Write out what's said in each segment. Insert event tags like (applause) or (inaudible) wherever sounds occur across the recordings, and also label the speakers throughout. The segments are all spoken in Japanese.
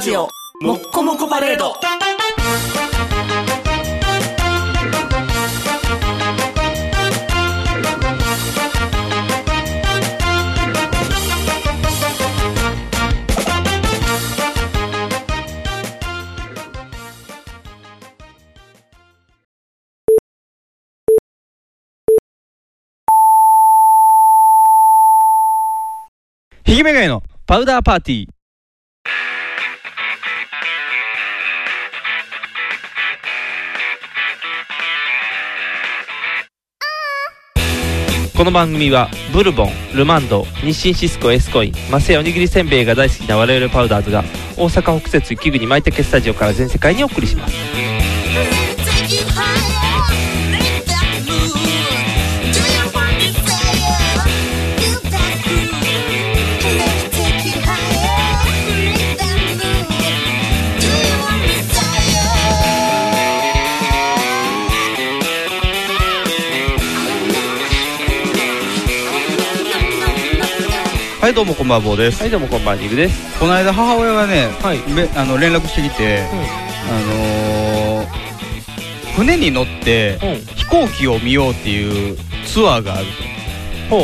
Speaker 1: ジオもっこもこパレード
Speaker 2: ひげめがいのパウダーパーティー。この番組はブルボン、ルマンド、日清シスコエスコイン、マセイおにぎりせんべいが大好きな我々パウダーズが大阪北節雪国舞茸スタジオから全世界にお送りします。
Speaker 3: Take you higher, make that move. Do you want desire? Feel that groove. Let's take you higher, make that move. Do you want desire?
Speaker 4: はいどうもこんばんは坊です、
Speaker 2: はい、どうもこんばんは、ニグです。
Speaker 4: この間母親がね、
Speaker 2: はい
Speaker 4: めあの連絡してきて、あのー、船に乗って
Speaker 2: うん
Speaker 4: 飛行機を見ようっていうツアーがある
Speaker 2: ほう、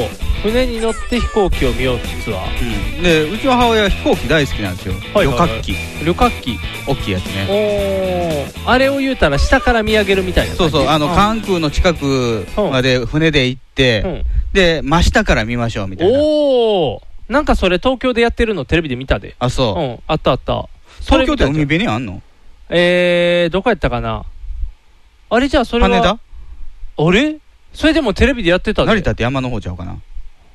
Speaker 2: 船に乗って飛行機を見ようってツアー。
Speaker 4: と、でうちの母親は飛行機大好きなんですよ、
Speaker 2: はいは
Speaker 4: 旅
Speaker 2: いはい
Speaker 4: 客機
Speaker 2: 旅客機。
Speaker 4: 大きいやつね
Speaker 2: おー、あれを言うたら下から見上げるみたいな
Speaker 4: そ
Speaker 2: 感
Speaker 4: う
Speaker 2: じ。
Speaker 4: そうあの
Speaker 2: ん
Speaker 4: 関空の近くまで船で行って、
Speaker 2: うん
Speaker 4: で真下から見ましょうみたいな
Speaker 2: おおなんかそれ東京でやってるのテレビで見たで
Speaker 4: あそうう、
Speaker 2: んあったあったそれ
Speaker 4: 東
Speaker 2: 見
Speaker 4: 京って
Speaker 2: た
Speaker 4: 海辺にあんの
Speaker 2: えー、どこやったかなあれじゃあそれは
Speaker 4: 羽田
Speaker 2: あれそれでもテレビでやってたで
Speaker 4: 成田って山の方ちゃうかな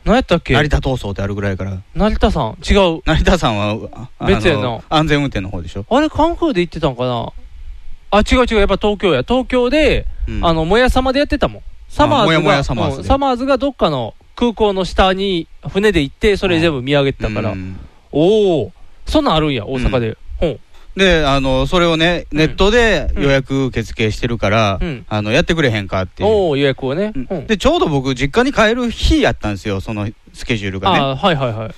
Speaker 2: 何やったっけ
Speaker 4: 成田闘争ってあるぐらいから
Speaker 2: 成田さん違う
Speaker 4: 成田さんはああの
Speaker 2: 別やな
Speaker 4: 安全運転の方でしょ、
Speaker 2: あれ関空で行ってたんかなあ違う違うやっぱ東京や東京で、
Speaker 4: うん
Speaker 2: あのもやさまでやってたもんサマーズが
Speaker 4: もやもやサマーズで
Speaker 2: うんサマーズがどっかの空港の下に船で行ってそれ全部見上げてたから、
Speaker 4: うん
Speaker 2: おおそんなんあるんや大阪で、ほん
Speaker 4: であのそれをねネットで予約受付してるから、
Speaker 2: うん
Speaker 4: あのやってくれへんかっていう、
Speaker 2: おお予約をね、
Speaker 4: うん
Speaker 2: うん
Speaker 4: でちょうど僕実家に帰る日やったんですよそのスケジュールがね
Speaker 2: ああはいはいは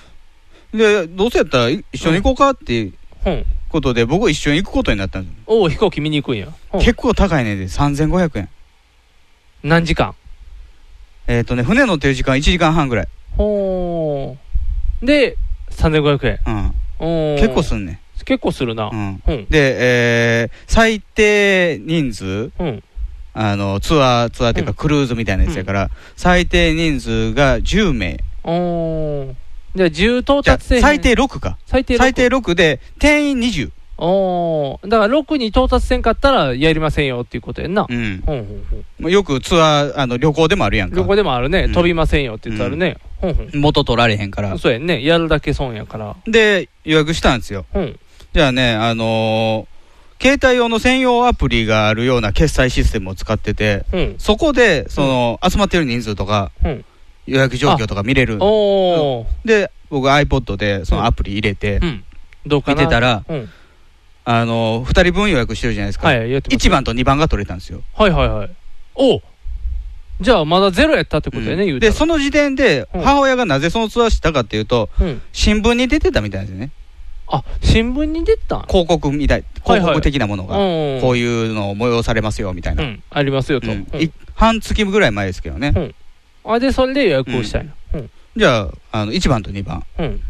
Speaker 2: い
Speaker 4: でどうせやったらい一緒に行こうかっていう
Speaker 2: うん
Speaker 4: ことで、僕一緒に行くことになったんです、
Speaker 2: おお飛行機見に行くんや、うん
Speaker 4: 結構高いねんで3500円
Speaker 2: 何時間
Speaker 4: えっ、とね船乗ってる時間1時間半ぐらい、
Speaker 2: ほーで3500円
Speaker 4: うん、
Speaker 2: おー
Speaker 4: 結構すんね、
Speaker 2: 結構するなん
Speaker 4: うん、
Speaker 2: うん
Speaker 4: で、えー最低人数
Speaker 2: うん
Speaker 4: あのツアーツアーっていう
Speaker 2: う
Speaker 4: か
Speaker 2: ん
Speaker 4: クルーズみたいなやつやから、最低人数が10名
Speaker 2: おーじゃあ10到
Speaker 4: じゃあ
Speaker 2: 達せえへん
Speaker 4: 最低6か
Speaker 2: 最低
Speaker 4: 最低
Speaker 2: 6
Speaker 4: 6で、定員20。
Speaker 2: おーだから6に到達せんかったらやりませんよっていうことやんな、
Speaker 4: うん。
Speaker 2: ほんほんほん
Speaker 4: まあよくツアー、あの、旅行でもあるやんか。
Speaker 2: どこでもあるね、
Speaker 4: うん
Speaker 2: 飛びませんよって言ったらね、ほんほん
Speaker 4: 元取られへんから。
Speaker 2: そうやんねやるだけ損やから
Speaker 4: で、予約したんですよ。
Speaker 2: うん
Speaker 4: じゃあね、あのー携帯用の専用アプリがあるような決済システムを使ってて、
Speaker 2: うん
Speaker 4: そこで、その、集まってる人数とか、
Speaker 2: うん
Speaker 4: 予約状況とか見れる。
Speaker 2: おお
Speaker 4: で、僕 iPod で、そのアプリ入れて
Speaker 2: う、んどうか
Speaker 4: 見
Speaker 2: な
Speaker 4: てたら、
Speaker 2: うん
Speaker 4: あのー、2人分予約してるじゃないですか。
Speaker 2: はい言ってます
Speaker 4: 1番と2番が取れたんですよ。
Speaker 2: はいはいはい。おうじゃあまだゼロやったってことやね、
Speaker 4: うん
Speaker 2: 言うたら
Speaker 4: で、その時点で、
Speaker 2: うん
Speaker 4: 母親がなぜそのツアーしたかっていうと、
Speaker 2: うん。
Speaker 4: 新聞に出てたみたいですよね、
Speaker 2: あ、新聞に出てたん
Speaker 4: 広告みたい、
Speaker 2: はいはい
Speaker 4: 広告的なものが、
Speaker 2: うん
Speaker 4: こういうのを催されますよみたいな、
Speaker 2: うん。ありますよと。う
Speaker 4: う
Speaker 2: んん
Speaker 4: い半月ぐらい前ですけどね、
Speaker 2: うんあ、で、それで予約をしたんや。うん。
Speaker 4: じゃああの、1番と2番、
Speaker 2: うん。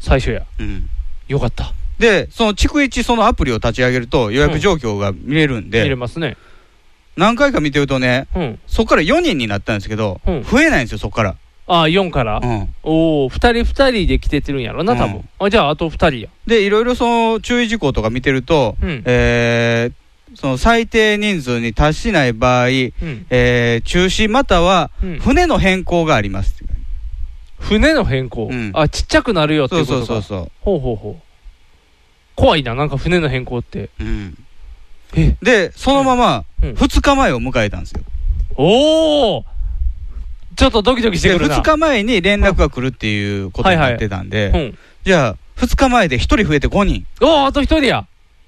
Speaker 2: 最初や。
Speaker 4: うん
Speaker 2: よかった。
Speaker 4: で、その逐一、そのアプリを立ち上げると、予約状況が見れるん
Speaker 2: 見
Speaker 4: で、
Speaker 2: れますね。
Speaker 4: 何回か見てるとね、
Speaker 2: うん。
Speaker 4: そこから4人になったんですけど、
Speaker 2: うん
Speaker 4: 増えないんですよ、そこから。
Speaker 2: あ、4から。
Speaker 4: うん
Speaker 2: おお2人2人で来ててるんやろな、多分。あ、じゃああと2人や。
Speaker 4: で、いろいろその注意事項とか見てると、
Speaker 2: うん
Speaker 4: えーその最低人数に達しない場合、
Speaker 2: うん。
Speaker 4: えー中止または
Speaker 2: うん
Speaker 4: 船の変更があります、
Speaker 2: 船の変更
Speaker 4: うん。
Speaker 2: あ、ちっちゃくなるよってい
Speaker 4: そ
Speaker 2: ううこ
Speaker 4: そう
Speaker 2: と
Speaker 4: そ
Speaker 2: か。
Speaker 4: うそ
Speaker 2: ほうほうほう。怖いな、なんか船の変更って。
Speaker 4: う、うん
Speaker 2: え
Speaker 4: でそのまま
Speaker 2: うん
Speaker 4: 2日前を迎えたんですよ、
Speaker 2: おおちょっとドキドキして
Speaker 4: で
Speaker 2: くるな。
Speaker 4: 2日前に連絡が来るっていうことになってたんで、
Speaker 2: うん。
Speaker 4: じゃあ2日前で1人増えて5人、
Speaker 2: おおあと一人や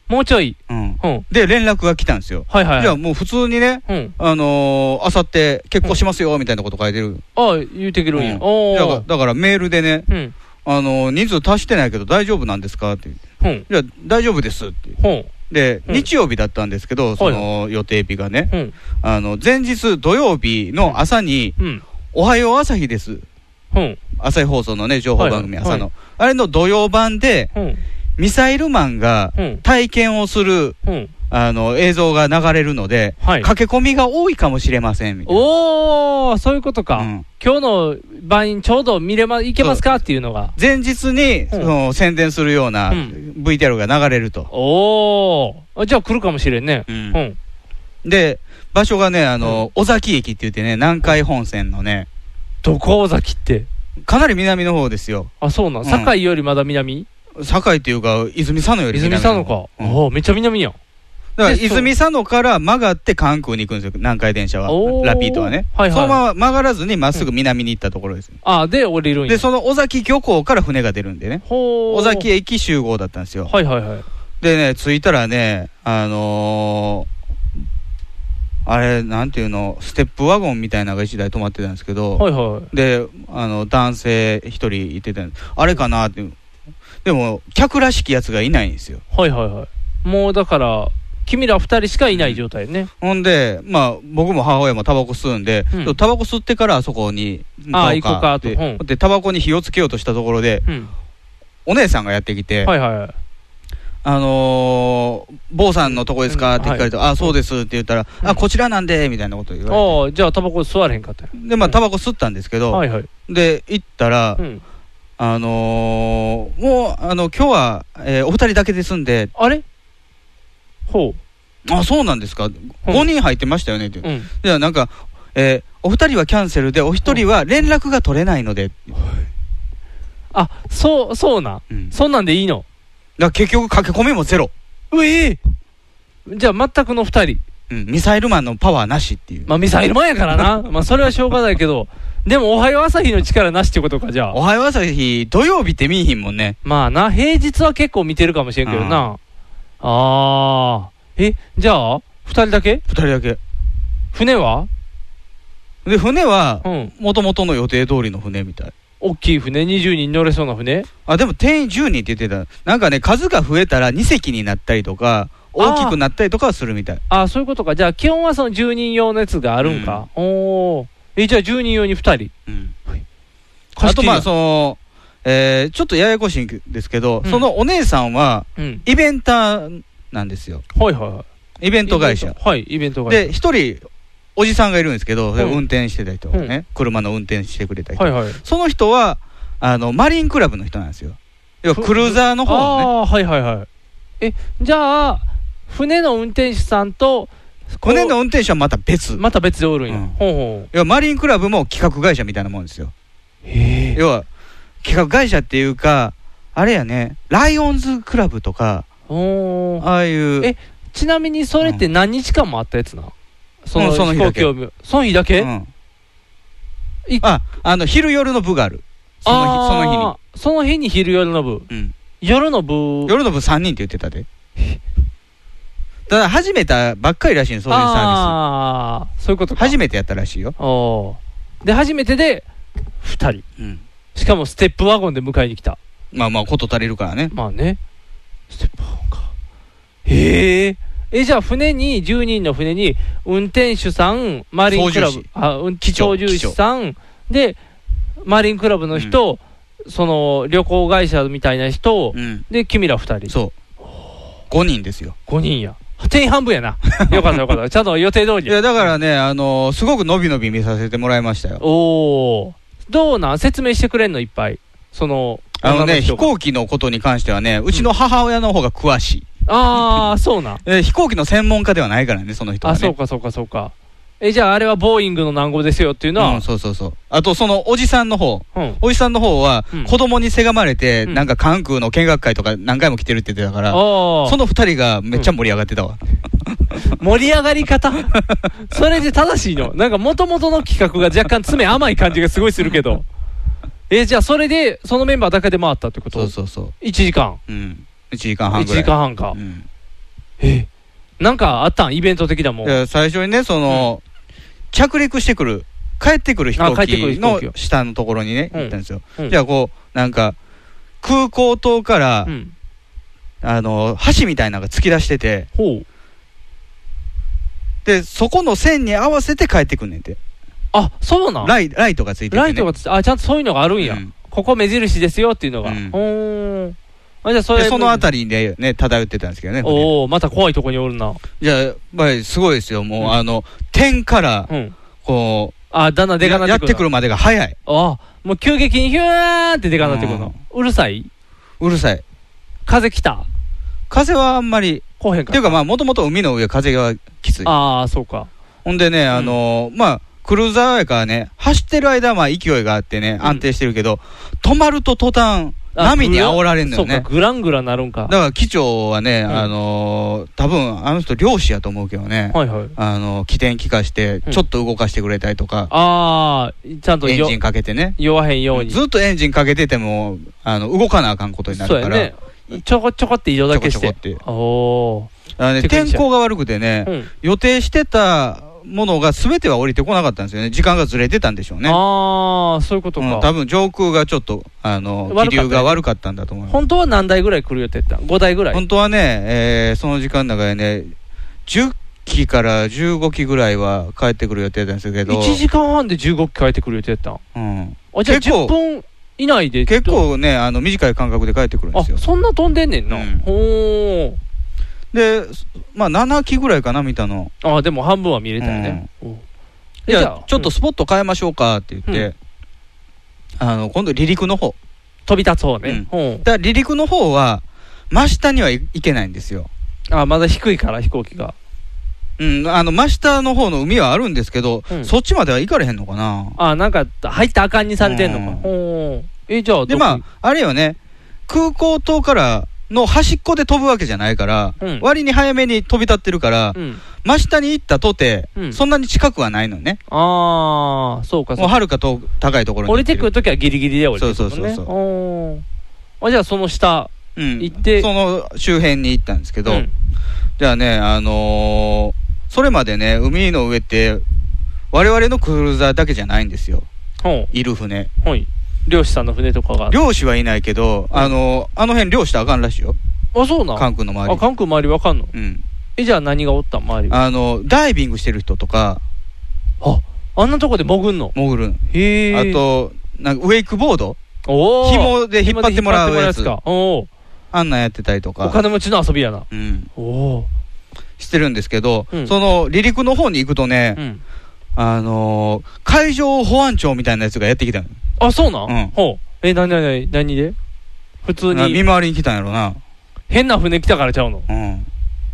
Speaker 2: もうちょい。
Speaker 4: うん
Speaker 2: うん。
Speaker 4: で連絡が来たんですよ、
Speaker 2: はいはい。
Speaker 4: じゃあもう普通にね
Speaker 2: うん。
Speaker 4: あのー、あさって結婚しますよみたいなこと書いてる、
Speaker 2: ああ、言うてくるんや。
Speaker 4: うん
Speaker 2: お
Speaker 4: だから
Speaker 2: お。
Speaker 4: だからメールでね、
Speaker 2: うん。
Speaker 4: あのー人数足してないけど大丈夫なんですかって言って
Speaker 2: ほん、
Speaker 4: じゃあ大丈夫ですって。
Speaker 2: ほん、
Speaker 4: で、
Speaker 2: うん
Speaker 4: 日曜日だったんですけど、その予定日がね、
Speaker 2: ほん、
Speaker 4: あの前日土曜日の朝に、
Speaker 2: うん、
Speaker 4: おはよう朝日です、
Speaker 2: ほん、
Speaker 4: 朝日放送のね、情報番組、
Speaker 2: はいはい
Speaker 4: 朝の、あれの土曜版で、
Speaker 2: ほん、
Speaker 4: ミサイルマンが
Speaker 2: ほん、
Speaker 4: 体験をする
Speaker 2: ほん。
Speaker 4: あの映像が流れるので、
Speaker 2: はい。
Speaker 4: 駆け込みが多いかもしれませんみたいな。
Speaker 2: おー、そういうことか。
Speaker 4: うん
Speaker 2: 今日の晩にちょうど見れま、いけますかっていうのが。
Speaker 4: 前日に、その宣伝するような
Speaker 2: うん
Speaker 4: VTR が流れると、
Speaker 2: おー。じゃあ来るかもしれんね。
Speaker 4: う
Speaker 2: うんん。
Speaker 4: で場所がね、あの尾崎駅って言ってね、南海本線のね、
Speaker 2: どこ崎って。
Speaker 4: かなり南の方ですよ、
Speaker 2: あ、そうな。
Speaker 4: うんん
Speaker 2: 堺よりまだ南
Speaker 4: 堺っていうか、泉佐野より
Speaker 2: 泉
Speaker 4: 南
Speaker 2: 佐野か。
Speaker 4: うん
Speaker 2: おー、めっちゃ南やん。
Speaker 4: だから
Speaker 2: でそう
Speaker 4: 泉佐野から曲がって関空に行くんですよ、南海電車は
Speaker 2: お、ー
Speaker 4: ラピートはね、
Speaker 2: はいはい
Speaker 4: そのまま曲がらずにまっすぐ南に行ったところです、
Speaker 2: あー、で降りるんや。
Speaker 4: でその尾崎漁港から船が出るんでね、
Speaker 2: ほー。
Speaker 4: 尾崎駅集合だったんですよ、
Speaker 2: はいはいはい。
Speaker 4: でね、着いたらね、あのーあれ、なんていうの、ステップワゴンみたいなのが1台止まってたんですけど、
Speaker 2: はいはい。
Speaker 4: であの男性1人いてたんです、あれかなって、でも、客らしきやつがいないんですよ。
Speaker 2: はいはいはい。もうだから、君ら二人しかいない状態ね。
Speaker 4: ほんで、まあ、僕も母親もタバコ吸うんで、
Speaker 2: うん
Speaker 4: ちょっとタバコ吸ってからあそこに
Speaker 2: ああ
Speaker 4: 行こうか
Speaker 2: 行こうか
Speaker 4: って
Speaker 2: と、う
Speaker 4: で、タバコに火をつけようとしたところで、
Speaker 2: うん。
Speaker 4: お姉さんがやってきて、
Speaker 2: はいはいはい。
Speaker 4: あのー、坊さんのとこですかって聞かれて、あ、そうですって言ったら、
Speaker 2: うん
Speaker 4: あ、こちらなんで、みたいなこと言わ
Speaker 2: ああ、じゃあタバコ吸われへんかったんや
Speaker 4: れて、で、まあ、タバコ吸ったんですけど、
Speaker 2: はいはい。
Speaker 4: で、行ったら、
Speaker 2: うん。
Speaker 4: あのー、もう、あの、今日は、えーお二人だけですんで、
Speaker 2: あれほ
Speaker 4: あ、そうなんですか、5人入ってましたよねって言
Speaker 2: う。
Speaker 4: う
Speaker 2: うん。
Speaker 4: じゃあ、なんか、えーお二人はキャンセルで、お一人は連絡が取れないので、
Speaker 2: あ、そう、そうなん。
Speaker 4: うん
Speaker 2: そんなんでいいの
Speaker 4: だから結局、駆け込みもゼロ、
Speaker 2: うえじゃあ全くの二人。
Speaker 4: うん、ミサイルマンのパワーなしっていう、
Speaker 2: まあミサイルマンやから
Speaker 4: (laughs)
Speaker 2: な。まあそれはしょうがないけど。でもおはよう朝日の力なしってことか、じゃ
Speaker 4: お
Speaker 2: あ。
Speaker 4: はよう朝日、土曜日って見えひんもんね、
Speaker 2: まあな、平日は結構見てるかもしれんけどな。ああ。え、じゃあ、二人だけ
Speaker 4: 2人だけ。
Speaker 2: 船は
Speaker 4: で、船は
Speaker 2: う、ん。
Speaker 4: もともとの予定通りの船みたい。
Speaker 2: 大きい船、20人乗れそうな船
Speaker 4: あでも定員10人って言ってた、なんかね、数が増えたら2隻になったりとか、大きくなったりとかはするみたい。
Speaker 2: ああ、そういうことか。じゃあ基本はその10人用のやつがあるんか。おお。え、じゃあ10人用に二人。
Speaker 4: うん
Speaker 2: はい
Speaker 4: あとまあ
Speaker 2: 貸し切
Speaker 4: その、えーちょっとややこしいんですけど、
Speaker 2: うん
Speaker 4: そのお姉さんは
Speaker 2: りうん。
Speaker 4: イベンターなんですよ、
Speaker 2: はいはいはい。
Speaker 4: イベント会社。
Speaker 2: はい、イベント会社。
Speaker 4: で、1人、おじさんがいるんですけど、
Speaker 2: うん
Speaker 4: 運転してた人ね、車の運転してくれた人、
Speaker 2: はいはい。
Speaker 4: その人はあのマリンクラブの人なんですよ、要はクルーザーの方のね、
Speaker 2: ああー、はいはいはい。え、じゃあ、船の運転手さんと、
Speaker 4: 船の運転手はまた別、
Speaker 2: こうまた別でおるんや。
Speaker 4: うん
Speaker 2: ほうほう。
Speaker 4: 要はマリンクラブも企画会社みたいなもんですよ、
Speaker 2: へえ。
Speaker 4: 要は企画会社っていうか、あれやね、ライオンズクラブとか、
Speaker 2: おー
Speaker 4: ああいう。
Speaker 2: えちなみにそれって何日間もあったやつなその
Speaker 4: うん
Speaker 2: 飛
Speaker 4: その日だ
Speaker 2: 行
Speaker 4: け
Speaker 2: 機を見その日だけ、
Speaker 4: うん
Speaker 2: い
Speaker 4: ああの昼夜の部があるその日その
Speaker 2: あーその日に昼夜の部
Speaker 4: 日に、
Speaker 2: 夜の部
Speaker 4: うん、夜の部3人って言ってたでただ始めたばっかりらしいねそういうサ
Speaker 2: ああそういうこ
Speaker 4: ー
Speaker 2: と
Speaker 4: ビス
Speaker 2: か
Speaker 4: 初めてやったらしいよ、
Speaker 2: おーで初めてで2人しかもステップワゴンで迎えに来た
Speaker 4: まあまあこと足りるからね
Speaker 2: まあね。ステップワゴンか。へえ。え、じゃあ船に、10人の船に、運転手さん、マリンクラ
Speaker 4: 操
Speaker 2: ブ
Speaker 4: 縦士、
Speaker 2: あ、運
Speaker 4: 機長
Speaker 2: 操縦士さん、で、マリンクラブの人、その旅行会社みたいな人、
Speaker 4: うん
Speaker 2: で、君ら2人、
Speaker 4: そう5人ですよ
Speaker 2: 5人や。定員半分や
Speaker 4: (laughs)
Speaker 2: な。よかったよかった。ちゃんと予定通
Speaker 4: い
Speaker 2: りや。
Speaker 4: やだからね、あのーすごくのびのび見させてもらいましたよ
Speaker 2: おー。どうなん説明してくれんのいっぱい。その、
Speaker 4: あのね飛
Speaker 2: 機。
Speaker 4: 行機のことに関してはねうちの母親の方が詳しい、
Speaker 2: あー、そうなん。
Speaker 4: え飛行機の専門家ではないからねその人は
Speaker 2: あ、
Speaker 4: ね
Speaker 2: そうかそうかそうか。え、じゃああれはボーイングの南語ですよっていうの
Speaker 4: うん、
Speaker 2: は、
Speaker 4: そうそうそうあとそのおじさんの方
Speaker 2: うん。
Speaker 4: おじさんの方は
Speaker 2: うん、
Speaker 4: 子供にせがまれて、
Speaker 2: うん
Speaker 4: なんか関空の見学会とか何回も来てるって言ってたから、
Speaker 2: お
Speaker 4: その二人がめっちゃ盛り上がってたわ。
Speaker 2: 盛り上がり方 (laughs) それで正しいのなんか元々の企画が若干爪甘い感じがすごいするけ
Speaker 4: (laughs)
Speaker 2: どえじゃあそれでそのメンバーだけで回ったってこと
Speaker 4: そうそうそう。
Speaker 2: 1時間
Speaker 4: うん。1時間
Speaker 2: 1
Speaker 4: 半ぐらい。
Speaker 2: 時間半か、
Speaker 4: うん
Speaker 2: えなんかあったんイベント的だもん
Speaker 4: で最初にね、その、着陸してくる、帰ってくる飛行
Speaker 2: あ帰ってくる
Speaker 4: 機
Speaker 2: 飛行機
Speaker 4: の
Speaker 2: を
Speaker 4: 下のところにね、
Speaker 2: うん
Speaker 4: 行ったんですよ
Speaker 2: う。ん
Speaker 4: じゃあこう、なんか、空港塔から
Speaker 2: うん
Speaker 4: あの箸みたいなのが突き出してて、
Speaker 2: ほう。
Speaker 4: で、そこの線に合わせて帰ってくんねんて。
Speaker 2: あ、そうなん
Speaker 4: ライライトがついてて、ね。
Speaker 2: ライトがつあ、ちゃんとそういうのがあるんや。
Speaker 4: うん
Speaker 2: ここ目印ですよっていうのが。
Speaker 4: う
Speaker 2: うんーん。あ、じゃあそれ。
Speaker 4: で、そのあ
Speaker 2: り。
Speaker 4: たりでね、漂ってたんですけどね。こ
Speaker 2: おおまた怖いとこにおるな。
Speaker 4: れじゃあ、やっぱりすごいですよ。もう、
Speaker 2: うん
Speaker 4: あの、点から、
Speaker 2: うん。
Speaker 4: こ
Speaker 2: あ、だんだん
Speaker 4: う、
Speaker 2: でか
Speaker 4: や
Speaker 2: な
Speaker 4: や
Speaker 2: っ
Speaker 4: って
Speaker 2: くる。
Speaker 4: てくるまでが早い。
Speaker 2: あ、もう急激にヒューンってでかなってくるの。うるさいう
Speaker 4: るさい。
Speaker 2: 風来た
Speaker 4: 風はあんまり、
Speaker 2: 来おへんか
Speaker 4: っていうかまあ、もともと海の上風がきつい。
Speaker 2: ああ、そうか。
Speaker 4: ほんでね、あのーまあ、クルーザーやからね、走ってる間はまあ勢いがあってね、
Speaker 2: ん
Speaker 4: 安定してるけど、止まると途端、
Speaker 2: あ
Speaker 4: 波に煽られんのよ
Speaker 2: そう
Speaker 4: ね
Speaker 2: か、。グラングラなるんか
Speaker 4: だ。から機長はね、
Speaker 2: ん
Speaker 4: あのー多分あの人、漁師やと思うけどね、
Speaker 2: はいはい。
Speaker 4: あのー起点機化して、
Speaker 2: うん
Speaker 4: ちょっと動かしてくれたりとか、
Speaker 2: ああ、ちゃんと
Speaker 4: エン
Speaker 2: よ
Speaker 4: ジンかけてね、
Speaker 2: 酔わへんように。
Speaker 4: ずっとエンジンかけてても、あの動かなあかんことにな
Speaker 2: そう
Speaker 4: る
Speaker 2: や
Speaker 4: から、
Speaker 2: ね。ちょこちょこって移動だけし
Speaker 4: ちょ
Speaker 2: て
Speaker 4: こちょこっ。
Speaker 2: おお
Speaker 4: あのね
Speaker 2: テクニ
Speaker 4: 天
Speaker 2: シャン
Speaker 4: 候が悪くてね、
Speaker 2: ー。うん。
Speaker 4: 予定してたものがすべては降りてこなかったんですよね、時間がずれてたんでしょうね。
Speaker 2: ああ、そういうこと
Speaker 4: うん、
Speaker 2: か
Speaker 4: 多。分上空がちょっと、あの
Speaker 2: 悪かったね
Speaker 4: 気流が悪かったんだと思います。
Speaker 2: 本当は何台ぐらい来る予定だった ?5 台ぐらい。
Speaker 4: 本当はね、えーその時間の中でね、10機から15機ぐらいは帰ってくる予定なんですけど、
Speaker 2: 1時間半で15機帰ってくる予定だった
Speaker 4: うん、
Speaker 2: あ、じゃあ
Speaker 4: 結構
Speaker 2: 10分以内で。
Speaker 4: 結構ね、あの短い間隔で帰ってくるん
Speaker 2: あ
Speaker 4: ですよ。
Speaker 2: そんな飛んでんねんな。
Speaker 4: うん
Speaker 2: ほー。
Speaker 4: で、まあ、7機ぐらいかな、見たの。
Speaker 2: ああ、でも半分は見れたよね。おう
Speaker 4: じゃあ、ちょっと
Speaker 2: うん
Speaker 4: スポット変えましょうかって言って、あの今度、離陸の方
Speaker 2: 飛び立つ方ね。ほう
Speaker 4: だから離陸の方は、真下にはい行けないんですよ。
Speaker 2: あ、まだ低いから、飛行機が。
Speaker 4: うん、あの真下の方の海はあるんですけど、
Speaker 2: うん
Speaker 4: そっちまでは行かれへんのかな。
Speaker 2: あ、なんか、入ったらあかんにされてんの
Speaker 4: うん
Speaker 2: か。ほうえ、じゃあ、
Speaker 4: で、
Speaker 2: どこ
Speaker 4: まあ、あれよね、空港等からの端っこで飛ぶわけじゃないから、
Speaker 2: うん
Speaker 4: 割に早めに飛び立ってるから、
Speaker 2: うん。
Speaker 4: 真下に行ったとて、
Speaker 2: うん
Speaker 4: そんなに近くはないのね、
Speaker 2: ああ、そうか、そ
Speaker 4: もう
Speaker 2: うか。
Speaker 4: はるかと高いところに
Speaker 2: 降
Speaker 4: 行
Speaker 2: り
Speaker 4: って
Speaker 2: て
Speaker 4: る
Speaker 2: くるときはギリギリで降りてくるもんね。
Speaker 4: そうそうそうそう
Speaker 2: おーあ、じゃあ、その下。
Speaker 4: うん
Speaker 2: 行って
Speaker 4: その周辺に行ったんですけど、
Speaker 2: うん
Speaker 4: じゃあね、あのーそれまでね、海の上って、我々のクルーザーだけじゃないんですよ、
Speaker 2: ほ
Speaker 4: いる船、
Speaker 2: うはい。漁師さんの船とかが。
Speaker 4: 漁師はいないけど、あのーあの辺、漁したらあかんらしいよ、
Speaker 2: あ、そうなん。
Speaker 4: 関空の周
Speaker 2: あ、
Speaker 4: り。
Speaker 2: 関空周りわかんの
Speaker 4: うん、
Speaker 2: え、じゃあ何がおったん周りは。
Speaker 4: あのダイビングしてる人とか、
Speaker 2: あ、あんなとこで潜んの
Speaker 4: 潜るん
Speaker 2: へえ。
Speaker 4: あ、と、なんかウェイクボード、
Speaker 2: おー
Speaker 4: 紐で引っ張ってもらうや
Speaker 2: 紐
Speaker 4: つ
Speaker 2: で引っ張ってもらうやつか。おー
Speaker 4: あんなんやってたりと
Speaker 2: お
Speaker 4: か、
Speaker 2: 金持ちの遊びやな。
Speaker 4: うん、
Speaker 2: おお。
Speaker 4: してるんですけど、
Speaker 2: うん
Speaker 4: その離陸の方に行くとね、
Speaker 2: うん。
Speaker 4: あのー海上保安庁みたいなやつがやってきたの、
Speaker 2: あ、そうなん
Speaker 4: うん
Speaker 2: ほう。え、なになになに、何で普通
Speaker 4: な見
Speaker 2: に、
Speaker 4: 回りに来たんやろな。
Speaker 2: 変な船来たからちゃうの。
Speaker 4: うん、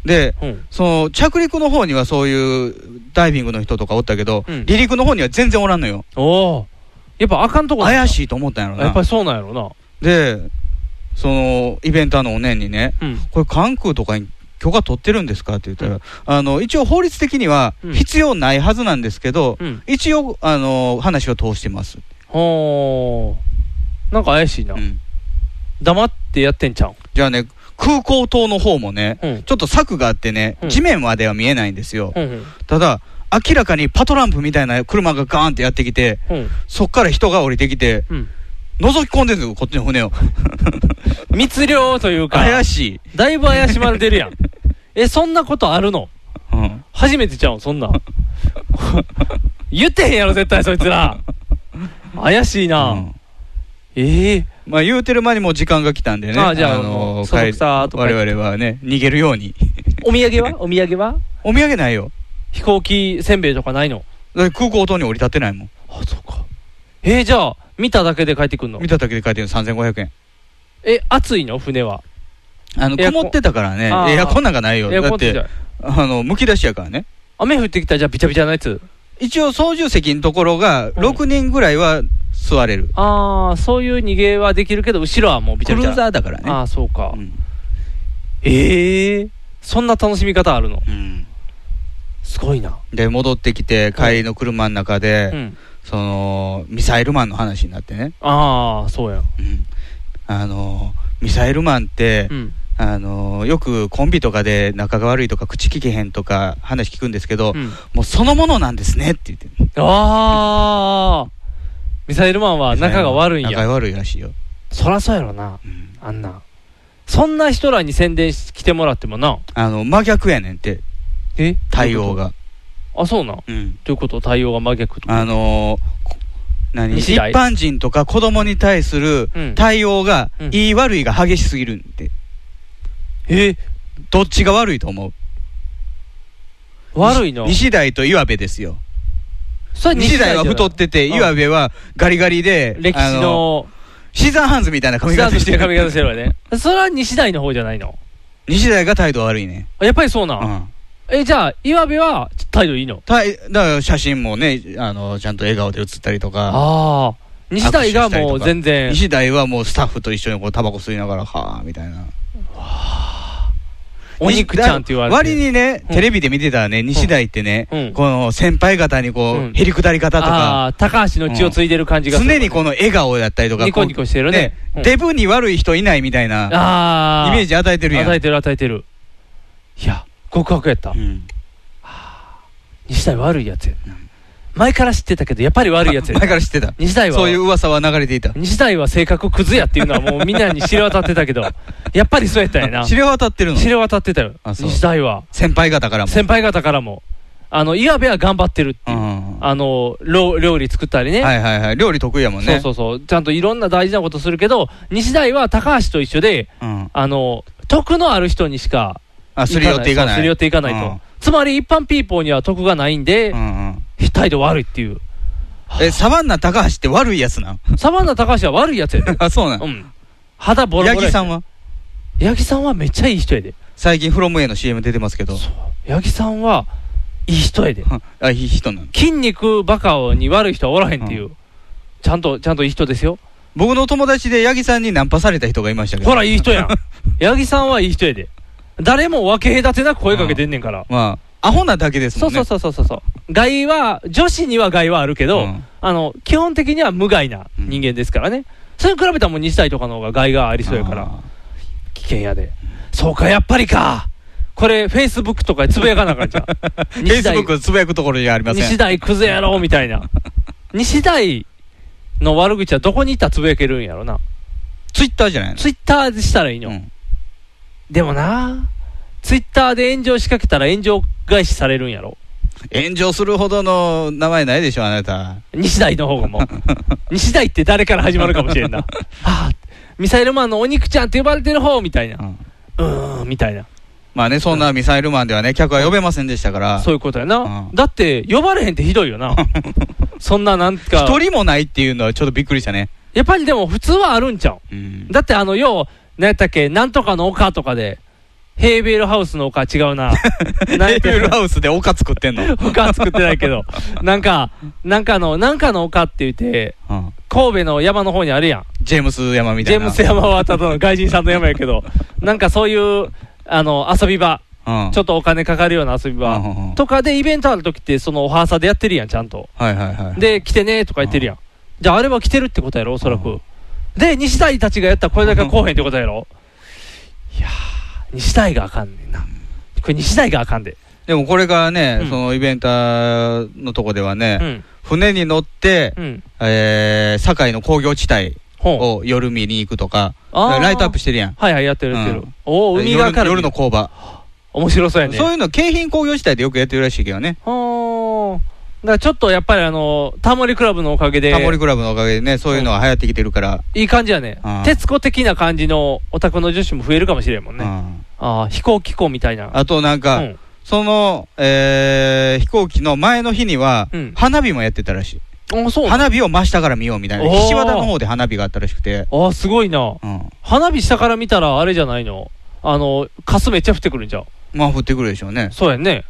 Speaker 4: で、
Speaker 2: うん。
Speaker 4: その着陸の方にはそういうダイビングの人とかおったけど、
Speaker 2: うん
Speaker 4: 離陸の方には全然おらんのよ、
Speaker 2: おお。やっぱあかんとこなんだ
Speaker 4: 怪しいと思ったんやろ
Speaker 2: やっぱ
Speaker 4: な。
Speaker 2: りそうなんやろな。
Speaker 4: で、そのイベンターのおねんにね、
Speaker 2: うん。
Speaker 4: これ、関空とかに許可取ってるんですかって言った
Speaker 2: う
Speaker 4: ら、
Speaker 2: ん
Speaker 4: あの一応、法律的には
Speaker 2: うん
Speaker 4: 必要ないはずなんですけど、
Speaker 2: うん。
Speaker 4: 一応、あの話を通してます、
Speaker 2: ほー。なんか怪しいな
Speaker 4: う。ん
Speaker 2: 黙ってやってんちゃう
Speaker 4: じゃあね、空港等の方もね、
Speaker 2: うん。
Speaker 4: ちょっと柵があってね、
Speaker 2: うん
Speaker 4: 地面までは見えないんですよ、
Speaker 2: うんうん。
Speaker 4: ただ、明らかにパトランプみたいな車がガーンってやってきて、
Speaker 2: うん。
Speaker 4: そっから人が降りてきて、
Speaker 2: うん。
Speaker 4: 覗き込んでるんですよ、こっちの船を、
Speaker 2: 密漁というか、
Speaker 4: 怪しい、
Speaker 2: だいぶ怪しまれてる
Speaker 4: (laughs)
Speaker 2: やん。え、そんなことあるの
Speaker 4: うん、
Speaker 2: 初めてちゃうん、そんなん (laughs) 言ってへんやろ、絶対そいつら。怪しいな。
Speaker 4: うん
Speaker 2: ええ
Speaker 4: まあ、言うてる間にもう時間が来たんでね、
Speaker 2: あじゃあも
Speaker 4: の
Speaker 2: うそそくさーっと帰って
Speaker 4: 我々はね、逃げるように、
Speaker 2: お土産はお土産は
Speaker 4: お土産ないよ。
Speaker 2: 飛行機せんべいとかないの
Speaker 4: だって空港等に降り立ってないもん。
Speaker 2: あ、そうか。えー、じゃあ、見ただけで帰ってくんの
Speaker 4: 見ただけで書いてる3500円。
Speaker 2: え、暑いの船は。
Speaker 4: あの、
Speaker 2: エアコン
Speaker 4: 曇ってたからね
Speaker 2: あ、ー
Speaker 4: エアコンなんかないよ。
Speaker 2: エア
Speaker 4: だ
Speaker 2: コ
Speaker 4: っ
Speaker 2: ンついて
Speaker 4: て
Speaker 2: ない、
Speaker 4: あの、むき出しやからね。
Speaker 2: 雨降ってきたらじゃあ、びちゃびちゃなやつ。
Speaker 4: 一応操縦席のところが、6人ぐらいは座れる。
Speaker 2: あー、そういう逃げはできるけど、後ろはもうびち
Speaker 4: ク
Speaker 2: ゃ
Speaker 4: ル
Speaker 2: びちゃ。
Speaker 4: ーザーだからね。
Speaker 2: あー、そうか。
Speaker 4: うん
Speaker 2: ええー、そんな楽しみ方あるの
Speaker 4: うん
Speaker 2: すごいな。
Speaker 4: で、戻ってきて、帰りの車の中
Speaker 2: う
Speaker 4: で、
Speaker 2: ん。
Speaker 4: その、ミサイルマンの話になってね。
Speaker 2: あー、そうやん。
Speaker 4: うんあの、ミサイルマンって
Speaker 2: う、ん。
Speaker 4: あの、よくコンビとかで仲が悪いとか、口聞けへんとか、話聞くんですけど
Speaker 2: う、ん、
Speaker 4: もうそのものなんですねって言って。
Speaker 2: あー、ミサイルマンは仲が悪いん
Speaker 4: 仲
Speaker 2: や。
Speaker 4: が悪いらしいよ。
Speaker 2: そらそうやろな。
Speaker 4: うん
Speaker 2: あんな。そんな人らに宣伝し来てもらってもな。
Speaker 4: あの、真逆やねんって、
Speaker 2: え
Speaker 4: 対応。が。
Speaker 2: あ、そうなん。
Speaker 4: うん。
Speaker 2: ということ対応が真逆と。
Speaker 4: あのーこ何一
Speaker 2: 西大
Speaker 4: 般人とか子供に対する
Speaker 2: うん
Speaker 4: 対応が、
Speaker 2: うん
Speaker 4: いい悪いが激しすぎるんで、
Speaker 2: え
Speaker 4: どっちが悪いと思う
Speaker 2: 悪いな。
Speaker 4: 西西大と岩部ですよ。
Speaker 2: それ
Speaker 4: 西大は
Speaker 2: じゃない
Speaker 4: 太ってて、
Speaker 2: うん
Speaker 4: 岩部はガリガリで、
Speaker 2: 歴
Speaker 4: あ
Speaker 2: 史の、
Speaker 4: シザーハンズみたいな髪
Speaker 2: スター
Speaker 4: 型
Speaker 2: ト
Speaker 4: し
Speaker 2: してて
Speaker 4: る。
Speaker 2: る髪型してるわね。それは西大の方じゃないの。
Speaker 4: 西大が態度悪いね。
Speaker 2: あやっぱりそうな。
Speaker 4: うんん。
Speaker 2: え、じゃあ、岩部は態度いいの
Speaker 4: 態だから写真もね、あの、ちゃんと笑顔で写ったりとか。
Speaker 2: ああ。西大がも
Speaker 4: 握手したりと
Speaker 2: う
Speaker 4: か
Speaker 2: 全然。
Speaker 4: 西大はもうスタッフと一緒にこうタバコ吸いながら、はあみたいな。
Speaker 2: お肉ちゃんって言われて。
Speaker 4: 割にね、
Speaker 2: うん
Speaker 4: テレビで見てたらね、西大ってね、
Speaker 2: うん
Speaker 4: この先輩方にこう、
Speaker 2: うん
Speaker 4: へりくだり方と
Speaker 2: あ
Speaker 4: か、
Speaker 2: あー、高橋の血を継いでる感じがする。
Speaker 4: 常にこの笑顔やったりとか、
Speaker 2: ニコニコしてるね
Speaker 4: こ
Speaker 2: う
Speaker 4: う
Speaker 2: ん
Speaker 4: デブに悪い人いないみたいな
Speaker 2: ああ。
Speaker 4: イメージ与えてるやん。
Speaker 2: 与えてる与えてる。いや、告白やった。
Speaker 4: うん
Speaker 2: 西大悪いやつや
Speaker 4: うん。
Speaker 2: 前から知ってたけど、やっぱり悪いやつや
Speaker 4: 前。から知ってた。
Speaker 2: 西大は。
Speaker 4: そういう噂は流れていた。
Speaker 2: 西大は性格クズやっていうのは
Speaker 4: (laughs)
Speaker 2: もうみんなに知れ渡ってたけど、やっぱりそうやったんやな。
Speaker 4: 知れ渡ってるの
Speaker 2: 知れ渡ってたよ。
Speaker 4: あそう
Speaker 2: 西大は。
Speaker 4: 先輩方からも。
Speaker 2: 先輩方からも。あの、岩部は頑張ってるっていうう。
Speaker 4: ん
Speaker 2: あの、料料理作ったりね。
Speaker 4: はいはいはい。料理得意やもん
Speaker 2: そう
Speaker 4: ね。
Speaker 2: そうそう。ちゃんといろんな大事なことするけど、西大は高橋と一緒で、
Speaker 4: うん
Speaker 2: あの、得のある人にしか
Speaker 4: あ、すり寄っていかな
Speaker 2: そ
Speaker 4: い。
Speaker 2: うすり寄っていかないと。つまり一般ピーポーには得がないんで
Speaker 4: うん。う、んうん
Speaker 2: 態度悪いっていう。
Speaker 4: え、サバンナ高橋って悪いやつなん。
Speaker 2: サバンナ高橋は悪いやつやで
Speaker 4: (laughs) あ、そうなん
Speaker 2: うん。肌ボロボロ
Speaker 4: 八
Speaker 2: やし。
Speaker 4: 木さんは
Speaker 2: 八木さんはめっちゃいい人やで。
Speaker 4: 最近フロム A の CM 出てますけど、
Speaker 2: 八木さんはいい人やで。
Speaker 4: あ、いい人なの。
Speaker 2: 筋肉バカに悪い人はおらへんっていう。ちゃんと、ちゃんといい人ですよ。
Speaker 4: 僕の友達で八木さんにナンパされた人がいましたけど。
Speaker 2: ほら、いい人
Speaker 4: (laughs)
Speaker 2: やん。八木さんはいい人やで。誰も分け隔てなく声かけてんねんから。
Speaker 4: まあ、アホなだけです
Speaker 2: そ
Speaker 4: も
Speaker 2: うん
Speaker 4: ね。
Speaker 2: そう
Speaker 4: う
Speaker 2: そうそうそうそう。害は、女子には害はあるけど、
Speaker 4: うん
Speaker 2: あの、基本的には無害な人間ですからね。それに比べたらもう西大とかの方が害がありそうやから、危険やで。そうか、やっぱりか。これ、フェイスブックとかでつぶやかなあかん
Speaker 4: (laughs)
Speaker 2: じゃん。
Speaker 4: フェイ
Speaker 2: 西
Speaker 4: スブ
Speaker 2: 大
Speaker 4: ックつぶやくところじゃありません。
Speaker 2: 西大クズやろみた
Speaker 4: (laughs)
Speaker 2: いな。西大の悪口はどこに行ったらつぶやけるんやろな。
Speaker 4: ツイッターじゃないの
Speaker 2: ツイッターでしたらいいの。
Speaker 4: うん
Speaker 2: でもな、ツイッターで炎上仕掛けたら炎上返しされるんやろ。
Speaker 4: 炎上するほどの名前ないでしょ、あなた。
Speaker 2: 西大の方が
Speaker 4: (laughs)
Speaker 2: もう。西大って誰から始まるかもしれんな。はあ、ミサイルマンのお肉ちゃんって呼ばれてる方みたいな。
Speaker 4: う
Speaker 2: うんーん、みたいな。
Speaker 4: まあね、そんなミサイルマンではね、客は呼べませんでしたから、
Speaker 2: そういうことやな
Speaker 4: う。ん
Speaker 2: だって、呼ばれへんってひどいよ
Speaker 4: (laughs)
Speaker 2: な。そんななんか。
Speaker 4: 一人もないっていうのはちょっとびっくりしたね。
Speaker 2: やっぱりでも普通はあるんちゃう
Speaker 4: うん
Speaker 2: だってあの、よう、なんやったっけ、なんとかの丘とかで、ヘーベルハウスの丘違
Speaker 4: (laughs)
Speaker 2: うな。なん
Speaker 4: ネ
Speaker 2: や
Speaker 4: イ
Speaker 2: ったっけ
Speaker 4: ビルハウスで丘作って
Speaker 2: (laughs)
Speaker 4: んの。
Speaker 2: 丘は作ってないけど、なんか、なんかの、なんかの丘って言って、
Speaker 4: うん
Speaker 2: 神戸の山の方にあるやん。
Speaker 4: ジェームス山みた
Speaker 2: ジェ
Speaker 4: い
Speaker 2: ー
Speaker 4: な。
Speaker 2: ムス山はただの外人さんの山やけ
Speaker 4: (laughs)
Speaker 2: ど、なんかそういう、あの、遊び場、
Speaker 4: うん
Speaker 2: ちょっとお金かかるような遊び
Speaker 4: うん
Speaker 2: 場
Speaker 4: うんうん
Speaker 2: とかでイベントあるときって、そのおはーさでやってるやん、ちゃんと。
Speaker 4: はいはいはい。
Speaker 2: で、来てねとか言ってるやん。じゃあ、あれは来てるってことやろ、おそらく。で、西大たちがやったらこれだけは来おへんってことやろ。いやー、西大があかんねんな。これ西大があかんで。
Speaker 4: でもこれからね、
Speaker 2: うん
Speaker 4: そのイベンターのとこではね、
Speaker 2: うん。
Speaker 4: 船に乗って、
Speaker 2: うん。
Speaker 4: えー、堺の工業地帯
Speaker 2: ほう。
Speaker 4: を夜見に行くとか、
Speaker 2: あー
Speaker 4: ライトアップしてるやん。
Speaker 2: はいはい、やってるやってる。
Speaker 4: うん
Speaker 2: おお、海側から
Speaker 4: 夜夜の工場、
Speaker 2: 面白そうやね。
Speaker 4: そういうの京浜工業地帯でよくやってるらしいけどね、
Speaker 2: ほー。だからちょっとやっぱりあの、タモリクラブのおかげで、
Speaker 4: タモリクラブのおかげでねそういうのが流行ってきてるから、
Speaker 2: いい感じやね
Speaker 4: うん。
Speaker 2: 徹子的な感じのオタクの女子も増えるかもしれんもん
Speaker 4: う
Speaker 2: ね。
Speaker 4: ん
Speaker 2: ああ、飛行機構みたいな。
Speaker 4: あとなん
Speaker 2: う
Speaker 4: か、
Speaker 2: ん。
Speaker 4: その、えー飛行機の前の日には、
Speaker 2: うん
Speaker 4: 花火もやってたらしい
Speaker 2: あ、そう。あ
Speaker 4: 花火を真下から見ようみたいな
Speaker 2: おー
Speaker 4: 岸和田の方で花火があったらしくて、
Speaker 2: あ、すごいな。
Speaker 4: うん、
Speaker 2: 花火下から見たらあれじゃないのあの、カスめっちゃ降ってくるんじゃん。
Speaker 4: まあ降ってくるでしょうね
Speaker 2: そうやんね。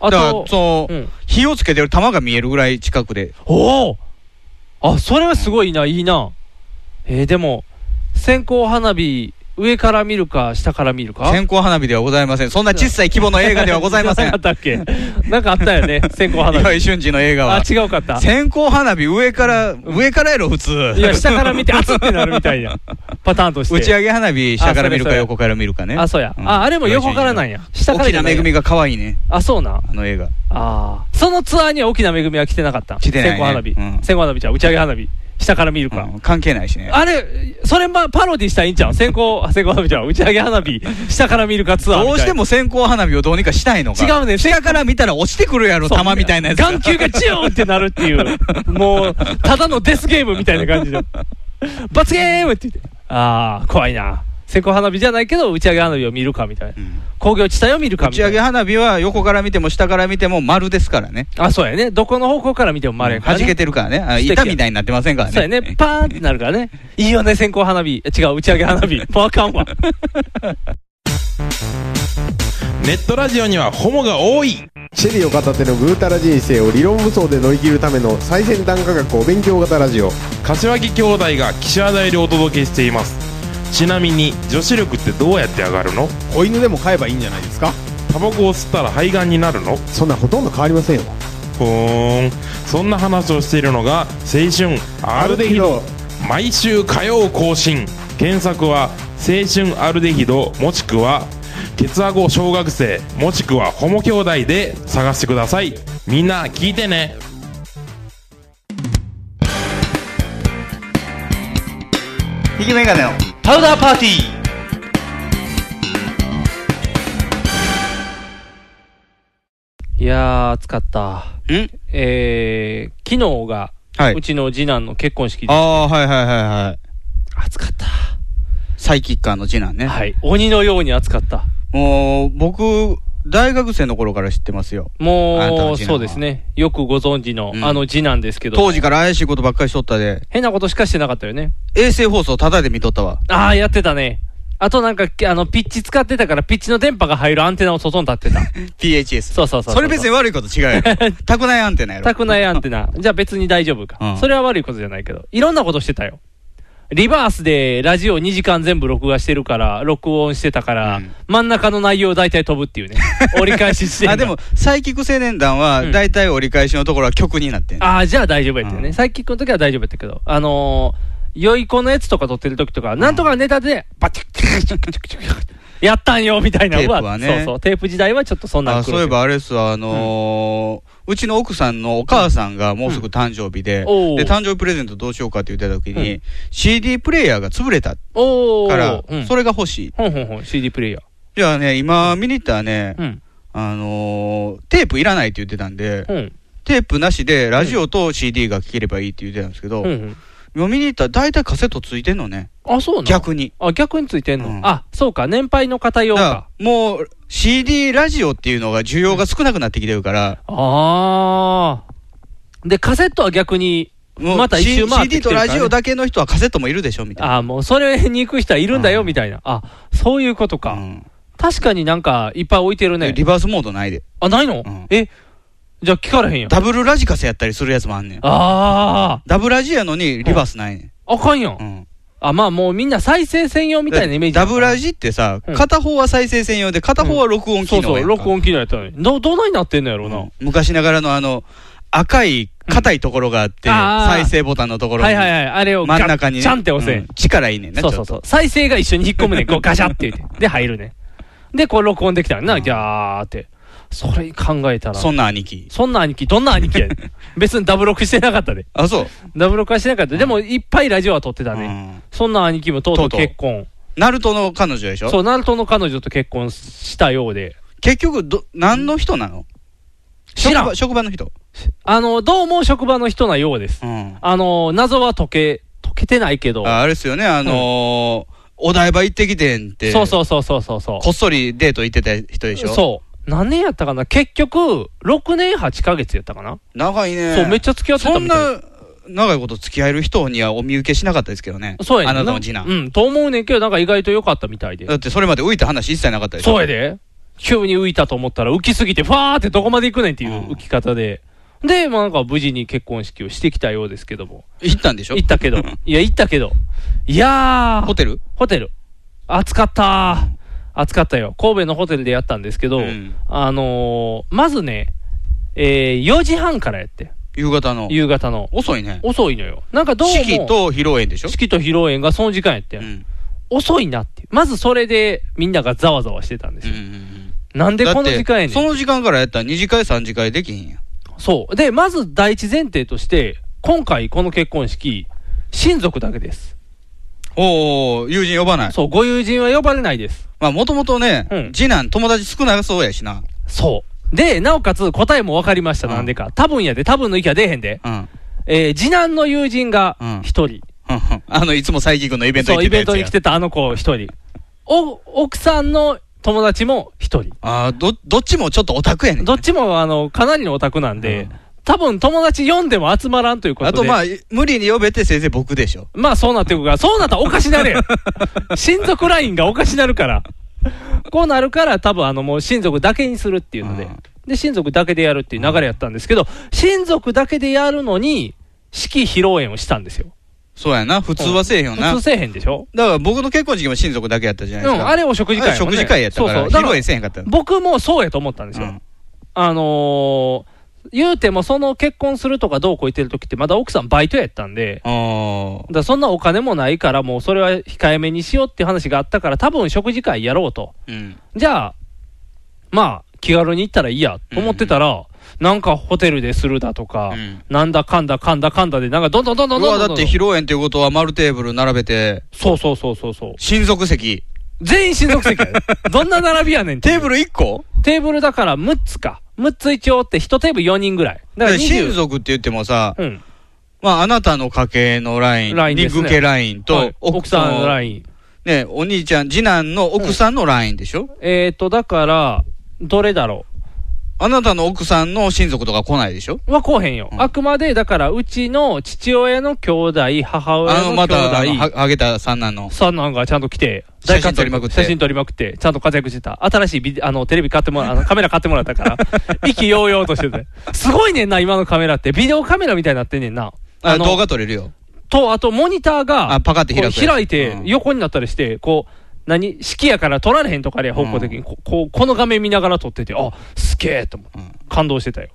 Speaker 2: あ
Speaker 4: だから
Speaker 2: と、
Speaker 4: そうの
Speaker 2: ん。
Speaker 4: 火をつけてる玉が見えるぐらい近くで
Speaker 2: おおあ、それはすごいな、いいな。えー、でも、線香花火、上から見るか、下から見るか
Speaker 4: 線香花火ではございませんそんな小さい規模の映画ではございません
Speaker 2: (laughs) なかったっけなんかあったよ
Speaker 4: (laughs)
Speaker 2: ね、線香花
Speaker 4: 岩
Speaker 2: 火。
Speaker 4: 井俊二の映
Speaker 2: あ
Speaker 4: 画は、
Speaker 2: 違うかった。
Speaker 4: 線香花火上から、上からやろ普通
Speaker 2: いや、下から見て、熱ってなるみたいな。パターンとして。
Speaker 4: 打ち上げ花火下から見る
Speaker 2: あそれそ
Speaker 4: か
Speaker 2: れ
Speaker 4: 横から見るかね
Speaker 2: あ、そうや。
Speaker 4: ん
Speaker 2: あ、あれも横からなんや。下から
Speaker 4: 沖
Speaker 2: じゃ
Speaker 4: 縄
Speaker 2: ないや
Speaker 4: めぐみが可愛いね
Speaker 2: あ、そうな。
Speaker 4: あの映画
Speaker 2: ああ。そのツアーには沖縄めぐみは来てなかった。
Speaker 4: 来てないね
Speaker 2: 線香花火。
Speaker 4: うん
Speaker 2: 線香花火ちゃう。打ち上げ花火。下から見るか。
Speaker 4: うん関係ないしね。
Speaker 2: あれ、それ、ま、パロディしたらいいんちゃう先行、 (laughs) 先行花火じゃん。打ち上げ花火、下から見るかツアーみ
Speaker 4: ど
Speaker 2: たいな。
Speaker 4: うしても線香花火をどうにかしたいのか。
Speaker 2: 違うね
Speaker 4: 下から見たら落ちてくるやろ、
Speaker 2: そう
Speaker 4: 玉みたいなやつが。
Speaker 2: 眼球がチューンってなるって
Speaker 4: (laughs)
Speaker 2: いう、もう、ただのデスゲームみたいな感じで、罰ゲームって言って、ああ、怖いな、線香花火じゃないけど、打ち上げ花火を見るかみたいな
Speaker 4: う、ん
Speaker 2: 工業地帯を見るか
Speaker 4: 打
Speaker 2: み
Speaker 4: ち
Speaker 2: た
Speaker 4: 上
Speaker 2: い
Speaker 4: げ
Speaker 2: な、
Speaker 4: 花火は横から見ても下から見ても丸ですからね。
Speaker 2: あそうやね、どこの方向から見ても丸やから、
Speaker 4: 弾
Speaker 2: ね、
Speaker 4: けてるからね。あ
Speaker 2: 素敵や
Speaker 4: 板みたいになってませんからね。
Speaker 2: そうやね、パーンってなるからね、 (laughs) いいよね、線香花火、違う、打ち上げ花 (laughs) 火、もうあかんわ。
Speaker 5: ネットラジオにはホモが多い
Speaker 6: シェリーを片手のぐうたら人生を理論武装で乗り切るための最先端科学お勉強型ラジオ
Speaker 5: 柏木兄弟が岸和田よりお届けしていますちなみに女子力ってどうやって上がるの
Speaker 7: 子犬でも飼えばいいんじゃないですか
Speaker 5: タバコを吸ったら肺がんになるの
Speaker 6: そんなほとんど変わりませんよ
Speaker 5: ふーんそんな話をしているのが青春アルデヒド毎週火曜更新検索は青春アルデヒドもしくはケツアゴ小学生もしくはホモ兄弟で探してくださいみんな聞いてね
Speaker 4: 引きメガネの。
Speaker 1: パウダーパーティー
Speaker 2: いやー、暑かった。
Speaker 4: ん
Speaker 2: えー、昨日が、
Speaker 4: は
Speaker 2: う
Speaker 4: い。
Speaker 2: ちの次男の結婚式
Speaker 4: あ
Speaker 2: で、
Speaker 4: あ、はいはいはいはい。
Speaker 2: 暑かった。
Speaker 4: サイキッカーの次男ね。
Speaker 2: はい、鬼のように暑かった。
Speaker 4: もう、僕、大学生の頃から知ってますよ。あなた
Speaker 2: も
Speaker 4: の
Speaker 2: う、
Speaker 4: 次男
Speaker 2: そ
Speaker 4: は
Speaker 2: うですね。よくご存知の、
Speaker 4: うん
Speaker 2: あの字なんですけど。
Speaker 4: 当時から怪しいことばっかりしとったで、
Speaker 2: 変なことしかしてなかったよね。
Speaker 4: 衛星放送タダで見とったわ。
Speaker 2: ああ、やってたね。あとなんか、あの、ピッチ使ってたから、ピッチの電波が入るアンテナを外に立ってた。
Speaker 4: PHS。
Speaker 2: そうそうそうう。
Speaker 4: それ別に悪いこと違
Speaker 2: (laughs)
Speaker 4: うよ。宅内アンテナやろ。
Speaker 2: たくないアンテナ。じゃあ別に大丈夫か。
Speaker 4: うん
Speaker 2: それは悪いことじゃないけど。いろんなことしてたよ。リバースでラジオ2時間全部録画してるから、録音してたから、
Speaker 4: うん
Speaker 2: 真ん中の内容大体飛ぶっていうね。折り返ししてんの
Speaker 4: あでも、サイキック青年団は、
Speaker 2: うん
Speaker 4: 大体折り返しのところは曲になってんねん
Speaker 2: ああ、じゃあ大丈夫やったよ
Speaker 4: う
Speaker 2: ね。
Speaker 4: ん
Speaker 2: サイキックの時は大丈夫やったけど、あのー、良い子のやつとか撮ってる時とか、なんとかネタで、バチッチッチッチッチッやったんよみたいなの
Speaker 4: テープはね
Speaker 2: そうそう、テープ時代はちょっとそんな
Speaker 4: あ
Speaker 2: ん苦
Speaker 4: そう
Speaker 2: 労し
Speaker 4: いえ
Speaker 2: てた
Speaker 4: ばあれっすわあのーうちの奥さんのお母さんがもうすぐ誕生日で、
Speaker 2: うんおー
Speaker 4: で誕生日プレゼントどうしようかって言ってた時に、
Speaker 2: う
Speaker 4: CD プレイヤーが潰れたか
Speaker 2: おー
Speaker 4: ら、
Speaker 2: うん、
Speaker 4: それが欲しい。
Speaker 2: ほんほんほん、CD プレイヤー。
Speaker 4: じゃあね、今見に行ったらね、
Speaker 2: うん、
Speaker 4: あのーテープいらないって言ってたんで、
Speaker 2: うん、
Speaker 4: テープなしでラジオと CD が聴ければいいって言ってたんですけど、
Speaker 2: うんうん。
Speaker 4: 今見に行ったら大体カセットついてんのね、
Speaker 2: あ、そうなの
Speaker 4: 逆に。
Speaker 2: あ、逆についてんの、
Speaker 4: うん
Speaker 2: あ、そうか、年配の方用
Speaker 4: だか
Speaker 2: か。
Speaker 4: らもう CD ラジオっていうのが需要が少なくなってきてるから、
Speaker 2: あー。で、カセットは逆に、
Speaker 4: もう
Speaker 2: また一周
Speaker 4: C-
Speaker 2: 回ってき
Speaker 4: CD
Speaker 2: て
Speaker 4: と
Speaker 2: るからね
Speaker 4: ラジオだけの人はカセットもいるでしょみたいな。
Speaker 2: あーもうそれに行く人はいるんだよ、
Speaker 4: うん
Speaker 2: みたいな。あ、そういうことか。
Speaker 4: うん
Speaker 2: 確かになんか、いっぱい置いてるね。
Speaker 4: リバースモードないで。
Speaker 2: あ、ないの、
Speaker 4: うん
Speaker 2: え、じゃあ聞かれへんやん。
Speaker 4: ダブルラジカセやったりするやつもあんねん。
Speaker 2: あ
Speaker 4: ダブルラジやのにリバースないね
Speaker 2: あ、あかんやん。
Speaker 4: ん。うん
Speaker 2: あ、まあもうみんな再生専用みたいなイメージ。
Speaker 4: ダブラジってさ、
Speaker 2: うん
Speaker 4: 片方は再生専用で、片方は録音機
Speaker 2: そう
Speaker 4: 能やん
Speaker 2: そう、
Speaker 4: か
Speaker 2: 録音機能やったのに。ど、どないなってんのやろう
Speaker 4: う
Speaker 2: な。
Speaker 4: ん昔ながらのあの、赤い、硬いところがあって、
Speaker 2: うんあー
Speaker 4: 再生ボタンのところ
Speaker 2: はい
Speaker 4: に、
Speaker 2: はいはい。あれをガ
Speaker 4: 真ん中にね。
Speaker 2: チャンって押せ、
Speaker 4: うん力いいねんな、
Speaker 2: そうそう
Speaker 4: ち
Speaker 2: そ
Speaker 4: ょ
Speaker 2: う
Speaker 4: っ。
Speaker 2: 再生が一緒に引っ込むねん。こうガシャって言って。で、入るねん。で、こう録音できたらな、ギャーって。それ考えた
Speaker 4: と
Speaker 2: ら。
Speaker 4: そんな兄貴。
Speaker 2: そんな兄貴、どんな兄貴やね
Speaker 4: (laughs)
Speaker 2: ん。別にダブロクしてなかったで。
Speaker 4: あ、そう。
Speaker 2: ダブロクはしてなかった。でも、いっぱいラジオは撮ってた
Speaker 4: う
Speaker 2: ね。
Speaker 4: ん
Speaker 2: そんな兄貴もとうとう
Speaker 4: とうとう
Speaker 2: 結婚。
Speaker 4: ナルトの彼女でし
Speaker 2: そ
Speaker 4: ょ
Speaker 2: う、ナルトの彼女と結婚したようで。
Speaker 4: 結局、ど、何の人なの
Speaker 2: 知らん
Speaker 4: 職場職場の人。
Speaker 2: あの、どうも職場の人なようです。
Speaker 4: うん
Speaker 2: あの、謎は解け、解けてないけど。
Speaker 4: ああれですよね、あのーお台場行ってきてんって、
Speaker 2: そうそうそうそうそうそう。
Speaker 4: こっそりデート行ってた人でしょ。
Speaker 2: そう。何年やったかな結局、6年8ヶ月やったかな、
Speaker 4: 長いね。
Speaker 2: そう、めっちゃ付き合ってた
Speaker 4: そん
Speaker 2: みたい。
Speaker 4: な長いこと付き合える人にはお見受けしなかったですけどね。
Speaker 2: そうやね
Speaker 4: あ
Speaker 2: ん
Speaker 4: なたの次
Speaker 2: う
Speaker 4: 男。
Speaker 2: ん、と思うねんけど、なんか意外と良かったみたいで
Speaker 4: だ。ってそれまで浮いた話一切なかったでしょ。
Speaker 2: そうやで。急に浮いたと思ったら浮きすぎて、ファーってどこまで行くねんっていう浮き方で。で、まあなんか無事に結婚式をしてきたようですけども。
Speaker 4: 行ったんでしょ
Speaker 2: 行った
Speaker 4: (laughs)
Speaker 2: けど。いや、行ったけど。いやー。
Speaker 4: ホテル
Speaker 2: ホテル。暑かったー。暑かったよ。神戸のホテルでやったんですけど、
Speaker 4: うん
Speaker 2: あのーまずね、えー4時半からやって、
Speaker 4: 夕方の。
Speaker 2: 夕方の。
Speaker 4: 遅いね。
Speaker 2: 遅いのよ。なんかどうも。
Speaker 4: 式、と披露宴でしょ。
Speaker 2: 式と披露宴がその時間やって、、
Speaker 4: うんん
Speaker 2: 遅いなっていう。まずそれでみんながざわざわしてたんで
Speaker 4: う
Speaker 2: す
Speaker 4: んう
Speaker 2: よ。
Speaker 4: んうん
Speaker 2: なんで
Speaker 4: だって
Speaker 2: この時間やねん。
Speaker 4: その時間からやったら2次会3次会できへんやん
Speaker 2: そう。で、まず第一前提として、今回この結婚式、親族だけです。
Speaker 4: おうおう友人呼ばない。
Speaker 2: そう、ご友人は呼ばれないです。
Speaker 4: まあ、もともとね、
Speaker 2: うん
Speaker 4: 次男、友達少なそうやしな。
Speaker 2: そう。で、なおかつ答えも分かりました、
Speaker 4: うん
Speaker 2: なんでか。多分やで、多分の息は出えへんで。
Speaker 4: うん。 (laughs) うん
Speaker 2: えー次男の友人が
Speaker 4: うん
Speaker 2: 一人。
Speaker 4: あの、いつも佐伯君のイベント
Speaker 2: そ
Speaker 4: 行っ
Speaker 2: う、イ
Speaker 4: てた
Speaker 2: ベントに
Speaker 4: やつや。
Speaker 2: 来てたあの子一人。お、奥さんの友達も一人。
Speaker 4: ああ、ど、どっちもちょっとオタクやねん。
Speaker 2: どっちも、あの、かなりのオタクなんで、多分友達読んでも集まらんということ
Speaker 4: あ
Speaker 2: で。
Speaker 4: とまあ、無理に呼べて先生僕でしょ。
Speaker 2: まあそうなっていくから、そうなったらおかしな
Speaker 4: (laughs)
Speaker 2: るやん。親族ラインがおかしなるから。こうなるから、多分あのもう親族だけにするっていうので
Speaker 4: うん、
Speaker 2: で、親族だけでやるっていう流れやったんですけど、親族だけでやるのに、式披露宴をしたんですよ。
Speaker 4: そうやな。普通はせえへんよな。
Speaker 2: 普通せえへんでしょ
Speaker 4: だから僕の結婚式も親族だけやったじゃないうですか。
Speaker 2: ん、あれお食事会
Speaker 4: あ
Speaker 2: や
Speaker 4: れ
Speaker 2: もん
Speaker 4: 食
Speaker 2: ね
Speaker 4: 事会やったから、
Speaker 2: そう
Speaker 4: 披
Speaker 2: そう
Speaker 4: 露宴せえへんかったの
Speaker 2: 僕もそうやと思ったんです
Speaker 4: う
Speaker 2: よ。
Speaker 4: ん
Speaker 2: あのー、言うてもその結婚するとかどうこう言ってる時って、まだ奥さんバイトやったんで、
Speaker 4: あ
Speaker 2: だからそんなお金もないから、もうそれは控えめにしようっていう話があったから、多分食事会やろうと。
Speaker 4: ーうん
Speaker 2: じゃあ、まあ、気軽に行ったらいいやと思ってたら、なんかホテルでするだとか、
Speaker 4: うん
Speaker 2: なんだかんだかんだかんだで、なんかどんどんどんどん
Speaker 4: う
Speaker 2: ど
Speaker 4: わ、
Speaker 2: んどん
Speaker 4: だって披露宴ということは丸テーブル並べて、
Speaker 2: そうそうそうそうそう。
Speaker 4: 親族席。
Speaker 2: 全員親族
Speaker 4: (laughs)
Speaker 2: 席やでどんな並びやねん
Speaker 4: テーブ
Speaker 2: ル
Speaker 4: ル1個
Speaker 2: テーブルだから6つか。6つ一応って1テーブル4人ぐらい。だ
Speaker 4: だ
Speaker 2: か
Speaker 4: からら親
Speaker 2: 20。
Speaker 4: 族って言ってもさ、
Speaker 2: うん。
Speaker 4: まあ、あなたの家系のライン、
Speaker 2: ラインですね
Speaker 4: 肉系ラインと、
Speaker 2: はい奥さんのラ
Speaker 4: ン。
Speaker 2: イン。
Speaker 4: ね、お兄ちゃん、次男の奥さんのラインでしょ、
Speaker 2: えっ、ー、と、だから、どれだろ
Speaker 4: あなたの奥さんの親族とか来ないでしょ
Speaker 2: うはこうへんよ。
Speaker 4: うん
Speaker 2: あくまで、だから、うちの父親の兄弟、母親
Speaker 4: あ
Speaker 2: の兄
Speaker 4: の、
Speaker 2: 弟。
Speaker 4: また、あのはハゲた三男の。
Speaker 2: 三男がちゃんと来て、
Speaker 4: 写真
Speaker 2: 大活躍
Speaker 4: 撮りまくって
Speaker 2: 写真撮りまくって、ちゃんと活躍してた。新しいビデあのテレビ買ってもらあのカメラ買ってもらった
Speaker 4: (laughs)
Speaker 2: から、意気揚々としてて。すごいねんな、今のカメラって。ビデオカメラみたいになってんねんな。
Speaker 4: あ
Speaker 2: の
Speaker 4: 動画撮れるよ。
Speaker 2: と、あとモニターが、
Speaker 4: あパカって開くやつ
Speaker 2: こう開いて
Speaker 4: う、ん
Speaker 2: 横になったりして、こう、何式やから撮られへんとかで、方向的に、ここう、この画面見ながら撮ってて、あ、すげえと思って、
Speaker 4: うん
Speaker 2: 感動してたよ。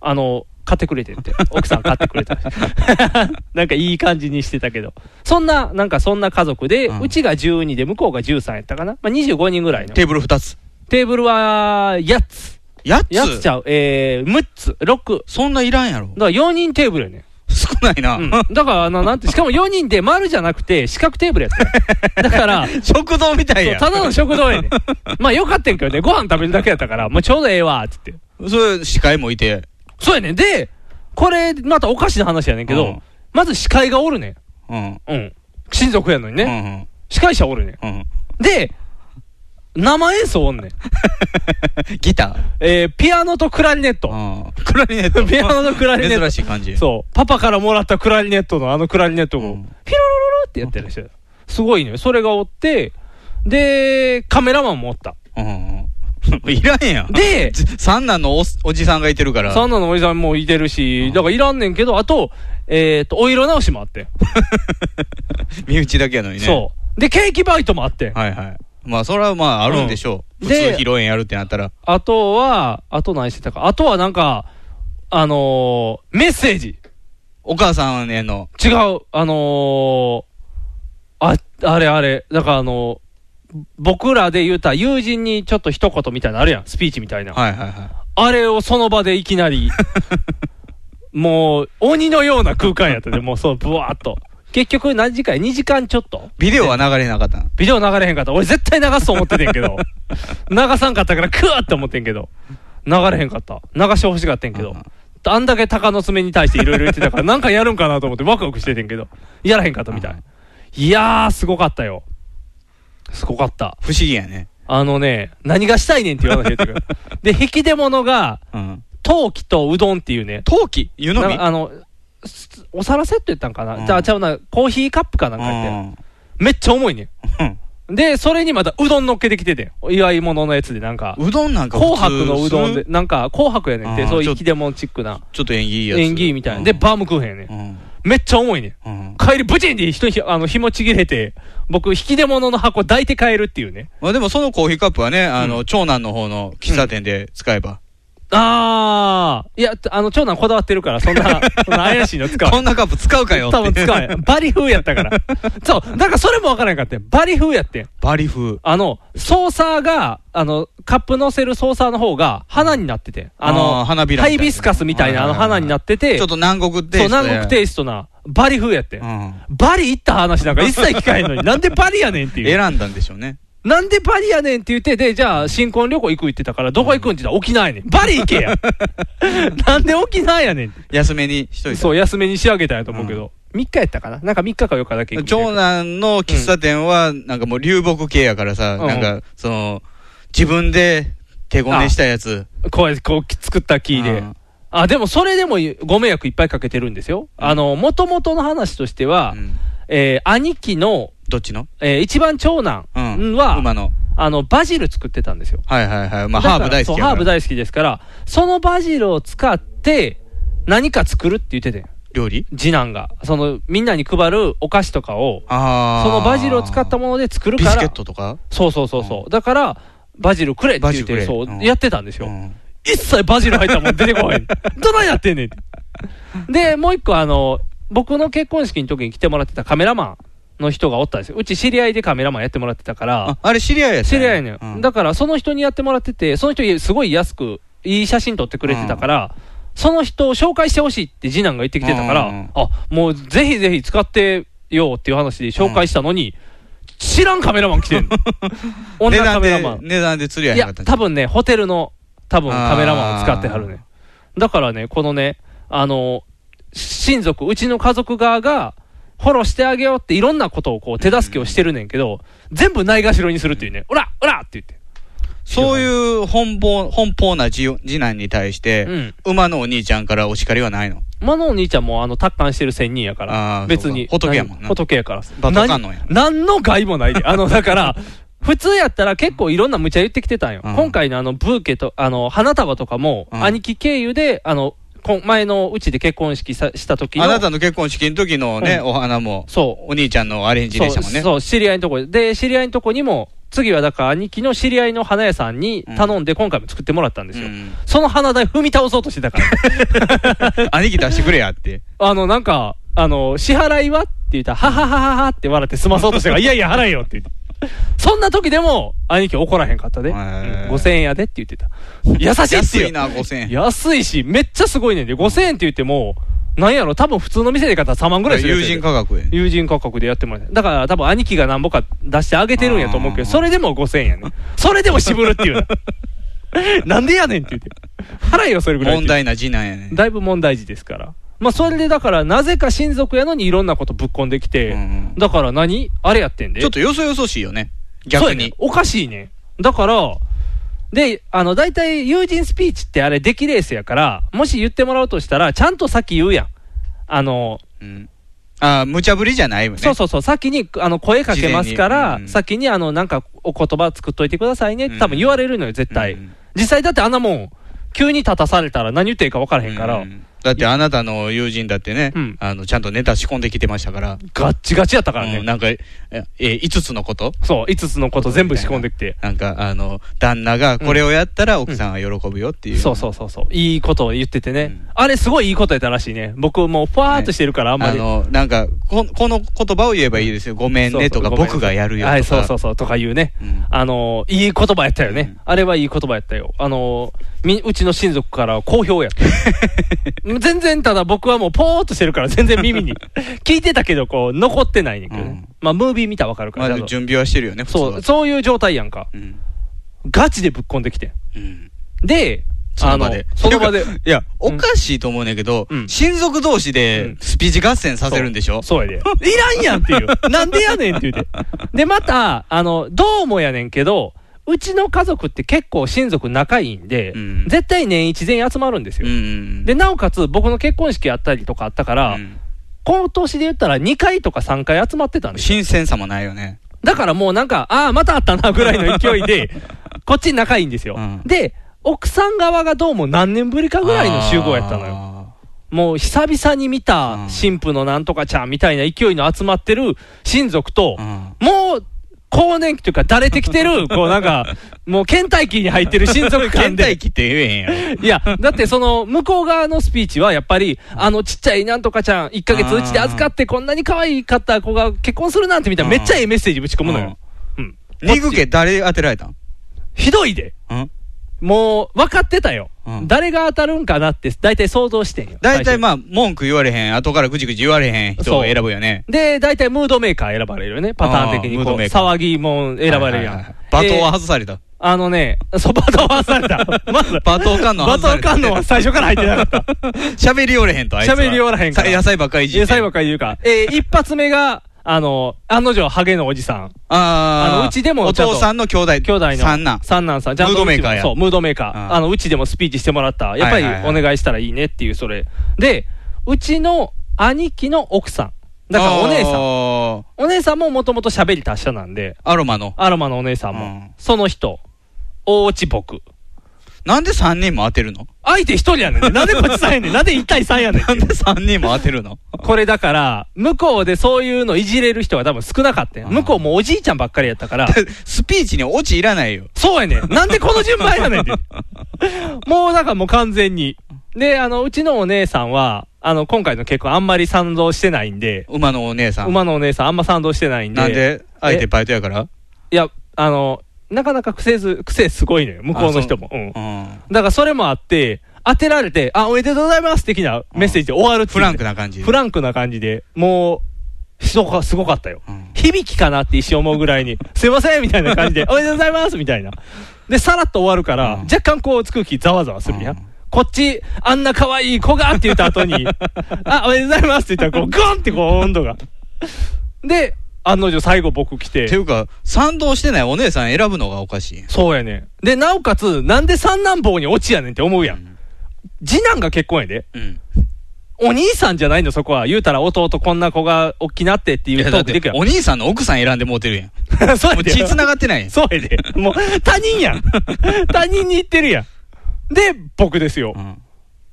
Speaker 2: あの、買ってくれて
Speaker 4: (laughs)
Speaker 2: って、奥さん買ってくれた。 (laughs) なんかいい感じにしてたけど、そんな、なんかそんな家族で、
Speaker 4: う
Speaker 2: うんちが12で、向こうが13やったかな、まあ、25人ぐらいの。
Speaker 4: テーブル2つ。
Speaker 2: テーブルは8つ、
Speaker 4: 8つ
Speaker 2: 8つちゃう、えー、6つ、6。
Speaker 4: そんないらんやろ。
Speaker 2: だから4人テーブルやねん。
Speaker 4: 少ないな。
Speaker 2: うん、だからあの、なん
Speaker 4: (laughs)
Speaker 2: て、しかも4人で丸じゃなくて、四角テーブルやったよだから、そう
Speaker 4: 食堂みたいやん。
Speaker 2: ただの食堂
Speaker 4: (laughs)
Speaker 2: やねん。まあよかったんけどね、ご飯食べるだけやったから、もうちょうどええわ、つって。
Speaker 4: それ、司会もいて。
Speaker 2: そうやねん。で、これ、またおかしな話やねんけど、
Speaker 4: うん
Speaker 2: まず司会がおるね
Speaker 4: うん。
Speaker 2: ん。うん。親族やのにね。
Speaker 4: ね。
Speaker 2: 司会者おるねん。
Speaker 4: うんうん。
Speaker 2: で、生演奏おんねん。
Speaker 4: ギタ
Speaker 2: えー、ピアノとクラリネット。
Speaker 4: ー。うん。クラリネット。
Speaker 2: (laughs) ピアノとクラリネット
Speaker 4: 珍しい感じ。
Speaker 2: そう。パパからもらったクラリネットのあのクラリネットを、ピロロ
Speaker 4: う
Speaker 2: ロ
Speaker 4: ん
Speaker 2: ロってやってる人。すごいね。それがおって、で、カメラマンもおった。
Speaker 4: うんうんうん。 (laughs) いらんやん。
Speaker 2: で
Speaker 4: じ、三男のおおじさんがいてるから。
Speaker 2: サンナのおじさんもいてるし
Speaker 4: ん、
Speaker 2: だからいらんねんけど、あと、えっと、お色直しもあって。
Speaker 4: 身内だけやのにね。
Speaker 2: そう。で、ケーキバイトもあって。
Speaker 4: はいはい。まあ、それはまあ、あるんでしょう。
Speaker 2: うん
Speaker 4: 普通
Speaker 2: で
Speaker 4: 披露宴やるってなったら。
Speaker 2: あとは、あと何してたか。あとはなんか、あのー、メッセージ。
Speaker 4: お母さんへの。
Speaker 2: 違う、あのー、あ、あれあれ、だからあのー僕らで言うたら友人にちょっと一言みたいなのあるやん、スピーチみたいな。
Speaker 4: はいはいはい。
Speaker 2: あれをその場でいきなり、もう鬼のような空間やったで、もうそう、ぶわーっと。結局何時間 ?2 時間ちょっと
Speaker 4: ビデオは流れなかったん
Speaker 2: ビデオ流れへんかった。俺絶対流すと思っててん
Speaker 4: (laughs)
Speaker 2: けど。流さんかったからクワーって思ってんけど。流れへんかった。流してほしかったんけ
Speaker 4: う
Speaker 2: ど
Speaker 4: んうん。
Speaker 2: あんだけ鷹の爪に対していろいろ言ってたから、なんかやるんかなと思ってワクワクしててんけど。やらへんかったみた
Speaker 4: う
Speaker 2: い
Speaker 4: ん。
Speaker 2: いやー、すごかったよ。すごかった。
Speaker 4: 不思議やね。
Speaker 2: あのね、何がしたいねんっていう話やってく
Speaker 4: (laughs)
Speaker 2: る。で、引き出物が、
Speaker 4: うん。
Speaker 2: 陶器とうどんっていうね。
Speaker 4: 陶器湯飲み
Speaker 2: なんかあの、すお皿セット言ったんかな、
Speaker 4: うん
Speaker 2: じゃあ、ちゃうな、コーヒーカップかなんかやって、めっちゃ重いねん。で、それにまたうどん乗っけてきてて、祝い物のやつで、なんか
Speaker 4: う、んうどんなんか普通
Speaker 2: 紅白のうどんで、
Speaker 4: する
Speaker 2: なんか、紅白やねんって、
Speaker 4: あー
Speaker 2: そうい
Speaker 4: ちょ
Speaker 2: う木でもチックな、
Speaker 4: ちょっと縁起いいやつ。
Speaker 2: 縁起みたいな。で、バームクーヘンやね。
Speaker 4: うんん。
Speaker 2: めっちゃ重いねん。
Speaker 4: うん。
Speaker 2: 帰り、ブチンって人にひあの紐ちぎれて、僕、引き出物の箱抱いて帰るっていうね。
Speaker 4: まあでもそのコーヒーカップはね、あの、長男の方の喫茶店で使えば。
Speaker 2: あー、いや、あの、長男こだわってるから、そん
Speaker 4: (laughs)
Speaker 2: な、そんな怪しいの使う
Speaker 4: こん。なカップ使うかよって。
Speaker 2: 多分使わへん。バリ風やった
Speaker 4: (laughs)
Speaker 2: から。そう、だからそれもわからへんかったよバリ風やってん。
Speaker 4: バリ風。
Speaker 2: あの、ソーサーが、あの、カップ乗せるソーサーの方が、花になってて。あの、
Speaker 4: あー花びらみたい
Speaker 2: ハ
Speaker 4: な
Speaker 2: イビスカスみたいな、あの、
Speaker 4: はいはいはい
Speaker 2: 花になってて、
Speaker 4: ちょっと南国テイ
Speaker 2: そう、
Speaker 4: ストで。
Speaker 2: 南国テイストな。バリ風やってん、
Speaker 4: うん
Speaker 2: バリ行った話なんか一切聞かへんのに、なんでバリやねんっていう。
Speaker 4: 選んだんでしょうね。
Speaker 2: なんでバリやねんって言って、で、じゃあ、新婚旅行行く言ってたから、どこ行くんって言ったら沖縄やねん。バリ行け
Speaker 4: (laughs)
Speaker 2: やなんで沖縄やねんって
Speaker 4: 安めにしといた。
Speaker 2: そう、安めに仕上げたんやと思うけど。3日やったかななんか3日か4日だけ行くみたいな
Speaker 4: 長男の喫茶店は、なんかもう流木系やからさ、
Speaker 2: うん
Speaker 4: なんか、その、自分で手ごねしたやつ。
Speaker 2: こうやってこう作った木で。
Speaker 4: うん
Speaker 2: あ、でもそれでもご迷惑いっぱいかけてるんですよ。
Speaker 4: うん
Speaker 2: あの、もともとの話としては、
Speaker 4: うん
Speaker 2: えー兄貴の、
Speaker 4: どっちの
Speaker 2: えー一番長男
Speaker 4: うん。
Speaker 2: は、
Speaker 4: 馬の。
Speaker 2: あの、バジル作ってたんですよ。
Speaker 4: はいはいはい。まあ、
Speaker 2: だか
Speaker 4: ハ
Speaker 2: ら
Speaker 4: ーブ大好
Speaker 2: そう
Speaker 4: きや
Speaker 2: ハー
Speaker 4: か
Speaker 2: ブ
Speaker 4: ら。
Speaker 2: 大好きですから、そのバジルを使って、何か作るって言っててん
Speaker 4: 料理
Speaker 2: 次男が。その、みんなに配るお菓子とかを、
Speaker 4: ああ。
Speaker 2: そのバジルを使った
Speaker 4: も
Speaker 2: もので作る
Speaker 4: ビ
Speaker 2: か
Speaker 4: スケ
Speaker 2: ら、
Speaker 4: ットとか
Speaker 2: そうそうそうそう。だから、バジルくれって言っ
Speaker 4: バジルく
Speaker 2: て、
Speaker 4: れ
Speaker 2: そうう、
Speaker 4: ん
Speaker 2: やってたんですよ
Speaker 4: う。ん
Speaker 2: 一切バジル入ったもん出て
Speaker 4: (laughs)
Speaker 2: こへん。どないやってんねんって。で、もう一個、あの、僕の結婚式の時に来てもらってたカメラマンの人がおったんですよ。うち知り合いでカメラマンやってもらってたから
Speaker 4: あ、、あれ知り合いやった
Speaker 2: 知
Speaker 4: ん
Speaker 2: り
Speaker 4: や
Speaker 2: 合いのよ。
Speaker 4: うん
Speaker 2: だから、その人にやってもらってて、その人、すごい安く、いい写真撮ってくれてたから、その人を紹介してほしいって次男が言ってきてたから、
Speaker 4: うん
Speaker 2: あ、もうぜひぜひ使ってよっていう話で紹介したのに、知らんカメラマン来てんの。
Speaker 4: (laughs)
Speaker 2: 女カ
Speaker 4: 値段
Speaker 2: メラマン
Speaker 4: で、。値段で釣り合い
Speaker 2: い
Speaker 4: なか
Speaker 2: や、
Speaker 4: ったん
Speaker 2: 多分ね、ホテルの、多分カメラマンを使ってはるね。だからね、このね、あの、親族、うちの家族側が、フォローしてあげようって、いろんなことをこう手助けをしてるねんけど、全部ないがしろにするっていうね、おらおらって言って。
Speaker 4: そういう奔放、奔放な次次男に対して、
Speaker 2: うん
Speaker 4: 馬のお兄ちゃんからお叱りはないの。
Speaker 2: マノお兄ちゃんもあの達観してる仙人やか
Speaker 4: あ
Speaker 2: ら
Speaker 4: ー、
Speaker 2: 別に。
Speaker 4: そうか仏やもんな
Speaker 2: 何仏やから。
Speaker 4: バカ観音やもん
Speaker 2: 何の害もないで。あの、だから、普通やったら結構いろんな無茶言ってきてたんよ。
Speaker 4: うん
Speaker 2: 今回のあのブーケと、あの、花束とかも、
Speaker 4: うん
Speaker 2: 兄貴経由で、あの、こん前のうちで結婚式さした時の
Speaker 4: あなたの結婚式の時のね、
Speaker 2: うん
Speaker 4: お花も、
Speaker 2: そ
Speaker 4: お兄ちゃんのアレン
Speaker 2: う
Speaker 4: ジでしたもんね。
Speaker 2: そう、そう知り合いのとこで。で、知り合いのとこにも、次はだから兄貴の知り合いの花屋さんに頼んで、今回も作ってもらったんですよ。
Speaker 4: うん
Speaker 2: その花台踏み倒そうとしてたから。
Speaker 4: 兄貴出してくれやって。
Speaker 2: あの、なんか、あの、支払いはって言ったら、はははははって笑って済まそうとしてから、いやいや、払えよって言って。そんな時でも、兄貴怒らへんかったで。う
Speaker 4: へ
Speaker 2: ん
Speaker 4: ー
Speaker 2: 5000円やでって言ってた。優しいっす
Speaker 4: 安
Speaker 2: よ
Speaker 4: い。な、5000円。
Speaker 2: 安いし、めっちゃすごいねんで、5000円って言っても、なんやろ、多分普通の店で買ったら3万ぐらいするやつ
Speaker 4: 友
Speaker 2: やで
Speaker 4: 人価格やね。
Speaker 2: 友人価格でやってもらえただから多分兄貴がなんぼか出してあげてるんやと思うけ
Speaker 4: あ
Speaker 2: ど、
Speaker 4: ー
Speaker 2: それでも5000円やねん。それでも渋るって
Speaker 4: (laughs)
Speaker 2: いうな。なんでやねんって言って。払えよ、それぐらいって言って
Speaker 4: 問題な次男やね。
Speaker 2: だいぶ問題児ですから。まあ、それでだから、なぜか親族やのにいろんなことぶっこんできて、
Speaker 4: うん
Speaker 2: だから何あれやってんで。
Speaker 4: ちょっとよそよそしいよね。
Speaker 2: そう
Speaker 4: 逆
Speaker 2: やね
Speaker 4: に。
Speaker 2: おかしいね。だから、で、あの、大体友人スピーチってあれ、出来レースやから、もし言ってもらうとしたら、ちゃんと先言うやん。あの、
Speaker 4: うんああ、無茶ぶりじゃないよね。
Speaker 2: そうそうそう、先にあの声かけますから、
Speaker 4: 事前にうん
Speaker 2: 先にあのなんかお言葉作っといてくださいねって、多分言われるのよ、絶対。
Speaker 4: うん
Speaker 2: 実際だってあんなもん、急に立たされたら何言っていいか分からへんから、
Speaker 4: うんだってあなたの友人だってね
Speaker 2: うん、
Speaker 4: あの、ちゃんとネタ仕込んできてましたから。
Speaker 2: ガッチガチやったからね。
Speaker 4: うんなんか、え、5つのこと
Speaker 2: そう、5つのこと全部仕込んできて。
Speaker 4: なんか、あの、旦那がこれをやったら奥さんは喜ぶよっていう。
Speaker 2: そうそうそうそう。いいことを言っててね。
Speaker 4: うん
Speaker 2: あれ、すごいいいことやったらしいね。僕、もう、ふわーっとしてるから、あんま
Speaker 4: あ
Speaker 2: り。
Speaker 4: の、なんかこ、この言葉を言えばいいですよ。ごめんねと
Speaker 2: そうそ
Speaker 4: か、
Speaker 2: うごめん
Speaker 4: 僕がやるよとか。
Speaker 2: はい、そうそうそう、とか言うね。
Speaker 4: うん
Speaker 2: あの、いい言葉やったよね。
Speaker 4: うん
Speaker 2: あれはいい言葉やったよ。あの、み、うちの親族から好評やった。
Speaker 4: (laughs)
Speaker 2: 全然、ただ僕はもう、ぽーっとしてるから、全然耳に。聞いてたけど、こう、残ってないねんけどね。
Speaker 4: うん
Speaker 2: まあ、ムービー見たらわかるか
Speaker 4: まあ
Speaker 2: ら。
Speaker 4: で
Speaker 2: ちゃ
Speaker 4: も
Speaker 2: んと
Speaker 4: 準備はしてるよね、普通
Speaker 2: そ
Speaker 4: は
Speaker 2: う、そういう状態やんか。
Speaker 4: うん。
Speaker 2: ガチでぶっこんできてん。
Speaker 4: うん。
Speaker 2: で、
Speaker 4: その場で。
Speaker 2: あのその場で
Speaker 4: (laughs) っ。ていうかいや、おかしいと思うねんけど
Speaker 2: うん、
Speaker 4: 親族同士
Speaker 2: う
Speaker 4: で
Speaker 2: ん
Speaker 4: スピーチ合戦させるんでしょ
Speaker 2: そうやで。いらんやんって
Speaker 4: (laughs)
Speaker 2: いう。なんでやねんって言うて。で、また、あの、どうもやねんけど、うちの家族って結構親族仲いいんで、
Speaker 4: うん
Speaker 2: 絶対年一全員集まるんです
Speaker 4: う
Speaker 2: よ。
Speaker 4: ん。
Speaker 2: で、なおかつ僕の結婚式やったりとかあったから、
Speaker 4: うん
Speaker 2: 今年で言ったら2回とか3回集まってたんですよ。
Speaker 4: 新鮮さもないよね。
Speaker 2: だからもうなんか、ああ、またあったなぐらいの勢い
Speaker 4: (laughs)
Speaker 2: で、こっち仲いいんですよ。
Speaker 4: うん
Speaker 2: で、奥さん側がどうも何年ぶりかぐらいの集合やったのよ。
Speaker 4: よ。
Speaker 2: もう久々に見た
Speaker 4: うん
Speaker 2: 新婦のなんとかちゃんみたいな勢いの集まってる親族と
Speaker 4: う、ん
Speaker 2: もう、更年期というか、だれてきて
Speaker 4: (laughs)
Speaker 2: る、こうなんか、もう倦怠期に入ってる親族間
Speaker 4: (laughs) 倦
Speaker 2: で
Speaker 4: 怠。期って言えへんやろ。
Speaker 2: (laughs) いや、だってその、向こう側のスピーチは、やっぱり、あの、ちっちゃいなんとかちゃん、1ヶ月うちで預かって、こんなに可愛かった子が結婚するなんてみたいな、めっちゃええメッセージぶち込むのよ。うん。
Speaker 4: ニグケ誰当てられたん
Speaker 2: ひどいで。
Speaker 4: うん
Speaker 2: もう分かってたよ、
Speaker 4: うん
Speaker 2: 誰が当たるんかなって大体想像してんよ
Speaker 4: 大体
Speaker 2: あ
Speaker 4: まあ、文句言われへん、後からぐちぐち言われへん人を選ぶよね。
Speaker 2: で大体ムードメーカー選ばれるよねパターン的に
Speaker 4: あーム
Speaker 2: こ
Speaker 4: ー
Speaker 2: う
Speaker 4: ドメーカー
Speaker 2: 騒ぎもん選ばれるやん、
Speaker 4: はいはいはい罵倒は
Speaker 2: で
Speaker 4: 外された。
Speaker 2: あのねそう罵倒はされたまず
Speaker 4: 罵倒観音
Speaker 2: 罵
Speaker 4: 外さ
Speaker 2: 倒
Speaker 4: れた
Speaker 2: 観音は最初から入ってなかった
Speaker 4: 喋りおれへんと、あいつは。
Speaker 2: 喋りおらへんから
Speaker 4: さ野菜ばっかりいじって。
Speaker 2: え最後から言うか、えー一発目があの案の定ハゲのおじさん
Speaker 4: あー
Speaker 2: あのうちでも
Speaker 4: お
Speaker 2: ちゃんと
Speaker 4: 父さんの兄弟。
Speaker 2: 兄弟の
Speaker 4: 三男。
Speaker 2: 三男さん
Speaker 4: ムードメーカーや
Speaker 2: そうムードメーカー、
Speaker 4: うん
Speaker 2: あのうちでもスピーチしてもらったやっぱり
Speaker 4: はいはいはい
Speaker 2: お願いしたらいいねっていうそれでうちの兄貴の奥さんだからお姉さん
Speaker 4: ん。
Speaker 2: お姉さんももともと喋り達者なんで
Speaker 4: アロマの。
Speaker 2: アロマのお姉さんも、
Speaker 4: うん
Speaker 2: その人大内僕
Speaker 4: なんで3人も当て
Speaker 2: (laughs)
Speaker 4: るの
Speaker 2: 相手一人やね
Speaker 4: (laughs)
Speaker 2: んなんでこっち3やねんなんで1対3やねんって
Speaker 4: なんで3人も当てるの
Speaker 2: これだから向こうでそういうのいじれる人が多分少なかったんや
Speaker 4: うん
Speaker 2: 向こうもうおじいちゃんばっかりやった
Speaker 4: (laughs)
Speaker 2: から
Speaker 4: スピーチにオチいらないよ。
Speaker 2: そうやねん。なんでこの順番やねん
Speaker 4: (laughs)
Speaker 2: って。もうなんかもう完全に。で、あの、うちのお姉さんは、あの、今回の結婚あんまり賛同してないんで、
Speaker 4: 馬のお姉さん。
Speaker 2: 馬のお姉さんあんま賛同してないんで。
Speaker 4: なんで相手バイトやから
Speaker 2: いや、あの、なかなか癖ず、癖すごいのよ、向こうの人も。うん。
Speaker 4: うん。
Speaker 2: だからそれもあって、当てられて、あ、おめでとうございます的なメッセージで終わるっていう
Speaker 4: フランクな感じ。
Speaker 2: フランクな感じで、もう、人がすごかったよ。
Speaker 4: うん
Speaker 2: 響きかなって一瞬思うぐらいに、 (laughs) すいませんみたいな感
Speaker 4: (laughs)
Speaker 2: じで、おめでとうございますみたいな。で、さらっと終わるから、
Speaker 4: うん
Speaker 2: 若干こう、空気ざわざわするやん。
Speaker 4: うん
Speaker 2: こっち、あんな可愛い子がって言った後
Speaker 4: (laughs)
Speaker 2: に、あ、おめでとうございますって言ったら、こう、ゴンってこう、温度が。で、案の定最後僕来
Speaker 4: ってい
Speaker 2: て、
Speaker 4: うか、賛同してないお姉さん選ぶのがおかしい。
Speaker 2: そうやねん。で、なおかつ、なんで三男坊に落ちやねんって思うやん。次男が結婚やで。
Speaker 4: うん。
Speaker 2: お兄さんじゃないの、そこは。言うたら弟こんな子がおっきなってっていうトークできる
Speaker 4: お兄さんの奥さん選んでもうてる
Speaker 2: (laughs)
Speaker 4: やん。
Speaker 2: やん。そう
Speaker 4: も
Speaker 2: や
Speaker 4: う
Speaker 2: で
Speaker 4: 血繋がってないやん。
Speaker 2: そうやで。もう、他人 (laughs) やん。他人に言ってるやん。で、僕ですよ。
Speaker 4: うん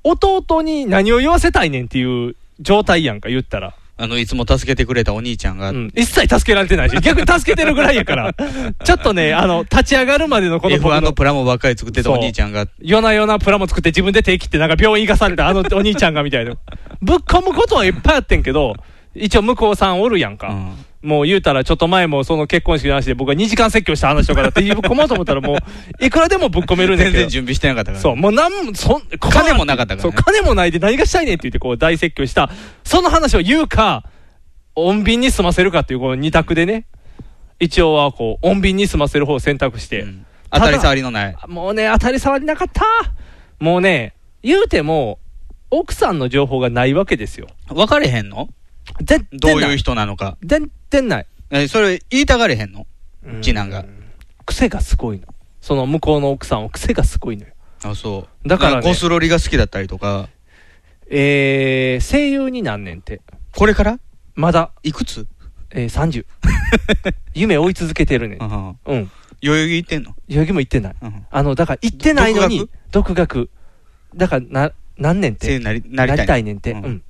Speaker 2: 弟に何を言わせたいねんっていう状態やんか、言ったら。
Speaker 4: あの、いつも助けてくれたお兄ちゃんが
Speaker 2: う、ん。一切助けられてないし、逆に助けてるぐらいや (laughs) から。ちょっとね、あの、立ち上がるまでのこの僕
Speaker 4: F1 の
Speaker 2: の、
Speaker 4: プラモばっかり作ってたお兄ちゃんが、
Speaker 2: 夜な夜なプラも作って自分で手切ってなんか病院行かされたあのお兄ちゃんがみたい
Speaker 4: (laughs)
Speaker 2: な。ぶっ込むことはいっぱいあってんけど、一応向こうさんおるやんか。
Speaker 4: うん
Speaker 2: もう言うたら、ちょっと前もその結婚式の話で僕は2時間説教した話とかだって、ぶっ込もうと思ったら、も
Speaker 4: (laughs)
Speaker 2: ういくらでもぶっ込めるんだけ
Speaker 4: 全
Speaker 2: ど、
Speaker 4: 然準備してなかったから。
Speaker 2: そう、もうなんも、そん、
Speaker 4: 金もなかったからね
Speaker 2: そう、金もないで何がしたいねんって言って、こう大説教した、その話を言うか、穏便に済ませるかっていう、この二択でね、一応はこう、穏便に済ませる方を選択して、
Speaker 4: うん当たり障りのない。
Speaker 2: もうね、当たり障りなかった。もうね、言うても、奥さんの情報がないわけですよ。
Speaker 4: 分かれへんの
Speaker 2: 全然
Speaker 4: どう
Speaker 2: ない
Speaker 4: いう人なのか。
Speaker 2: 全然ない。
Speaker 4: えそれ言いたがれへんの次男が。
Speaker 2: 癖がすごいの。その向こうの奥さんは癖がすごいのよ。
Speaker 4: あ、そう。
Speaker 2: だからね
Speaker 4: なんゴスロリが好きだったりとか、
Speaker 2: えー、声優になんねんて。
Speaker 4: これから
Speaker 2: まだ、
Speaker 4: いくつ
Speaker 2: えー、30。夢追い続けてるねん
Speaker 4: うん。
Speaker 2: う
Speaker 4: 代
Speaker 2: ん。
Speaker 4: 々木行ってんの
Speaker 2: 代々木も行ってない。
Speaker 4: うん。
Speaker 2: あの、だから行ってないのに、独学。だから、な、何年っ
Speaker 4: せ
Speaker 2: て。
Speaker 4: いなり、なりたい。
Speaker 2: ねんって。う
Speaker 4: うん
Speaker 2: ん。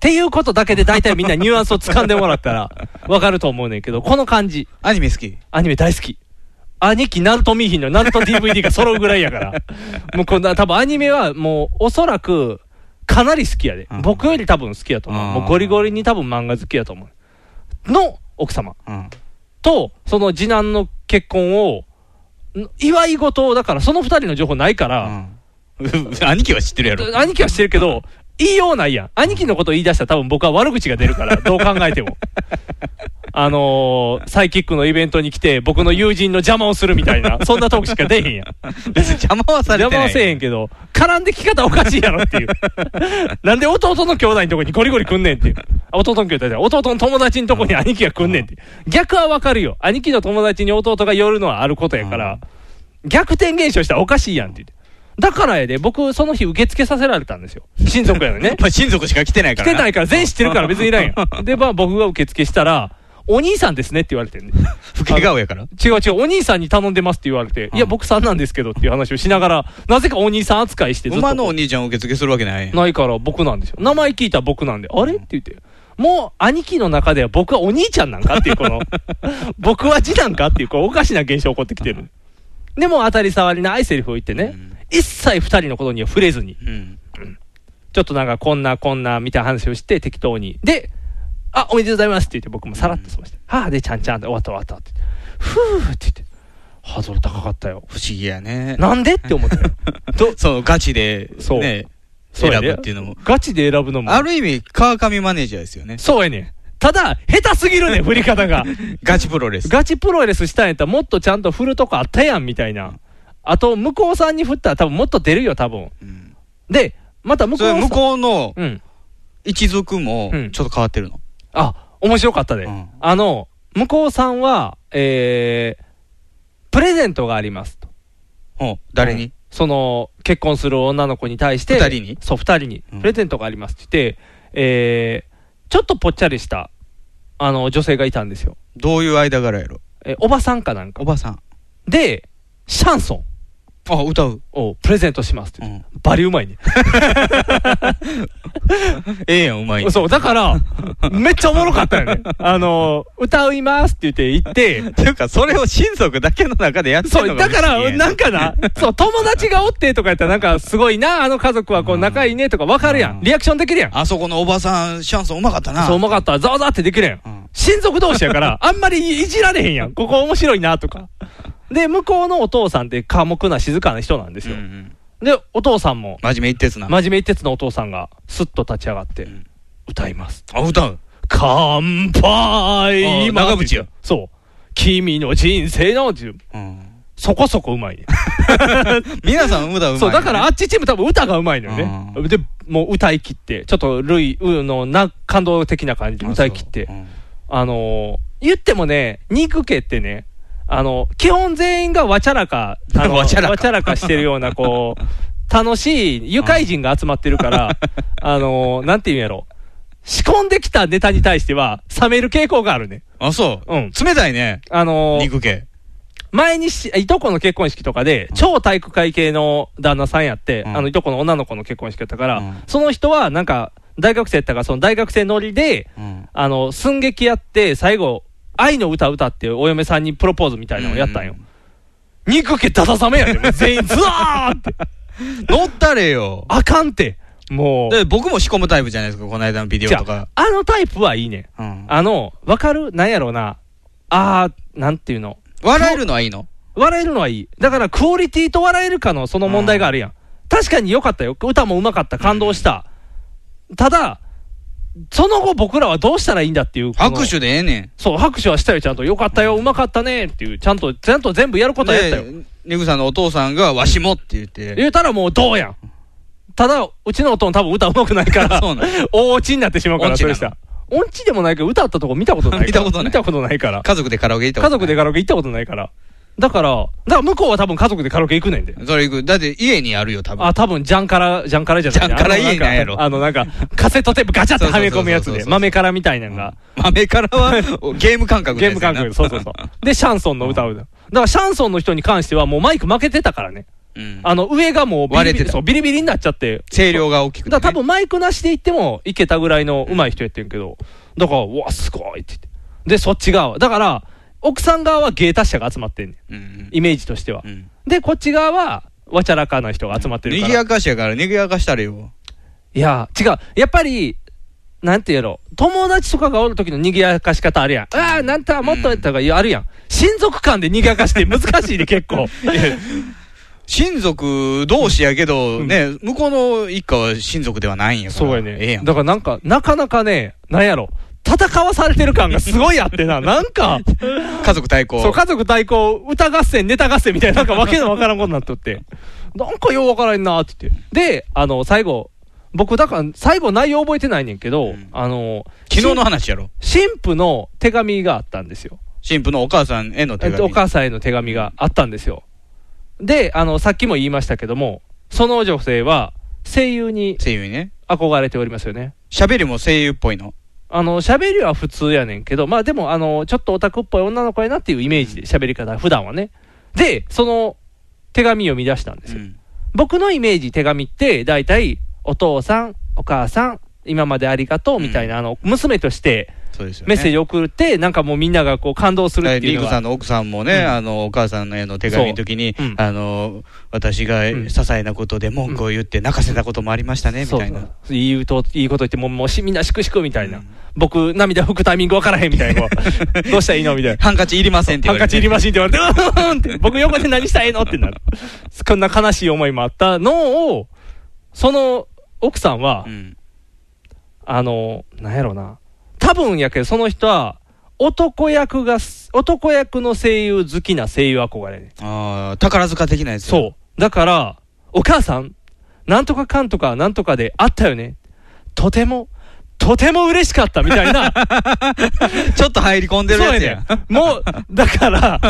Speaker 2: っていうことだけで大体みんなニュアンスを掴んでもらった
Speaker 4: (laughs)
Speaker 2: ら、わかると思うねんけど、この感じ。
Speaker 4: アニメ好き。
Speaker 2: アニメ大好き。兄貴、ナルト見いひんのよナルト DVD が揃うぐらいや
Speaker 4: (laughs)
Speaker 2: から。もうこんな、多分アニメはもう、おそらく、かなり好きやで
Speaker 4: うん。
Speaker 2: 僕より多分好きやと思
Speaker 4: あ
Speaker 2: う。も
Speaker 4: ー
Speaker 2: うゴリゴリに多分漫画好きやと思う。の奥様
Speaker 4: うん。
Speaker 2: と、その次男の結婚を、ん祝い事を、だからその二人の情報ない
Speaker 4: (laughs)
Speaker 2: から、
Speaker 4: うん兄貴は知ってるやろ。
Speaker 2: 兄貴はしてるけど、言いようないやん。兄貴のこと言い出したら多分僕は悪口が出るから、どう考えても。あのーサイキックのイベントに来て、僕の友人の邪魔をするみたいな、そんなトークしか出えへんやん。
Speaker 4: 別に邪魔はされて
Speaker 2: 邪魔
Speaker 4: ない。
Speaker 2: はせえへんけど、絡んでき方おかしいやろって
Speaker 4: (laughs)
Speaker 2: いう。なんで弟の兄弟のとこにゴリゴリ来んねんっていう。あ弟の兄弟だよ。弟の友達のとこに兄貴が来んねんっていう。逆はわかるよ。兄貴の友達に弟が寄るのはあることやから、逆転現象したらおかしいやんって言って。だからやで、僕、その日受付させられたんですよ。親族やのに
Speaker 4: (laughs)
Speaker 2: ね
Speaker 4: やっ。ぱ親族しか来てないか
Speaker 2: 来
Speaker 4: ら。
Speaker 2: てない
Speaker 4: い。
Speaker 2: から全員知ってるから別にいらんやん。で、まあ僕が受付したら、お兄さんですねって言われてんね。
Speaker 4: 老け顔やから。
Speaker 2: 違う違う、お兄さんに頼んでますって言われて、
Speaker 4: うん
Speaker 2: いや、僕さんなんですけどっていう話をしながら、なぜかお兄さん扱いしてずっ
Speaker 4: 馬のお
Speaker 2: と。
Speaker 4: 兄ちゃんを受付するわけないやん。
Speaker 2: ないから僕なんですよ。名前聞いたら僕なんで、あれって言って。もう兄貴の中では僕はお兄ちゃんなんかっていうこ
Speaker 4: (laughs)
Speaker 2: の、僕は次男かっていうこうおかしな現象起こってきてる。でも当たり障りないセリフを言ってね、
Speaker 4: うん
Speaker 2: 一切二人のことには触れずに、
Speaker 4: うん。
Speaker 2: ちょっとなんかこんなこんなみたいな話をして適当に。で、あ、おめでとうございますって言って僕もさらっと済まして、母でちゃんちゃんで終わった終わったって言って。ふーって言って。ハードル高かったよ。
Speaker 4: 不思議やね。
Speaker 2: なんでって思
Speaker 4: (laughs)
Speaker 2: ったよ。ど
Speaker 4: そのガチで、
Speaker 2: そう
Speaker 4: ね、
Speaker 2: そうや
Speaker 4: 選ぶ
Speaker 2: ね
Speaker 4: っていうのも。
Speaker 2: ガチで選ぶのも。
Speaker 4: ある意味、川上マネージャーですよね。
Speaker 2: そうやねん。ただ、下手すぎるねん、振り方
Speaker 4: (laughs)
Speaker 2: が。
Speaker 4: ガチプロレス。
Speaker 2: ガチプロレスしたんやったら、もっとちゃんと振るとこあったやん、みたいな。あと、向こうさんに振ったら多分もっと出るよ、多分。
Speaker 4: うん
Speaker 2: で、また向
Speaker 4: そ
Speaker 2: こう
Speaker 4: れ
Speaker 2: さん
Speaker 4: 向こうの
Speaker 2: うん。
Speaker 4: 一族も
Speaker 2: うん
Speaker 4: ちょっと変わってるの。
Speaker 2: あ、面白かったで。
Speaker 4: うん
Speaker 2: あの、向こうさんは、えー、プレゼントがありますと。
Speaker 4: うん誰に
Speaker 2: その、結婚する女の子に対して、
Speaker 4: 二人に
Speaker 2: そう、二人に
Speaker 4: う、ん
Speaker 2: プレゼントがありますって言って、えー、ちょっとぽっちゃりした、あの、女性がいたんですよ。
Speaker 4: どういう間柄やろ
Speaker 2: え、おばさんかなんか
Speaker 4: お。ばさん。
Speaker 2: で、シャンソン
Speaker 4: あ、歌う。
Speaker 2: をプレゼントしますって
Speaker 4: う
Speaker 2: 言って。
Speaker 4: ん
Speaker 2: バリうまいね。
Speaker 4: ええやん、うまい。
Speaker 2: そう、だ
Speaker 4: (laughs)
Speaker 2: から、めっちゃおもろかったよね。あの、歌いますって言って行って、
Speaker 4: っていうか、それを親族だけの中でやってる
Speaker 2: そ
Speaker 4: の
Speaker 2: う、だ
Speaker 4: が不思議
Speaker 2: か
Speaker 4: やね
Speaker 2: ら、なんかな、そう、友達がおってとか言ったら、なんか、すごいな、あの家族は、こう、仲いいねとかわかるや。
Speaker 4: うんん
Speaker 2: リアクションできるやん。
Speaker 4: あそこのおばさん、シャンソンうまかったな。
Speaker 2: そう、うまかった、ざわざわってできるやん。
Speaker 4: うん
Speaker 2: 親族同士や
Speaker 4: (laughs)
Speaker 2: から、あんまりいじられへんやん。ここ面白いな、とか。で、向こうのお父さんって寡黙な静かな人なんです
Speaker 4: うんう
Speaker 2: よ。
Speaker 4: ん
Speaker 2: で、お父さんも、
Speaker 4: 真面目一徹な。
Speaker 2: 真面目一徹のお父さんが、すっと立ち上がって
Speaker 4: ん、
Speaker 2: 歌います。
Speaker 4: あ、歌う。
Speaker 2: 乾杯
Speaker 4: あ長渕や
Speaker 2: そう。君の人生の自由、
Speaker 4: うん
Speaker 2: そこそこうまいね。
Speaker 4: 皆さん歌うまい。
Speaker 2: そう、だからあっちチーム多分歌がうまいのよ
Speaker 4: う
Speaker 2: ね。で、もう歌い切って、ちょっとルイうのな感動的な感じで歌い切って
Speaker 4: う、ん
Speaker 2: あのー、言ってもね、肉家ってね、あの、基本全員がわちゃらか、あの
Speaker 4: (laughs) わちゃらか
Speaker 2: してるような、こ
Speaker 4: (laughs)
Speaker 2: う、楽しい愉快人が集まってるから、あのー、なんていうんやろ。仕込んできたネタに対しては、冷める傾向があるね。
Speaker 4: あ、そう。
Speaker 2: うん
Speaker 4: 冷たいね。
Speaker 2: あのー、
Speaker 4: 肉系。
Speaker 2: 前にし、いとこの結婚式とかで、超体育会系の旦那さんやって、
Speaker 4: うん
Speaker 2: あの、いとこの女の子の結婚式やったから、
Speaker 4: うん
Speaker 2: その人は、なんか、大学生やったから、その大学生ノリで、
Speaker 4: うん
Speaker 2: あの、寸劇やって、最後、愛の歌歌って、お嫁さんにプロポーズみたいなのをやったんよ。肉毛ダダサめやで、
Speaker 4: (laughs)
Speaker 2: もう全員、ズワーって、
Speaker 4: 乗ったれよ。
Speaker 2: あかんって、もう。
Speaker 4: で僕も仕込むタイプじゃないですか、この間のビデオ
Speaker 2: じゃ
Speaker 4: とか。
Speaker 2: あのタイプはいいねん。
Speaker 4: うん
Speaker 2: あの、わかるなんやろうな。あー、なんていうの。
Speaker 4: 笑えるのはいいの
Speaker 2: 笑えるのはいい。だからクオリティと笑えるかのその問題があるやん。確かに良かったよ。歌もうまかった。感動した。ただ、その後僕らはどうしたらいいんだっていう。この
Speaker 4: 拍。手でええねん。
Speaker 2: そう、拍手はしたよ、ちゃんと。良かったよ、うまかったねっていう。ちゃんと、ちゃんと全部やることはやったよ。
Speaker 4: でニグさんのお父さんが、わしもって言って。
Speaker 2: 言うたらもうどうやん。ただ、うちのおとん多分歌うまくないから、
Speaker 4: (laughs) そうなの
Speaker 2: 大落ちになってしまうから、
Speaker 4: 音痴
Speaker 2: そ
Speaker 4: な
Speaker 2: れ
Speaker 4: の
Speaker 2: したら。音痴でもないけど、歌ったとこ見たことないから。
Speaker 4: 見たことない
Speaker 2: 見たことないから。
Speaker 4: 家族でカラオケ行った
Speaker 2: 家
Speaker 4: ことな
Speaker 2: 族
Speaker 4: い
Speaker 2: でカラオケ行ったことないから。だから、だから向こうは多分家族でカラオケ行くねんで。
Speaker 4: それ行く。だって家にあるよ、多分。
Speaker 2: あ、多分ジャンカラ、ジャンカラじゃない
Speaker 4: ジャンカラ
Speaker 2: あの
Speaker 4: いいなんやろ
Speaker 2: あの、なんか、カセットテープガチャってはめ込むやつ
Speaker 4: そうそうそうそう
Speaker 2: で、
Speaker 4: そう
Speaker 2: 豆からみたいなのが、
Speaker 4: 豆から
Speaker 2: (laughs)
Speaker 4: は、おゲーム感覚
Speaker 2: ゲーム感覚で、そうそうそう。で、シャンソンの歌を歌う。だから、シャンソンの人に関しては、もうマイク負けてたからね。
Speaker 4: う。うん。
Speaker 2: あの、上がもうビリビ
Speaker 4: 割
Speaker 2: リ
Speaker 4: れてた
Speaker 2: そうビリビリになっちゃって。
Speaker 4: 声量が大きくて、ね。
Speaker 2: だから多分マイクなしで行ってもいけたぐらいの上手い人やってんけど、だから、うわ、すごいって言って。で、そっち側は。だから、奥さん側は芸達者が集まってんねん。
Speaker 4: うん、
Speaker 2: イメージとしては
Speaker 4: う。ん。
Speaker 2: で、こっち側は、わちゃらかな人が集まってる
Speaker 4: に
Speaker 2: から。
Speaker 4: ぎやかしやから、にぎやかしたらよ。
Speaker 2: いや、違う。やっぱり、なんて言うやろ。友達とかがおる時の賑やかし方あるやん。ああ、なんた、もっとやったがあるやん。親族間で賑やかして難しい (laughs) で、結構。
Speaker 4: 親族同士やけど、
Speaker 2: うん
Speaker 4: ね、向こうの一家は親族ではないんやから。
Speaker 2: そうや
Speaker 4: ええ
Speaker 2: ね
Speaker 4: や。ん。
Speaker 2: だからなんか、なかなかね、なんやろ。戦わされてる感がすごいあって (laughs) な。なんか、
Speaker 4: 家族対抗。
Speaker 2: そう、家族対抗、歌合戦、ネタ合戦みたいな、なんかわけのわからんことになっとって。なんかようわからんなーって言って。で、あの、最後、僕、だから、最後内容覚えてないねんけど、
Speaker 4: ん
Speaker 2: あの、
Speaker 4: 昨日の話やろ。
Speaker 2: 神父の手紙があったんですよ。
Speaker 4: 新婦のお母さんへの手
Speaker 2: えっ
Speaker 4: 紙。
Speaker 2: とお母さんへの手紙があったんですよ。で、あの、さっきも言いましたけども、その女性は声優に
Speaker 4: 声優にね。
Speaker 2: 憧れておりますよね。
Speaker 4: 喋りも声優っぽいの。
Speaker 2: あの、喋りは普通やねんけど、まあでも、あの、ちょっとオタクっぽい女の子やなっていうイメージで喋り方、普段はね。で、その手紙を見出したんですよ。
Speaker 4: うん
Speaker 2: 僕のイメージ、手紙って、大体、お父さん、お母さん、今までありがとうみたいな、あの、娘として、
Speaker 4: そうですよね
Speaker 2: メッセージ送って、なんかもうみんながこう感動するってい
Speaker 4: リ
Speaker 2: う
Speaker 4: ー
Speaker 2: の
Speaker 4: グさ
Speaker 2: が
Speaker 4: んの奥さんもね、
Speaker 2: うん
Speaker 4: あのお母さんへの手紙の時に、
Speaker 2: そううん
Speaker 4: あの私が
Speaker 2: ん
Speaker 4: 些細なことで文句を言って泣かせたこともありましたね、み
Speaker 2: そう
Speaker 4: たいな。
Speaker 2: そういい言うといいこと言ってもうもうしみんなしくしくみたいな、僕涙拭くタイミングわからへんみた
Speaker 4: (laughs)
Speaker 2: いなどうしたらいいのみたいな
Speaker 4: ハンカチいりませんって
Speaker 2: ハ
Speaker 4: 言
Speaker 2: ン
Speaker 4: われ
Speaker 2: カチ
Speaker 4: て。
Speaker 2: いりましんって言われて、うーんって、僕横で何したらいいのってな
Speaker 4: (laughs)
Speaker 2: る。こんな悲しい思いもあったのを、その奥さんは、
Speaker 4: うん
Speaker 2: あの、なんやろな。多分やけど、その人は、男役がす、男役の声優好きな声優憧れね。
Speaker 4: あー宝塚的なやつ。う。
Speaker 2: そう。だから、お母さん、なんとかかんとかなんとかであったよね。とても、とても嬉しかったみたいな。
Speaker 4: ちょっと入り込ん (laughs) でる
Speaker 2: そう
Speaker 4: や
Speaker 2: や
Speaker 4: つ
Speaker 2: ね
Speaker 4: や。
Speaker 2: ん。もう、だから、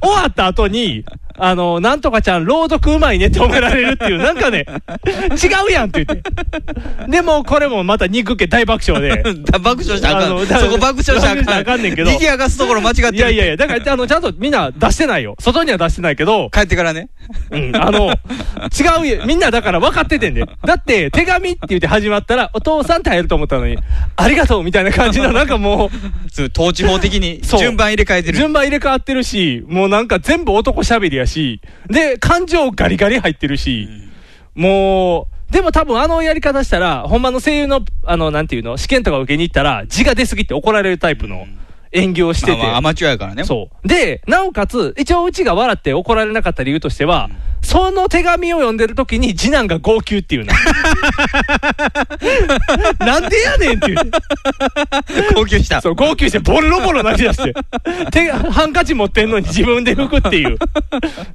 Speaker 2: 終わった後に、あの、なんとかちゃん、朗読うまいねって褒められるっていう、なんかね、違うやんって言って。でも、これもまた憎け大爆笑
Speaker 4: (laughs)
Speaker 2: で。
Speaker 4: だ爆笑したらあか
Speaker 2: あの
Speaker 4: ん。
Speaker 2: だ
Speaker 4: そこ爆笑したらあか
Speaker 2: 爆笑
Speaker 4: ん。
Speaker 2: したらあかんねんけど
Speaker 4: 引き上がすところ間違ってる。
Speaker 2: いやいやいや、だから、あの、ちゃんとみんな出してないよ。外には出してないけど、
Speaker 4: 帰ってからね。
Speaker 2: うん、あの、違うよ。みんなだから分かっててんで。だって、手紙って言って始まったら、お父さんって入ると思ったのに、ありがとうみたいな感
Speaker 4: (laughs)
Speaker 2: じの、なんかも
Speaker 4: そう統治法的
Speaker 2: (laughs)
Speaker 4: に
Speaker 2: そう
Speaker 4: 順番入れ替えて
Speaker 2: う、
Speaker 4: る。
Speaker 2: 順番入れ替わってるし、もうなんか全部男喋りやし、で、感情ガリガリ入ってるし、もう、でも多分あのやり方したら、ほんまの声優の、あの、なんていうの、試験とか受けに行ったら、字が出すぎって怒られるタイプの演技をしてて。
Speaker 4: まあまあアマチュアやからね。
Speaker 2: そう。で、なおかつ、一応うちが笑って怒られなかった理由としては、その手紙を読んでるときに次男が号泣って
Speaker 4: (laughs)
Speaker 2: いうな。なんでやねんっていう。
Speaker 4: (laughs) 高級した。
Speaker 2: そう、号泣してボロボロ泣き出して。手が、ハンカチ持ってんのに自分で拭くっていう。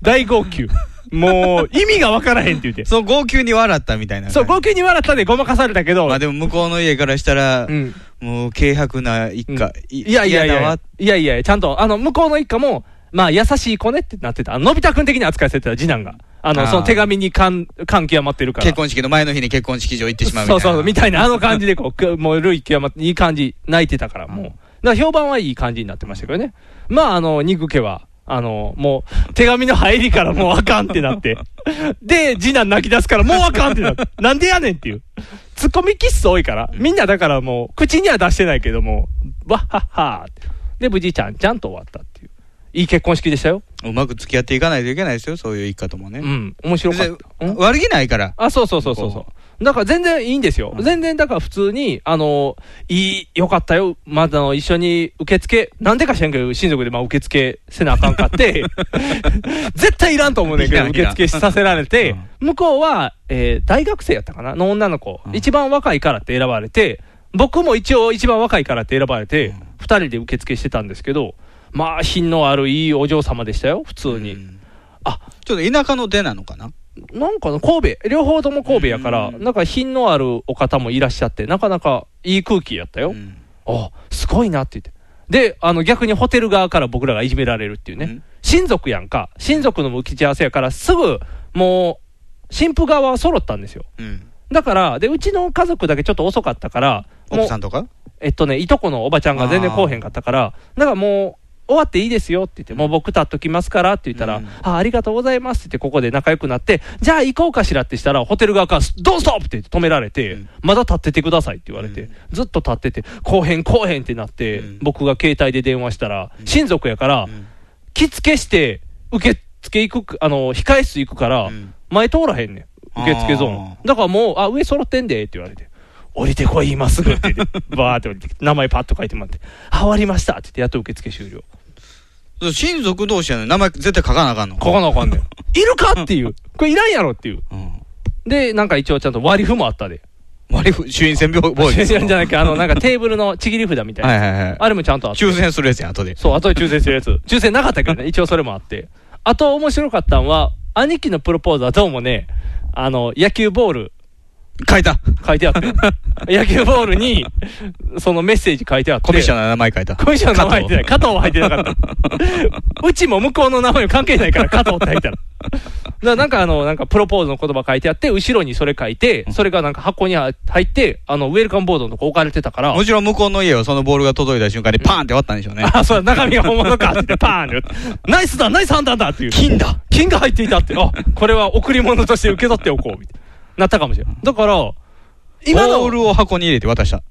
Speaker 2: 大号泣。もう、意味がわからへんって言うて。
Speaker 4: その号泣に笑ったみたいな。
Speaker 2: そう、号泣に笑ったでごまかされたけど、
Speaker 4: まあでも向こうの家からしたら、
Speaker 2: うん。
Speaker 4: もう軽薄な一家。
Speaker 2: いやいやい
Speaker 4: 嫌だわ
Speaker 2: や、いやいや、ちゃんと、あの、向こうの一家も、まあ、優しい子ねってなってた。あののび太くん的に扱いされてた、次男が。あの、
Speaker 4: あー
Speaker 2: その手紙に感、感極まってるから。
Speaker 4: 結婚式の前の日に結婚式場行ってしまうみ
Speaker 2: (laughs) そう
Speaker 4: たいな。
Speaker 2: そうそう、みたいな、あの感じで、こうく、もう、類極まって、いい感じ、泣いてたから、もう。だから評判はいい感じになってましたけどね。まあ、あの、肉家は、あの、もう、手紙の入りからもうあかんってな
Speaker 4: (laughs)
Speaker 2: って。で、次男泣き出すからもうあかんってなって。なんでやねんっていう。ツッコミキッス多いから、みんなだからもう、口には出してないけども、わっはっはーってで、無事ちゃんちゃんと終わったっていう。いい結婚式でしたよ。
Speaker 4: うまく付き合っていかないといけないですよ、そういう一家ともね。
Speaker 2: うん。面白かった。うん
Speaker 4: 悪気ないから。
Speaker 2: あ、そうそうそうそうそう。だから全然いいんですよ。全然だから普通に、あの、いい、よかったよ。まだあの、一緒に受付、なんでか知らんけど、親族でまあ受付せなあかんか
Speaker 4: (laughs)
Speaker 2: って、絶対いらんと思うねんけ
Speaker 4: い
Speaker 2: ど、
Speaker 4: らんいら
Speaker 2: 受付
Speaker 4: ん
Speaker 2: させられて、向こうは、えー大学生やったかなの女の子、
Speaker 4: うん
Speaker 2: 一番若いからって選ばれて、僕も一応一番若いからって選ばれて、二人で受付してたんですけど、まあ、品のあるいいお嬢様でしたよ、普通に。
Speaker 4: うん
Speaker 2: あ
Speaker 4: ちょっと田舎の出なのかな
Speaker 2: なんかな神戸、両方とも神戸やから、
Speaker 4: うん
Speaker 2: なんか品のあるお方もいらっしゃって、なかなかいい空気やったよ。
Speaker 4: うん
Speaker 2: あすごいなって言って。で、あの逆にホテル側から僕らがいじめられるっていうね、
Speaker 4: うん
Speaker 2: 親族やんか、親族の向き合わせやから、すぐもう、新婦側は揃ったんですよ。
Speaker 4: うん
Speaker 2: だから、で、うちの家族だけちょっと遅かったから、もう
Speaker 4: 奥さんとか
Speaker 2: えっとね、いとこのおばちゃんが全然来おへんかったから、だからもう、終わっていいですよって言って、もう僕立っときますからって言ったら、
Speaker 4: うん
Speaker 2: あありがとうございますって言って、ここで仲良くなって、じゃあ行こうかしらってしたら、ホテル側から、どうストップって止められて、
Speaker 4: うん
Speaker 2: まだ立っててくださいって言われて、
Speaker 4: うん
Speaker 2: ずっと立ってて、来おへん、来おへんってなって、
Speaker 4: うん
Speaker 2: 僕が携帯で電話したら、親族やから、
Speaker 4: うん
Speaker 2: 着付けして、受付行く、あの、控室行くから、
Speaker 4: うん
Speaker 2: 前通らへんねん。受付ゾーン
Speaker 4: あ。
Speaker 2: だからもう、あ、上揃ってんで、って言われて。降りてこい、今すぐって言
Speaker 4: (laughs)
Speaker 2: って、バーって降りてきて、名前パッと書いてもらって、あ、終わりましたって言って、やっと受付終了。
Speaker 4: そう親族同士やのに名前絶対書かなあかんの。
Speaker 2: 書かなあかんねん。いるかっていう。これいらんやろっていう。
Speaker 4: うん。
Speaker 2: で、なんか一応ちゃんと割り符もあったで。
Speaker 4: 割りふ衆院選
Speaker 2: (laughs)
Speaker 4: ボーイ
Speaker 2: 知
Speaker 4: です
Speaker 2: らんじゃなくて、あの、なんかテーブルのちぎり札みたいな。
Speaker 4: はいはいはい。
Speaker 2: あれもちゃんとあって。
Speaker 4: 抽選するやつや、後で。
Speaker 2: そう、あとで抽選する
Speaker 4: (laughs)
Speaker 2: やつ。抽選なかったけどね、一応それもあって。あと面白かったんは、兄貴のプロポーズはどうもね、あの、野球ボール、
Speaker 4: 書いた。
Speaker 2: 書いてあって、
Speaker 4: (laughs)
Speaker 2: 野球ボールに、そのメッセージ書いてあって、
Speaker 4: コミッショナーの名前書いた。
Speaker 2: コミッショナーの名前入ってない、加藤は入ってなかった。うちも向こうの名前も関係ないから、加藤って入ったら。だからなんかあの、なんかプロポーズの言葉書いてあって、後ろにそれ書いて、それがなんか箱に入って、あの、ウェルカムボードのとこ置かれてたから
Speaker 4: も、ちろん向こうの家はそのボールが届いた瞬間にパーンって割ったんでしょうね。
Speaker 2: あ、そうだ、中身が本物かって言って、パーンって言って、ナイスだ、ナイス判断だっていう。
Speaker 4: 金だ
Speaker 2: 金が入っていたって、あ、これは贈り物として受け取っておこう、みたいな。なったかもしれん。だから、今
Speaker 4: 今の
Speaker 2: の
Speaker 4: ボールを箱に入れて渡した。。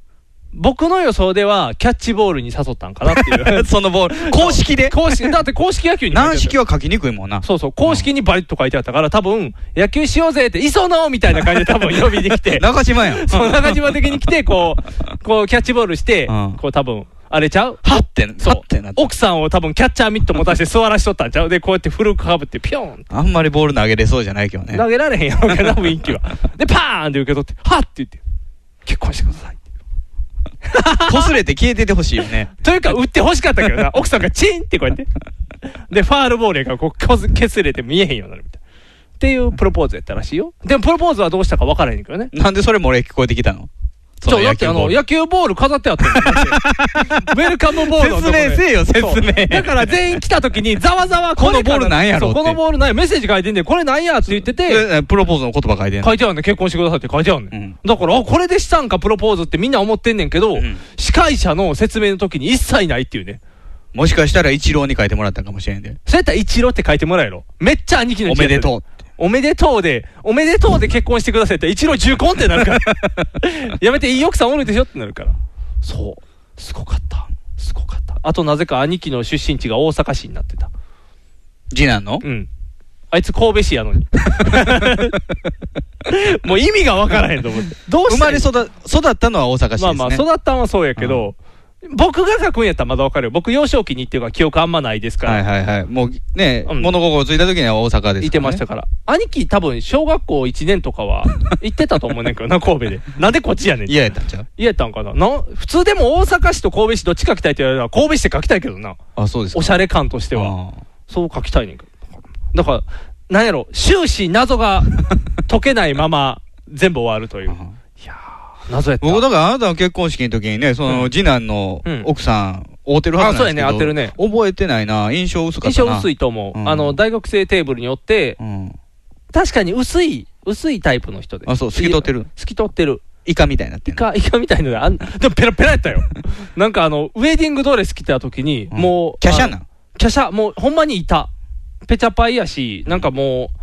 Speaker 2: 僕の予想ではキャッチボールに誘ったんかなっていう
Speaker 4: (laughs) そのボール、公式で。
Speaker 2: 公式、だって公式野球に書いてあった。
Speaker 4: 軟式は書きにくいもんな。
Speaker 2: そうそう、公式にバリッと書いてあったから、多分野球しようぜって、磯野みたいな感じで多分呼びに来
Speaker 4: (laughs)
Speaker 2: て、
Speaker 4: 中島やん。
Speaker 2: そう中島的に来て、こう、こうキャッチボールして
Speaker 4: うん、
Speaker 2: こう多分あれちゃう
Speaker 4: はってな、
Speaker 2: そ
Speaker 4: は
Speaker 2: う
Speaker 4: ってなって。
Speaker 2: 奥さんを多分キャッチャーミット持たせて座らしとったんちゃうで、こうやって古くかぶって、ピョン
Speaker 4: あんまりボール投げれそうじゃないけどね。
Speaker 2: 投げられへんやろうけどな、雰囲気は。で、パーンって受け取って、はっって言って、結婚してください。
Speaker 4: 擦れて消えててほしいよ
Speaker 2: (laughs)
Speaker 4: ね。
Speaker 2: というか、打ってほしかったけ
Speaker 4: (laughs)
Speaker 2: どな、奥さんがチンってこうやって。で、ファールボールやから、こう、こず削れて見えへんようになるみたいな。っていうプロポーズやったらしいよ。でも、プロポーズはどうしたか分からへんけどね。
Speaker 4: なんでそれも俺聞こえてきたの
Speaker 2: そう、だってあの、
Speaker 4: や
Speaker 2: 野球ボール飾ってあったよ
Speaker 4: (laughs)
Speaker 2: ウェルカムボールのとこで
Speaker 4: 説明せえよ説明
Speaker 2: そうだから全員来た時に、ざわざわ、
Speaker 4: このボールなんや
Speaker 2: そ
Speaker 4: ろ
Speaker 2: う
Speaker 4: って
Speaker 2: このボールなんや、メッセージ書いてんねん、これなんやって言ってて、
Speaker 4: ええプロポーズの言葉書いてんの
Speaker 2: 書いてあるねん、結婚してくださいって書いてあるねん。
Speaker 4: うん
Speaker 2: だから、あ、これでしたんか、プロポーズってみんな思ってんねんけど、
Speaker 4: うん
Speaker 2: 司会者の説明の時に一切ないっていうね。
Speaker 4: もしかしたら一郎に書いてもらったかもしれんで。
Speaker 2: そうやったら一郎って書いてもらえろ。めっちゃ兄貴の
Speaker 4: おめでとう
Speaker 2: う。
Speaker 4: って。
Speaker 2: おめでとうで、おめでとうで結婚してくださいって言ったら一郎重婚ってなる
Speaker 4: (laughs)
Speaker 2: から。やめていい奥さんおるでしょってなるから。そう。すごかった。すごかった。あとなぜか兄貴の出身地が大阪市になってた。
Speaker 4: 次男の
Speaker 2: うん。あいつ神戸市や
Speaker 4: (laughs)
Speaker 2: のに。もう意味がわからへんと思って。どう
Speaker 4: 生
Speaker 2: した
Speaker 4: ま
Speaker 2: らい
Speaker 4: れ
Speaker 2: い
Speaker 4: 育育ったのは大阪市ですね。
Speaker 2: まあまあ、育ったんはそうやけど、僕が書くんやったらまだわかるよ。僕幼少期にっていうか記憶あんまないですから。
Speaker 4: はいはいはい。もうね、
Speaker 2: うん
Speaker 4: 物心ついた時には大阪ですからね
Speaker 2: いてましたから。兄貴多分小学校1年とか
Speaker 4: (laughs)
Speaker 2: は行ってたと思うねんけどな、神戸で。なんでこっちやねん。
Speaker 4: 嫌やったんちゃう
Speaker 2: 言えたんかなな普通でも大阪市と神戸市どっち書きたいって言われたら神戸市で書きたいけどな。
Speaker 4: あ、そうですか。
Speaker 2: おしゃれ感としては。
Speaker 4: あ
Speaker 2: そう書きたいねんけど。だから、なんやろ、終始謎
Speaker 4: (laughs)
Speaker 2: が解けないまま全部終わるとい
Speaker 4: ー。
Speaker 2: う。
Speaker 4: あー
Speaker 2: 謎やった。
Speaker 4: 僕だからあなたの結婚式の時にね、その次男の
Speaker 2: うん
Speaker 4: 奥さん、会うてるはずなんですけど
Speaker 2: あそうやね会って
Speaker 4: 覚えてないな、印象薄かっ
Speaker 2: 印
Speaker 4: たな。
Speaker 2: 象薄いと思う。
Speaker 4: うん
Speaker 2: あの、大学生テーブルによって
Speaker 4: う、ん。確
Speaker 2: 確かに薄い、薄いタイプの人で。
Speaker 4: あ、そう、透き通ってる。
Speaker 2: 透き通ってる。
Speaker 4: イカみたいになって
Speaker 2: イ
Speaker 4: る。
Speaker 2: カ、イカみたいなのがあん、でもペラペラやった
Speaker 4: (laughs)
Speaker 2: よ。なんかあの、ウェディングドレス着てた時に、
Speaker 4: うん
Speaker 2: もう。
Speaker 4: 華奢な
Speaker 2: あの
Speaker 4: ん。
Speaker 2: 華奢、もうほんまにいた。ペチャパイやし、なんかもう、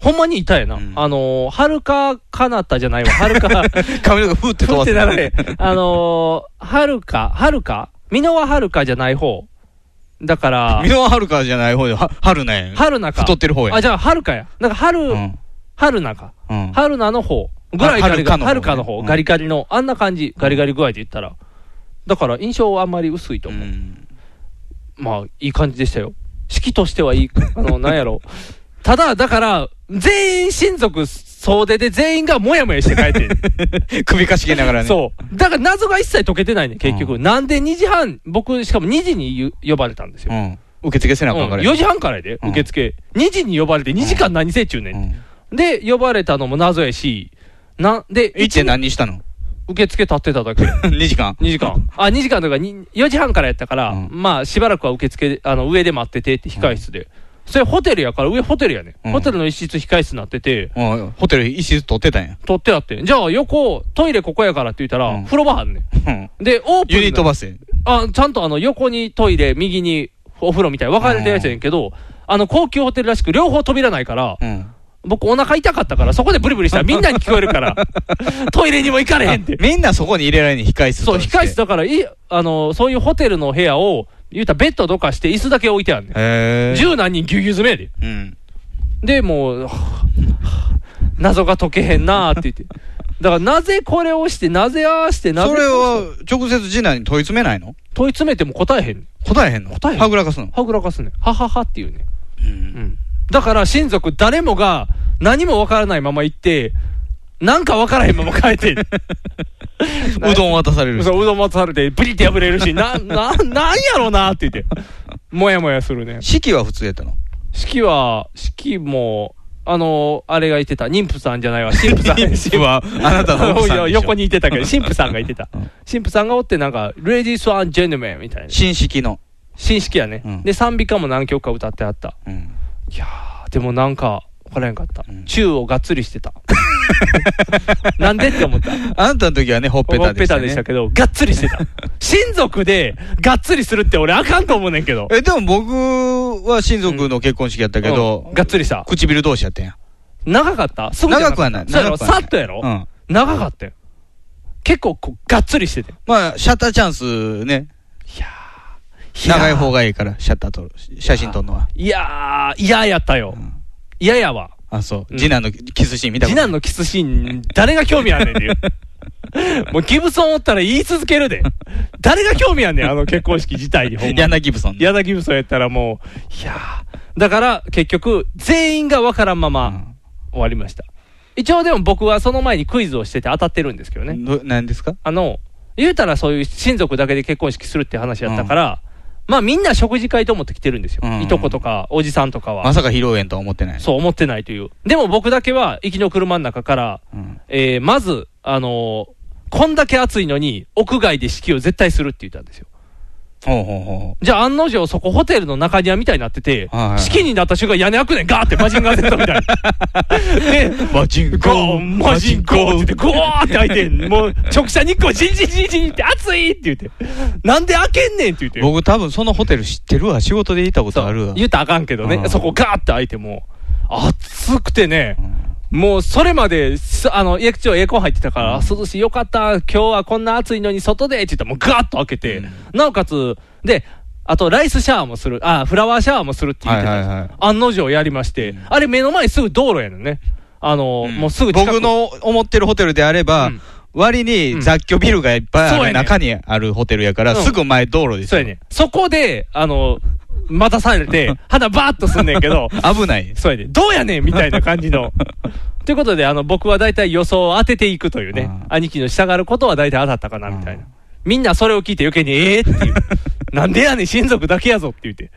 Speaker 2: ほんまにいたやな。
Speaker 4: うん
Speaker 2: あのー、はるかかなたじゃないわ。は
Speaker 4: (laughs)
Speaker 2: るか、
Speaker 4: 髪の毛ふーって飛
Speaker 2: ふ
Speaker 4: ば
Speaker 2: って
Speaker 4: す。
Speaker 2: ならへん。あのー、はるか、はるか美濃ははるかじゃない方。だから
Speaker 4: 箕、輪はるかじゃない方で、は春なんやね。
Speaker 2: はるなか。
Speaker 4: 太ってる方や。
Speaker 2: あ、じゃあ、はるかや。なんか、はる、
Speaker 4: うん。
Speaker 2: はるなか。
Speaker 4: うん。
Speaker 2: はるなの方ぐらいガリガリ、
Speaker 4: は
Speaker 2: は
Speaker 4: る
Speaker 2: るか
Speaker 4: かの
Speaker 2: の
Speaker 4: 方
Speaker 2: 方、
Speaker 4: ね
Speaker 2: ガリガリの、あんな感じ、ガリガリ具合で言ったら、だから印象はあんまり薄いと
Speaker 4: う
Speaker 2: 思う、
Speaker 4: ん
Speaker 2: まあ、いい感じでしたよ、式として
Speaker 4: (laughs)
Speaker 2: はいい、あのなんやろ、ただ、だから、全員親族総出で、全員がもやもやして帰
Speaker 4: (laughs)
Speaker 2: ってん、
Speaker 4: (laughs) 首かしげながらね。
Speaker 2: そう、だから謎が一切解けてないね、結局、なんで2時半、僕、しかも2時にゆ呼ばれたんですよ。
Speaker 4: う。ん。受付せなあかんからや。
Speaker 2: 4時半からやで、
Speaker 4: うん
Speaker 2: 受付、2時に呼ばれて、2時間何せっちゅうね、
Speaker 4: うんん
Speaker 2: で、呼ばれたのも謎やし、なんで、
Speaker 4: 行って何したの (laughs)
Speaker 2: 受付立ってただけ。
Speaker 4: ?2 時間
Speaker 2: 2時間。あ、2時間とかに、4時半からやったから、
Speaker 4: うん
Speaker 2: まあ、しばらくは受付で、あの、上で待っててって控室で。それホテルやから、上ホテルやね、
Speaker 4: うん
Speaker 2: ホテルの一室控室になってて、
Speaker 4: うん。ホテル一室取ってたんや。
Speaker 2: 取ってあって。じゃあ、横、トイレここやからって言ったら、
Speaker 4: うん
Speaker 2: 風呂場あんね
Speaker 4: うん
Speaker 2: ん。で、オープン。
Speaker 4: ユニットバスで。
Speaker 2: あ、ちゃんとあの、横にトイレ、右にお風呂みたいな、分かれてるやつやねんけど、あの、高級ホテルらしく、両方扉ないから、
Speaker 4: うん。
Speaker 2: 僕お腹痛かったから、そこでブリブリしたらみんなに聞こえる
Speaker 4: (laughs)
Speaker 2: から、トイレにも行かれへんって。
Speaker 4: みんなそこに入れられに控室
Speaker 2: そう、
Speaker 4: として
Speaker 2: 控室だからい、あの、そういうホテルの部屋を、言うたらベッドどかして椅子だけ置いてあんねん。
Speaker 4: へー
Speaker 2: 十何人ぎゅうぎゅう詰めやで。
Speaker 4: うん。
Speaker 2: で、もう、はぁはぁ謎が解けへんなーって言って。だから、なぜこれをして、なぜああして、なぜ
Speaker 4: それ
Speaker 2: こうして
Speaker 4: は直接次男に問い詰めないの
Speaker 2: 問い詰めても答えへんねん。
Speaker 4: 答えへんの
Speaker 2: 答えへん
Speaker 4: はぐらかすの
Speaker 2: はぐらかすねん。はははっていうねん。
Speaker 4: うん
Speaker 2: うん。だから、親族誰もが何もわからないまま行って、なんかわからへんまま帰って (laughs) ん。
Speaker 4: うどん渡されるし
Speaker 2: そう、うどん待たされて、ブリって破れるし、 (laughs) な、な、なんやろなって言って、もやもやするね。
Speaker 4: 式は普通やったの
Speaker 2: 式は、式も、あの、あれがいてた、妊婦さんじゃ (laughs) ないわ、神父 (laughs) さん。
Speaker 4: 式は (laughs) あなたの奥さん
Speaker 2: い
Speaker 4: で
Speaker 2: や
Speaker 4: しょ
Speaker 2: 横にいてたけど、神父さんがいてた
Speaker 4: うん。
Speaker 2: 神父さんがおって、なんか、レディース・アン・ジェンヌメンみたいな。
Speaker 4: 新式の
Speaker 2: 新式やね。
Speaker 4: うん
Speaker 2: で、賛美歌も何曲か歌ってあった。
Speaker 4: うん
Speaker 2: いやー、でもなんか、わからへんかった
Speaker 4: うん。
Speaker 2: 宙をがっつりして (laughs) た。なんでって思った。
Speaker 4: あなたの時はねほっぺ
Speaker 2: ほ
Speaker 4: た
Speaker 2: っ
Speaker 4: で
Speaker 2: ぺ
Speaker 4: した
Speaker 2: た
Speaker 4: ね
Speaker 2: でしたけど、がっつりして
Speaker 4: (laughs)
Speaker 2: た。親族で、がっつりするって俺あかんと思うねんけど。
Speaker 4: えでも僕は親族の結婚式やったけど
Speaker 2: うんがっつりした。
Speaker 4: 唇同士やったんや
Speaker 2: 長かったすぐじゃ
Speaker 4: 長くはない
Speaker 2: そうやろ
Speaker 4: 長くはない
Speaker 2: さっとやろ
Speaker 4: うん
Speaker 2: 長かったよ。結構こうがっつりしてて。
Speaker 4: まあ、シャッターチャンスね、
Speaker 2: いやー
Speaker 4: 長い方
Speaker 2: が。
Speaker 4: がいいから、シャッター撮る、写真撮るのは。
Speaker 2: いやー、嫌やったよ
Speaker 4: う。ん
Speaker 2: 嫌やわ。
Speaker 4: あ、そうう。
Speaker 2: ん
Speaker 4: 次男のキスシーン見た
Speaker 2: 次男のキスシーン、誰が興味あんねんっ
Speaker 4: (laughs)
Speaker 2: ていう。もうギブソンおったら言い続けるで。誰が興味あんねん、あの結婚式自体に。ほんまに
Speaker 4: ヤナ・ギブソン。
Speaker 2: ヤダ・ギブソンやったらもう、いやーだから結局、全員がわからんま
Speaker 4: う
Speaker 2: ま
Speaker 4: ん
Speaker 2: 終わりました。一応でも僕はその前にクイズをしてて当たってるんですけどね。
Speaker 4: ど何ですか
Speaker 2: あの、言うたらそういう親族だけで結婚式するって話やったから、まあみんな食事会と思って来てるんですよ。
Speaker 4: うんうん
Speaker 2: いとことか、おじさんとかは。
Speaker 4: まさか披露宴とは思ってない。
Speaker 2: そう思ってないという。でも僕だけは、行きの車の中から、
Speaker 4: うん
Speaker 2: えーまず、あのーこんだけ暑いのに、屋外で式を絶対するって言ったんですよ。
Speaker 4: ほうほうほうほ
Speaker 2: じゃあ、案の定、そこホテルの中庭みたいになってて
Speaker 4: はいはいは、い
Speaker 2: 式になった瞬間、屋根開くねん、ガーってマジンガー Z みたい
Speaker 4: (laughs)
Speaker 2: な。で、
Speaker 4: う。マジン
Speaker 2: ゴーンマジンゴーンって言って、ゴーって開いてん、もう直射日光、じんじんじんじんって、暑いって言って、なんで開けんねんって言って。
Speaker 4: 僕多分そのホテル知ってるわ。仕事で行ったこ
Speaker 2: そ
Speaker 4: と
Speaker 2: う
Speaker 4: あるわ。
Speaker 2: 言うたらあかんけどね、
Speaker 4: うん
Speaker 2: そこガーって開いても、暑くてね、
Speaker 4: うん
Speaker 2: もうそれまで、すあの、家口はエアコン入ってたから、涼しい、よかった、今日はこんな暑いのに外でって言ったら、もうガーッと開けて、
Speaker 4: うん
Speaker 2: なおかつ、で、あと、ライスシャワーもする、あ、フラワーシャワーもするって言ってた、
Speaker 4: はいはいはい
Speaker 2: 案の定やりまして、
Speaker 4: うん
Speaker 2: あれ、目の前すぐ道路やねんね。あの、もうすぐ近く
Speaker 4: 僕の思ってるホテルであれば、
Speaker 2: うん
Speaker 4: 割に雑居ビルがいっぱいあ
Speaker 2: そう
Speaker 4: る
Speaker 2: やね
Speaker 4: 中にあるホテルやから、
Speaker 2: うん
Speaker 4: すぐ前道路です
Speaker 2: そうやねんそこで、あの、待たされ
Speaker 4: (laughs)
Speaker 2: て、肌バーッとすんねんけど、
Speaker 4: 危ないです。
Speaker 2: そうやねんどうやねんみたいな感じ
Speaker 4: (laughs)
Speaker 2: の。ということで、あの、僕は大体予想を当てていくというね、
Speaker 4: うん
Speaker 2: 兄貴の従うことは大体当たったかな、みたいな。
Speaker 4: うん
Speaker 2: みんなそれを聞いて余計に、ええー、
Speaker 4: (laughs)
Speaker 2: っていう。なんでやねん、親族だけやぞって言って。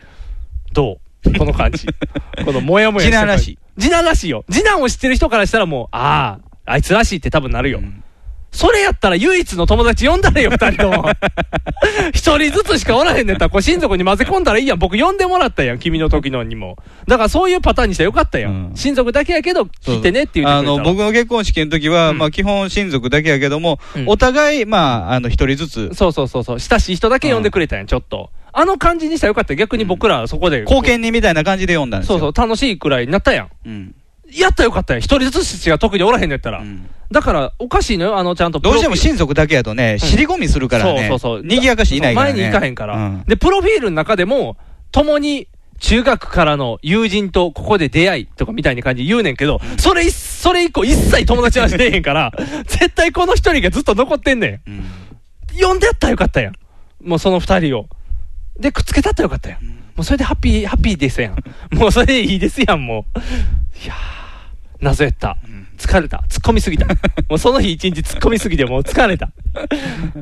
Speaker 2: どうこの
Speaker 4: (laughs)
Speaker 2: 感じ。このモヤモヤ
Speaker 4: 次男らしい。
Speaker 2: 次男らしいよ。次男を知ってる人からしたらもう、ああ、あいつらしいって多分なるよ。
Speaker 4: うん
Speaker 2: それやったら唯一の友達呼んだらよ、二人とも。一人ずつしかおらへん
Speaker 4: (laughs)
Speaker 2: ねんったら、こう親族に混ぜ込んだらいいやん。僕呼んでもらったやん、君の時のにも。だからそういうパターンにしたらよかったやん。
Speaker 4: うん
Speaker 2: 親族だけやけど、来てねって言
Speaker 4: あ
Speaker 2: ってくれ
Speaker 4: の
Speaker 2: たら。
Speaker 4: 僕の結婚式の時は、
Speaker 2: うん
Speaker 4: まあ基本親族だけやけども、
Speaker 2: うん
Speaker 4: お互い、まあ、あの、一人ずつ、
Speaker 2: そうそうそうそう。親しい人だけ呼んでくれたやん、ちょっと。あの感じにしたらよかった。逆に僕らはそこで。
Speaker 4: 貢献にみたいな感じで読んだんです
Speaker 2: そう
Speaker 4: よ。
Speaker 2: そう、楽しいくらいになったやん。
Speaker 4: うん。
Speaker 2: やったらよかったやん。一人ずつしか特におらへんねんったら。
Speaker 4: うん
Speaker 2: だから、おかしいのよ、あの、ちゃんとプ
Speaker 4: ど
Speaker 2: ロ
Speaker 4: う
Speaker 2: フィー
Speaker 4: し
Speaker 2: ル。
Speaker 4: ても親族だけやとね、尻込みするから
Speaker 2: そ
Speaker 4: ね、
Speaker 2: うそうそう
Speaker 4: 賑やかしいないからね。
Speaker 2: 前に行かへんから、
Speaker 4: うん
Speaker 2: で、プロフィールの中でも、共に中学からの友人とここで出会いとかみたいな感じで言うねんけど、それい、それ以降一切友達はしてへんから、絶対この一人がずっと残ってんね
Speaker 4: うん
Speaker 2: ん。呼んでやったらよかったやん。もうその二人を。で、くっつけたったらよかったやん。もうそれでハッピー、ハッピーですやん。
Speaker 4: (laughs)
Speaker 2: もうそれでいいですやん、もう。いやー、謎やった。疲れた。突っ込みすぎた。
Speaker 4: (laughs)
Speaker 2: もうその日一日突っ込みすぎて、もう疲れた。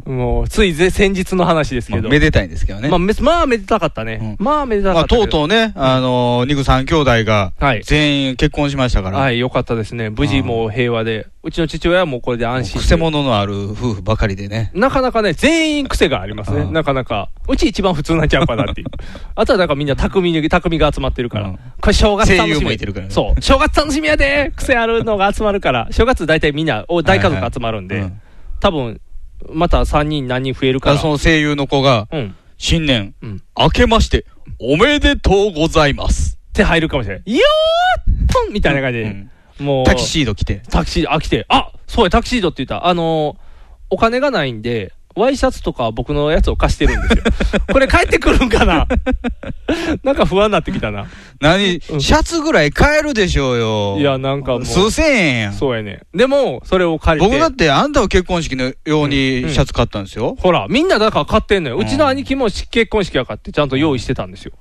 Speaker 2: もう、ついぜ先日の話です
Speaker 4: ま
Speaker 2: け
Speaker 4: あ
Speaker 2: ど。
Speaker 4: めでたいんですけどね。
Speaker 2: まあ、めまあ、めでたかったね。
Speaker 4: う
Speaker 2: まあ、めでた
Speaker 4: ま
Speaker 2: かっ
Speaker 4: あ、
Speaker 2: たけど。
Speaker 4: とうとうね、あのー、ニグ三兄弟が
Speaker 2: はい、
Speaker 4: 全員結婚しましたから、
Speaker 2: はい、よかったですね。無事もう平和で。うちの父親はもうこれで安心
Speaker 4: くせ者のある夫婦ばかりでね。
Speaker 2: なかなかね、全員癖がありますね。
Speaker 4: うん
Speaker 2: なかなか。うち一番普通なんちゃうかなって
Speaker 4: (laughs)
Speaker 2: いう。あとはなんかみんな匠に、匠が集まってるから。
Speaker 4: うん
Speaker 2: これ正月楽しみ。
Speaker 4: 声優もいてるからね
Speaker 2: そう。正月楽しみやで癖あるのが集まるから。正月大体みんな、お大家
Speaker 4: はいは
Speaker 2: 族
Speaker 4: い
Speaker 2: 集まるんで。
Speaker 4: うん
Speaker 2: 多分、また3人何人増える
Speaker 4: だか
Speaker 2: からら。
Speaker 4: その声優の子が、
Speaker 2: うん。っ
Speaker 4: 新年、
Speaker 2: うん
Speaker 4: 明けまして、おめでとうございます。
Speaker 2: て入るかもしれない。よーっとんみたいな感じ
Speaker 4: う
Speaker 2: で
Speaker 4: ん。
Speaker 2: もう。
Speaker 4: タキシード着て。
Speaker 2: タキシード、あ、来て、あそうや、タキシードって言った。あのーお金がないんで、ワイシャツとか僕のやつを貸してるん (laughs) ですよ。これ帰ってくるんか (laughs) ななんか不安になってきたな。
Speaker 4: 何、シ
Speaker 2: うん
Speaker 4: ャツぐらい買えるでしょうよ。
Speaker 2: いや、なんかもう、
Speaker 4: 数千円やん。
Speaker 2: そうやね。でも、それを借り
Speaker 4: 僕
Speaker 2: て
Speaker 4: だっ。て、あんたは結婚式のよう
Speaker 2: うんう
Speaker 4: に
Speaker 2: ん
Speaker 4: シャツ買ったんですよ。
Speaker 2: ほら、みんなだから買ってんのよ。
Speaker 4: う
Speaker 2: うんちの兄貴も結婚式やからってちゃんと用意してたんですよ。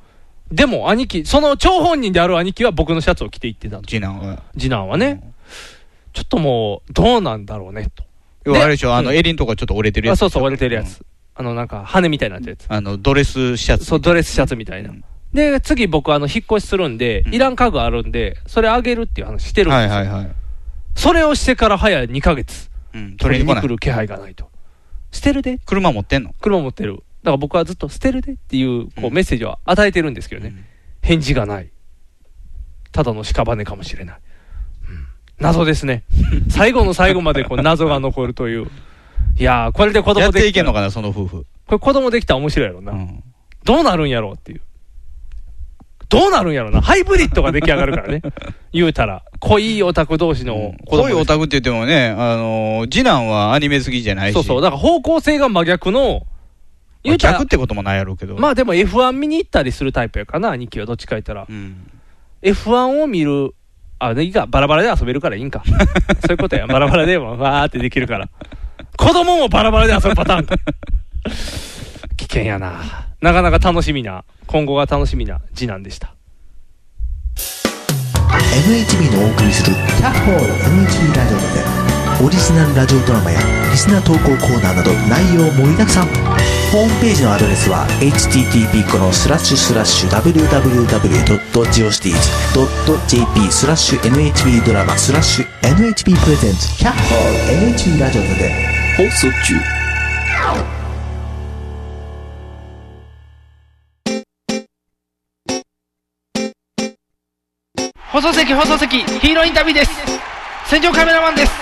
Speaker 2: でも、兄貴、その張本人である兄貴は僕のシャツを着て行ってたの
Speaker 4: 次男は。
Speaker 2: 次男はね。ちょっともう、どうなんだろうね、と。
Speaker 4: 要はあれでしょ、あ
Speaker 2: う
Speaker 4: の、
Speaker 2: ん
Speaker 4: エリンとかちょっと折れてるや
Speaker 2: あ
Speaker 4: つ。
Speaker 2: そうそう、割れてるやつ。あの、なんか、羽みたいになったやつ。
Speaker 4: あの、ドレスシャツ。
Speaker 2: そう、ドレスシャツみたいな。で、次僕、あの、引っ越しするんで、
Speaker 4: うん
Speaker 2: いらん家具あるんで、それあげるっていう話してるんです
Speaker 4: は
Speaker 2: よ
Speaker 4: いはいはい。
Speaker 2: それをしてから早い2ヶ月、
Speaker 4: うん、取
Speaker 2: 取
Speaker 4: り
Speaker 2: り
Speaker 4: に来
Speaker 2: に
Speaker 4: な
Speaker 2: 来
Speaker 4: い。
Speaker 2: る気配がないと。捨てるで
Speaker 4: 車持ってんの
Speaker 2: 車持ってる。だから僕はずっと捨てるでっていう、こ
Speaker 4: う
Speaker 2: う、
Speaker 4: ん
Speaker 2: メッセージを与えてるんですけどね。
Speaker 4: うん
Speaker 2: 返事がない。ただの屍かもしれない。うん謎です
Speaker 4: (laughs)
Speaker 2: ね。最後の最後までこう謎が残るという。いやー、これで子
Speaker 4: や
Speaker 2: 供
Speaker 4: っ
Speaker 2: で
Speaker 4: て
Speaker 2: き
Speaker 4: いけ
Speaker 2: た
Speaker 4: ん
Speaker 2: ら、
Speaker 4: のかな、その夫婦。
Speaker 2: これ子供できたら面白いやろな。
Speaker 4: うん
Speaker 2: どうなるんやろうっていう。どうなるんやろな。ハイブリッドが出来上がるから
Speaker 4: (laughs)
Speaker 2: ね。言うたら。濃いオタク同士の子供
Speaker 4: 濃いオタクって言ってもね、あのー次男はアニメ好きじゃないし、
Speaker 2: そうそう。
Speaker 4: ま
Speaker 2: だから方向性が真逆の、
Speaker 4: あ
Speaker 2: 言うたら
Speaker 4: 逆っ、てこともないやろうけど、
Speaker 2: まあでも F1 見に行ったりするタイプやかな、兄貴はどっちか言ったら
Speaker 4: う。ん、
Speaker 2: F1 を見る、あ、いいか、バラバラで遊べるからい
Speaker 4: (laughs)
Speaker 2: いんか。そういうことや、バラバラでわーってできるから。子供もバラバラで遊ぶパターン
Speaker 4: (laughs)
Speaker 2: か。危険やな。なかなか楽しみな、今後が楽しみな次男でした。
Speaker 8: NHB のお送りする「キャッホール NHB ラジオ」でオリジナルラジオドラマやリスナー投稿コーナーなど内容盛りだくさんホームページのアドレスは http このスラッシュスラッシュ www.geocities.jp スラッシュ NHB ドラマスラッシュ NHB プレゼンツキャッホール NHB ラジオで
Speaker 1: 放送中
Speaker 2: 放送席、放送席、ヒーローインタビューです。戦場カメラマンです。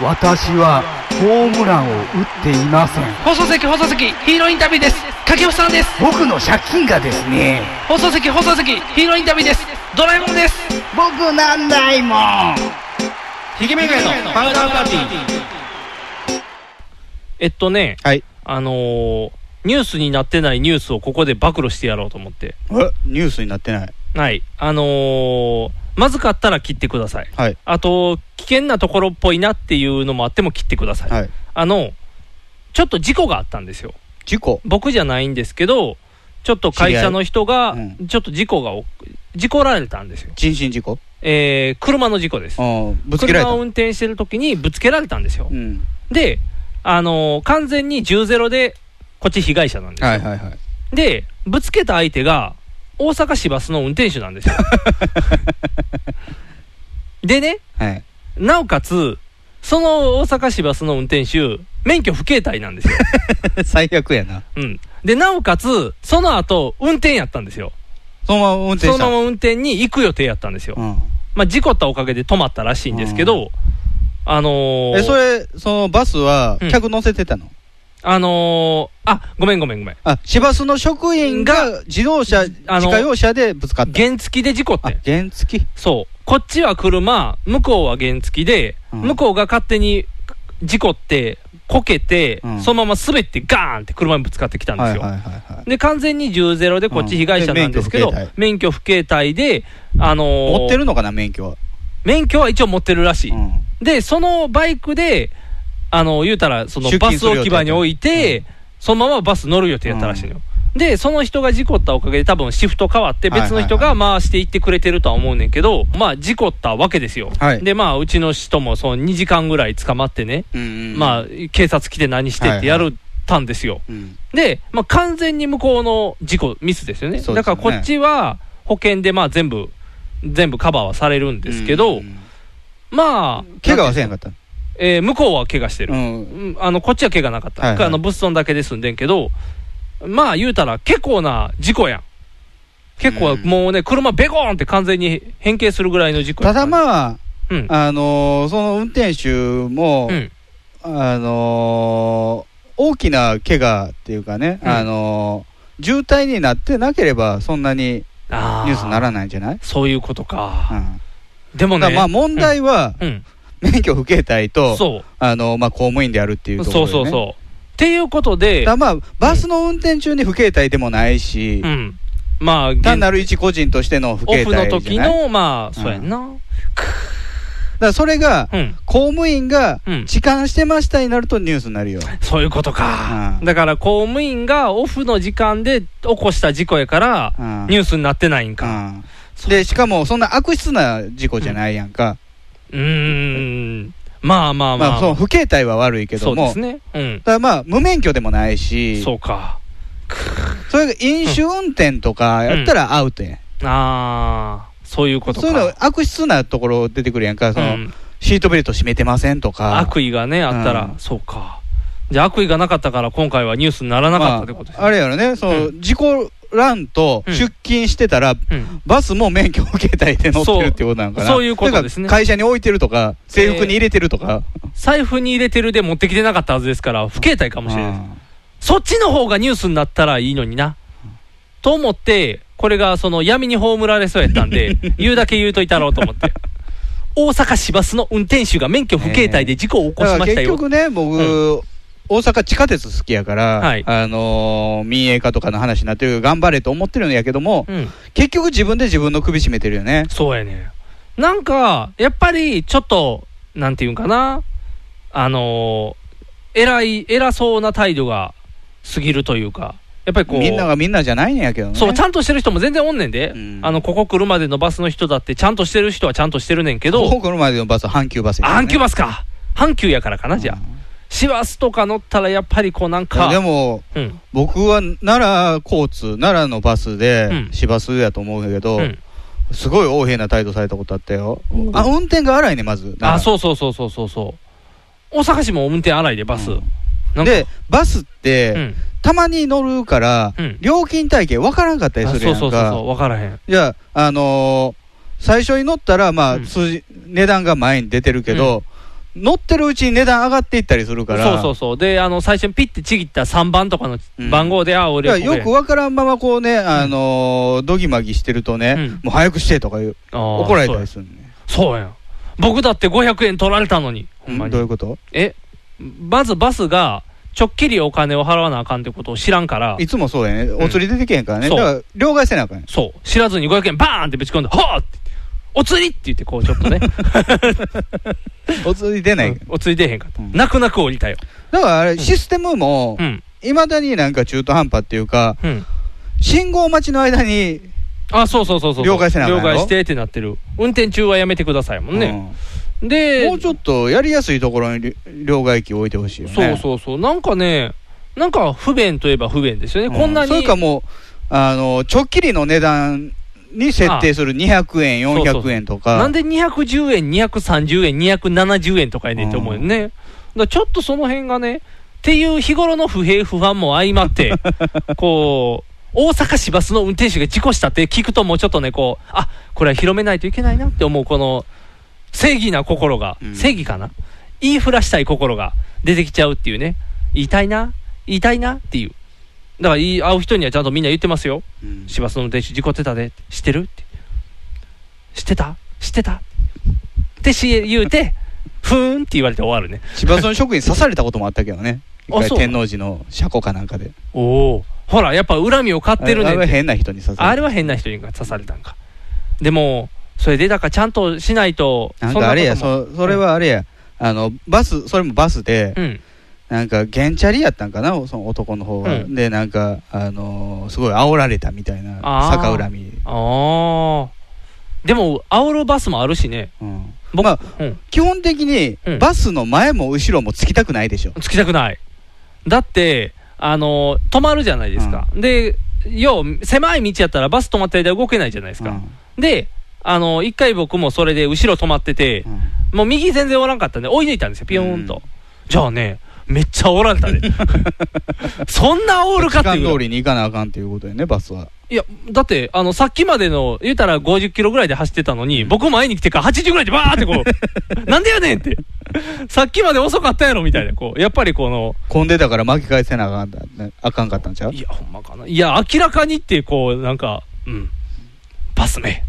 Speaker 9: 私はホームランを打っていません
Speaker 2: 放送席、放送席、ヒーローインタビューです。掛布さんです。
Speaker 9: 僕の借金がですね
Speaker 2: 放送席、放送席、ヒーローインタビューです。ドラえもんです。
Speaker 9: 僕なんないもん
Speaker 2: ひげめがのパウダーパーティー。えっとね、
Speaker 4: はい
Speaker 2: あのーニュースになってないニュースをここで暴露してやろうと思って。
Speaker 4: えニュースになってない、
Speaker 2: はい。あのーまずかったら切ってください。
Speaker 4: はい
Speaker 2: あと、危険なところっぽいなっていうのもあっても切ってください。
Speaker 4: はい、
Speaker 2: あの、ちょっと事故があったんですよ。
Speaker 4: 事故、
Speaker 2: 僕じゃないんですけど、ちょっと会社の人が
Speaker 4: 知り合い、
Speaker 2: ちょっと事故がお、事故られたんですよ。
Speaker 4: 人身事故、
Speaker 2: えー、車の事故です。
Speaker 4: うんぶつけられ
Speaker 2: 車
Speaker 4: た
Speaker 2: を、運転してる時にぶつけられたんですよ。
Speaker 4: うん、
Speaker 2: で、あのー完全に10ゼ0で、こっち被害者なんですよ。
Speaker 4: はいはいはい、
Speaker 2: で、ぶつけた相手が、大阪市バスの運転手なん
Speaker 4: (laughs)
Speaker 2: ですよ。でね、
Speaker 4: はい、 (laughs)
Speaker 2: なおかつ、その大阪市バスの運転手、免許不携帯なんです
Speaker 4: (laughs)
Speaker 2: よ。
Speaker 4: 最悪やな、
Speaker 2: うん。で、なおかつ、その後、運転やったんですよ。
Speaker 4: そのまま運転
Speaker 2: そ
Speaker 4: し
Speaker 2: の
Speaker 4: た
Speaker 2: まま運転に行く予定やったんですよ。
Speaker 4: うん
Speaker 2: まあ、事故ったおかげで止まったらしいんですけど、あのー、
Speaker 4: えそれ、そのバスは
Speaker 2: うん
Speaker 4: 客乗せてたの、
Speaker 2: あのー、あ、ごめんごめんごめん。
Speaker 4: あ市バスの職員が自動車、自
Speaker 2: あの
Speaker 4: 家用車でぶつかった、
Speaker 2: 原付で事故っ
Speaker 4: あ
Speaker 2: てん。
Speaker 4: 原付き、
Speaker 2: そう。こっちは車、向こうは原付で、
Speaker 4: うん
Speaker 2: 向こうが勝手に事故って、こけて、
Speaker 4: うん
Speaker 2: そのまま滑ってガーンって車にぶつかってきたんですよ。
Speaker 4: はいはいはいはい、
Speaker 2: で、完全に10ゼロでこっち被害者なんですけど、
Speaker 4: うんで
Speaker 2: 免許不携帯で、あのー
Speaker 4: 持ってるのかな、免許は。
Speaker 2: 免許は一応持ってるらしい。
Speaker 4: うん
Speaker 2: で、そのバイクで、あの、言うたら、その
Speaker 4: 出
Speaker 2: バ
Speaker 4: 勤す
Speaker 2: ス
Speaker 4: る予定
Speaker 2: 置き場に置いて、そのままバス乗る予定やったらしいのよ。で、その人が事故ったおかげで、多分シフト変わって、
Speaker 4: はいはい
Speaker 2: 別
Speaker 4: はい
Speaker 2: の人が回していってくれてるとは思うねんけど、まあ、事故ったわけですよ。
Speaker 4: はい
Speaker 2: で、まあ、うちの人も、その2時間ぐらい捕まってね、ま
Speaker 4: あ、
Speaker 2: あ、警察来て何してってや
Speaker 4: はいは
Speaker 2: るたんですよ。
Speaker 4: うん
Speaker 2: で、まあ、完全に向こうの事故、ミスですよね。
Speaker 4: そうで
Speaker 2: だ
Speaker 4: すよ
Speaker 2: から、
Speaker 4: ね
Speaker 2: こっちは保険で、まあ、全部、全部カバーはされるんですけど、
Speaker 4: うん
Speaker 2: まあ、
Speaker 4: 怪我はせえへんかった。
Speaker 2: えー向こうは怪我してる
Speaker 4: う。ん。
Speaker 2: うんあのこっちは怪我なかった、
Speaker 4: はいはい
Speaker 2: あの物損だけで済んでんけど、まあ言うたら、結構な事故やん、結構
Speaker 4: うん
Speaker 2: もうね、車、ベコーンって完全に変形するぐらいの事故や
Speaker 4: た
Speaker 2: った
Speaker 4: だまあ、
Speaker 2: うん、
Speaker 4: あのーその運転手も、
Speaker 2: うん、
Speaker 4: あのー大きな怪我っていうかね、
Speaker 2: うん
Speaker 4: あのー渋滞になってなければ、そんなに
Speaker 2: あ
Speaker 4: ニュースにな
Speaker 2: ら
Speaker 4: らないんじゃない、
Speaker 2: そういうこと
Speaker 4: う
Speaker 2: か、
Speaker 4: ん
Speaker 2: でも
Speaker 4: ただ
Speaker 2: ね、
Speaker 4: まあ問題は、
Speaker 2: うん、
Speaker 4: 免許不携帯と、
Speaker 2: そ
Speaker 4: あのーまあ、公務員であるっていう
Speaker 2: う、
Speaker 4: とこ
Speaker 2: そ
Speaker 4: ろ
Speaker 2: うそう
Speaker 4: で、ね、
Speaker 2: そう。っていうこと
Speaker 4: た
Speaker 2: で、
Speaker 4: だまあ、バスの運転中に不携帯でもないし、
Speaker 2: うん、まあ、
Speaker 4: 単なる一個人としての不
Speaker 2: オ
Speaker 4: 携帯
Speaker 2: フ
Speaker 4: じゃな
Speaker 2: の
Speaker 4: い
Speaker 2: 時
Speaker 4: だか
Speaker 2: の、まあ、そうやんな、
Speaker 4: らそれが、
Speaker 2: うん、
Speaker 4: 公務員が
Speaker 2: うん
Speaker 4: 痴漢してましたになるとニュースになるよ。
Speaker 2: そういうことか、
Speaker 4: うん
Speaker 2: だから公務員がオフの時間で起こした事故やから、
Speaker 4: うん
Speaker 2: ニュースになってないんか。
Speaker 4: うんで、しかもそんな悪質な事故じゃないやんか。
Speaker 2: うーん、まあまあまあ、
Speaker 4: まあ、その不携帯は悪いけ
Speaker 2: そ
Speaker 4: ど
Speaker 2: うで
Speaker 4: も、
Speaker 2: すね、うん、
Speaker 4: ただまあ、無免許でもないし、
Speaker 2: そうか、
Speaker 4: それが飲酒運転とかやったらアウトやん。
Speaker 2: ああ、そういうことか、
Speaker 4: そういうの悪質なところ出てくるやんか、その、
Speaker 2: うん
Speaker 4: シートベルト締めてませんとか。
Speaker 2: 悪意がね、あったら、
Speaker 4: うん
Speaker 2: そうか、じゃあ、悪意がなかったから、今回はニュースにならなかったってことですね。
Speaker 4: まあ、あれやろね、その、
Speaker 2: う
Speaker 4: 事故欄と
Speaker 2: うん
Speaker 4: 出勤してたら、
Speaker 2: うん
Speaker 4: バスも免許を携帯で乗ってるってことなのかな。
Speaker 2: そうそういうことですね
Speaker 4: だから会社に置いてるとか、制服に入れてるとか。
Speaker 2: 財布に入れてるで持ってきてなかったはずですから、不携帯かもしれないです、
Speaker 4: うん
Speaker 2: そっちの方がニュースになったらいいのにな、と思って、これがその闇に葬られそうやったん
Speaker 4: (laughs)
Speaker 2: で、言うだけ言うといたろうと思って。大阪市バスの運転手が免許不携帯で事故を起こ
Speaker 4: だ
Speaker 2: し
Speaker 4: から
Speaker 2: ました
Speaker 4: 結
Speaker 2: よ。
Speaker 4: 局ね、僕、
Speaker 2: う
Speaker 4: 大阪地下鉄好きやから、
Speaker 2: はい
Speaker 4: あのー民営化とかの話になってるけど頑張れと思ってるんやけども、
Speaker 2: うん、
Speaker 4: 結局自分で自分の首絞めてるよね。
Speaker 2: そうやね。なんか、やっぱりちょっと、なんていうんかな、あのー偉い、偉そうな態度が過ぎるというか、やっぱりこう、
Speaker 4: みんながみんなじゃないんやけどね。
Speaker 2: そう、ちゃんとしてる人も全然おんねんで、
Speaker 4: うん
Speaker 2: あのここ来るまでのバスの人だって、ちゃんとしてる人はちゃんとしてるねんけど、
Speaker 4: ここの前のバスは阪急バスや
Speaker 2: あ
Speaker 4: からね、
Speaker 2: 阪急バスか、阪急やからかな、じゃあ、市バスとか乗ったら、やっぱりこうなん
Speaker 4: うん
Speaker 2: か、
Speaker 4: でも、
Speaker 2: うん、
Speaker 4: 僕は奈良交通、奈良のバスで
Speaker 2: うん、
Speaker 4: 市バスやと思うんやけど、
Speaker 2: うん、
Speaker 4: すごい横柄な態度されたことあったよ。あ、運転が荒いね、まず。
Speaker 2: あ、
Speaker 4: う。
Speaker 2: そうそうそうそうそうそう、大阪市も運転荒いで、バス、
Speaker 4: うん
Speaker 2: なんか
Speaker 4: で、バスって、
Speaker 2: うん、
Speaker 4: たまに乗るから、
Speaker 2: うん
Speaker 4: 料金体系分からんかったり
Speaker 2: あ
Speaker 4: す
Speaker 2: そう
Speaker 4: るや
Speaker 2: そ
Speaker 4: ん
Speaker 2: うそうそう、
Speaker 4: か。
Speaker 2: 分からへん。
Speaker 4: じゃあ、あのー最初に乗ったら、
Speaker 2: う
Speaker 4: まあ、
Speaker 2: ん
Speaker 4: 数字、値段が前に出てるけど、乗ってるうちに値段上がっていったりするから、
Speaker 2: そうそうそう、で、あの最初にピッてちぎった3番とかの
Speaker 4: うん
Speaker 2: 番号で、あ、俺
Speaker 4: だ
Speaker 2: こ
Speaker 4: か
Speaker 2: れ、
Speaker 4: らよく分からんまま、こうね、あのーどぎまぎしてるとね、
Speaker 2: うん
Speaker 4: もう早くしてとか言う
Speaker 2: あー
Speaker 4: 怒られたりするね。
Speaker 2: そうやそうやん、僕だって500円取られたのに、ほんま
Speaker 4: ん
Speaker 2: に
Speaker 4: どういうこと
Speaker 2: えまずバスがちょっきりお金を払わなあかんってことを知らんから
Speaker 4: いつもそうやね。お釣り出てけへんからね。
Speaker 2: そう
Speaker 4: だから、両替せなあかん
Speaker 2: (laughs)
Speaker 4: やん。
Speaker 2: そう知らずに500円バーンってぶち込んで「はあ!」ってお釣りって言ってこうちょっと
Speaker 4: (laughs)
Speaker 2: ね
Speaker 4: お釣り出ない。
Speaker 2: お釣り出へんかった、
Speaker 4: うん
Speaker 2: 泣く泣く降りたよ
Speaker 4: だから、あれ、システムも
Speaker 2: う、ん
Speaker 4: いまだになんか中途半端っていうか、
Speaker 2: うん
Speaker 4: 信号待ちの間に、
Speaker 2: あそうそうそうそう
Speaker 4: 了解せなあかんやろ
Speaker 2: 了解してってなってる運転中はやめてくださいもんね、
Speaker 4: うん
Speaker 2: で
Speaker 4: もうちょっとやりやすいところにり両替機置いてほしいよね。
Speaker 2: そうそうそうなんかねなんか不便といえば不便ですよね、
Speaker 4: うん
Speaker 2: こんなに
Speaker 4: それかもう、あの、ちょっきりの値段に設定する200円、
Speaker 2: そうそうそう
Speaker 4: 400円とか。
Speaker 2: なんで210円、230円、270円とかやねんって思うよね。だからちょっとその辺がね、っていう日頃の不平不安も相ま
Speaker 4: (laughs)
Speaker 2: って、こう、大阪市バスの運転手が事故したって聞くと、もうちょっとね、こう、あこれは広めないといけないなって思う、この正義な心が、
Speaker 4: うん
Speaker 2: 正義かな、言いふらしたい心が出てきちゃうっていうね、言いたいな、言いたいなっていう。だから言い会う人にはちゃんとみんな言ってますよ。
Speaker 4: うん
Speaker 2: 市バスの運転手事故ってたで知ってるって知ってた知ってたってし言うてふーんって言われて終わるね
Speaker 4: 千葉村の職員刺されたこともあったけどね。一
Speaker 2: あ
Speaker 4: 回
Speaker 2: そう
Speaker 4: 天王寺の車庫かなんかで。
Speaker 2: おおほらやっぱ恨みを買ってるね
Speaker 4: あ
Speaker 2: ん
Speaker 4: れは
Speaker 2: て
Speaker 4: 変な人に刺された。
Speaker 2: あれは変な人に刺されたんかでもそれでだからちゃんとしないと
Speaker 4: なんかあれや、
Speaker 2: そんなこ
Speaker 4: そそれはあれや、あのバス、それもバスで
Speaker 2: と、もうん
Speaker 4: なんか、ゲンチャリやったんかな、その男の方は。
Speaker 2: うん
Speaker 4: で、なんか、あのーすごい煽られたみたいな、
Speaker 2: あー
Speaker 4: 逆恨み。
Speaker 2: ああでも煽るバスもあるしね
Speaker 4: うん
Speaker 2: 僕、
Speaker 4: まあ
Speaker 2: うん、
Speaker 4: 基本的に
Speaker 2: うん、
Speaker 4: バスの前も後ろもつきたくないでしょ。
Speaker 2: つきたくないだってあの止まるじゃないですか、でよう狭い道やったらバス止まってる間動けないじゃないですか、であの一回僕もそれで後ろ止まってて
Speaker 4: う、んうん
Speaker 2: もう右全然おらんかったんで追い抜いたんですよピヨーンと、
Speaker 4: うん
Speaker 2: じゃあねめっちゃおられ
Speaker 4: (laughs)
Speaker 2: たでそんなおるかっ
Speaker 4: 時
Speaker 2: て
Speaker 4: 間
Speaker 2: いうぐ
Speaker 4: 通
Speaker 2: らい
Speaker 4: りに行かなあかんっていうことやね、バスは。
Speaker 2: いやだってあのさっきまでの言うたら50キロぐらいで走ってたのに僕前に来てから80ぐらいでバーってこ
Speaker 4: (laughs)
Speaker 2: うなんでやねんってさっきまで遅かったやろみたいなこうやっぱりこの
Speaker 4: 混んでたから巻き返せなあかんだあかんかったんちゃう
Speaker 2: いや、ほんまかな。いや、明らかにって、こう、なんか、うん、パスめって。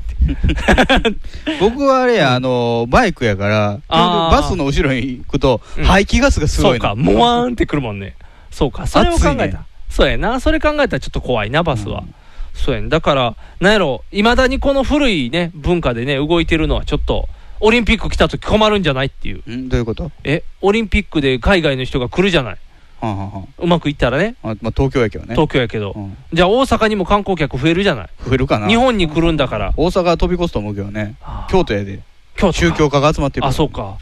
Speaker 4: 僕はあれや、あのーバイクやから、
Speaker 2: あー
Speaker 4: バスの後ろに行くと、
Speaker 2: うん
Speaker 4: 排気ガスがす
Speaker 2: そ
Speaker 4: ご
Speaker 2: う
Speaker 4: いの
Speaker 2: か、もわーんってくるもんね。そうか、それを考えた。
Speaker 4: 暑いね
Speaker 2: そうやな、それ考えたらちょっと怖いな、バスは。
Speaker 4: うん
Speaker 2: そうやね。だから、なんやろ、いまだにこの古いね、文化でね、動いてるのはちょっと、オリンピック来た時困るんじゃないっていう。
Speaker 4: んどういうこと
Speaker 2: え、オリンピックで海外の人が来るじゃない。
Speaker 4: はんはんはん
Speaker 2: うまくいったらね、
Speaker 4: あまあ、東京やけどね。
Speaker 2: 東京やけど
Speaker 4: う。ん
Speaker 2: じゃあ大阪にも観光客増えるじゃない。
Speaker 4: 増えるかな
Speaker 2: 日本に来るんだから。
Speaker 4: 大阪は飛び越すと思うけどね
Speaker 2: あー
Speaker 4: 京都やで
Speaker 2: 京都か
Speaker 4: 宗教家が集まってる
Speaker 2: あ、そうか。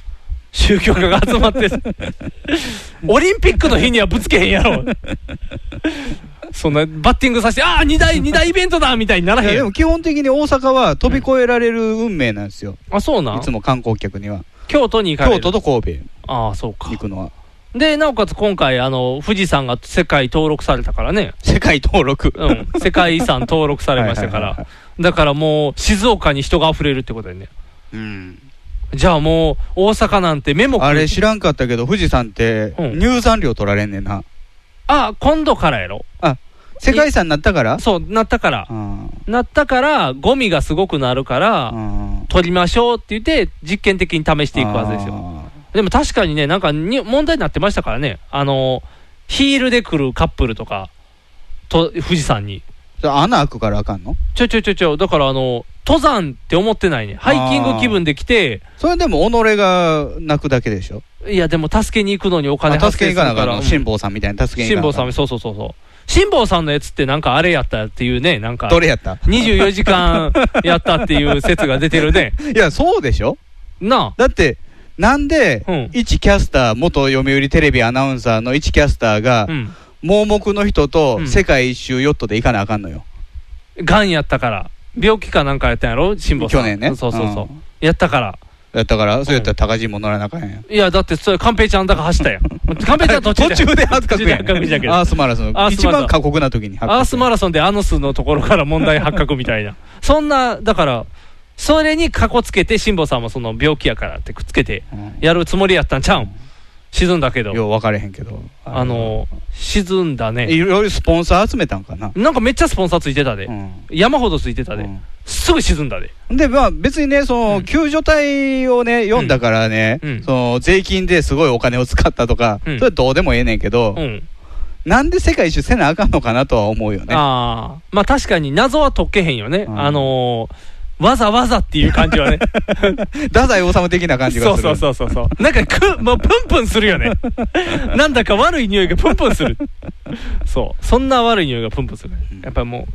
Speaker 2: 宗教家が集ま (laughs) って、オリンピックの日にはぶつけへんやろ。そんな、バッティングさせて、ああ、二大、二大イベントだみたいになら
Speaker 4: いや
Speaker 2: へん
Speaker 4: で
Speaker 2: やん
Speaker 4: も基本的に大阪は飛び越えられる運命なんですよ、
Speaker 2: あ、そうないん
Speaker 4: つも観光客には
Speaker 2: 京都に行かれ
Speaker 4: 京
Speaker 2: る。
Speaker 4: 都と神戸
Speaker 2: ああ、そうか
Speaker 4: 行。くのは
Speaker 2: で、なおかつ今回、あの、富士山が世界登録されたからね。
Speaker 4: 世界登録、
Speaker 2: (laughs) うん。世界遺産登録されましたか
Speaker 4: はいはい
Speaker 2: ら。だからもう、静岡に人が溢れるってことやね。
Speaker 4: うん
Speaker 2: じゃあもう、大阪なんて目もく
Speaker 4: あれ知らんかったけど富士山って
Speaker 2: うん
Speaker 4: 入山料取られんねんな、
Speaker 2: あ、今度からやろ。
Speaker 4: あ世界遺産になったから
Speaker 2: そう、なったから
Speaker 4: う。ん
Speaker 2: なったから、ゴミがすごくなるから、
Speaker 4: うん
Speaker 2: 取りましょうって言って、実験的に試していくはずですよ。でも確かにね、なんかに問題になってましたからね、あのヒールで来るカップルとか、と富士山に、
Speaker 4: あー穴開くからあかんの
Speaker 2: ちょいちょいちょいちょい、だからあの登山って思ってないね、ハイキング気分で来て、
Speaker 4: それでも己が泣くだけでしょ
Speaker 2: いや、でも助けに行くのにお金
Speaker 4: あ
Speaker 2: 発
Speaker 4: 助け
Speaker 2: 生
Speaker 4: に
Speaker 2: す
Speaker 4: 行かな
Speaker 2: る
Speaker 4: あ
Speaker 2: か
Speaker 4: かん
Speaker 2: ら、
Speaker 4: の辛坊さんみたいに助けに
Speaker 2: 辛坊
Speaker 4: 行か
Speaker 2: さ
Speaker 4: なあかん
Speaker 2: ん、そうそうそうそう、辛坊さんのやつって、なんかあれやったっていうね、なんか
Speaker 4: ど。れやった
Speaker 2: 24時間やったっていう説が出てるね。
Speaker 4: いやそうでしょ
Speaker 2: な
Speaker 4: だってなんで、
Speaker 2: うん
Speaker 4: 一キャスター元読売テレビアナウンサーの一キャスターが
Speaker 2: あ、、うん。
Speaker 4: 盲目の人
Speaker 2: う
Speaker 4: と
Speaker 2: ん
Speaker 4: 世界一周ヨットで行かなあかんのよ、
Speaker 2: がんやったから、病気かなんかやったんやろ、辛坊さん。
Speaker 4: 去年ね
Speaker 2: そうそうそう。
Speaker 4: ん
Speaker 2: やったから。
Speaker 4: だったからそうやったら高人も乗らなあかんやん
Speaker 2: いや、だって、それ、寛平ちゃんだから走っ
Speaker 4: (laughs)
Speaker 2: たやん。寛平ちゃん途中で。
Speaker 4: 途中で発覚やん
Speaker 2: 途中で発覚したけど
Speaker 4: アースマラソン
Speaker 2: アース
Speaker 4: 一
Speaker 2: マラソン
Speaker 4: 番過酷な時に発覚
Speaker 2: アースマラソンでアノスのところから問題発覚みたいな。そんな、だから、それにかこつけて、辛坊さんもその病気やからってくっつけて、
Speaker 4: うん
Speaker 2: やるつもりやったんちゃうん。沈んだけど、
Speaker 4: よう分かれへんけど
Speaker 2: あの、沈んだね。
Speaker 4: いろいろスポンサー集めたんかな、
Speaker 2: なんかめっちゃスポンサーついてたで
Speaker 4: う。ん
Speaker 2: 山ほどついてたで。すぐ沈んだで。
Speaker 4: うんでまあ別にねその、
Speaker 2: うん
Speaker 4: 救助隊をね読んだからね、
Speaker 2: うん
Speaker 4: その税金ですごいお金を使ったとか、
Speaker 2: うん
Speaker 4: それはどうでもええねんけど、
Speaker 2: うん。
Speaker 4: なんで世界一周せなあかんのかなとは思うよね
Speaker 2: ああ。まあ確かに謎は解けへんよね。
Speaker 4: うん
Speaker 2: あのー、わざわざっていう感じはね。
Speaker 4: 太宰治的な (laughs) 感じがする
Speaker 2: そうそうそうそうそうなんかくもうプンプンするよ
Speaker 4: (laughs)
Speaker 2: ねなんだか悪い匂いがプンプンするそうそんな悪い匂いがプンプンするやっぱりも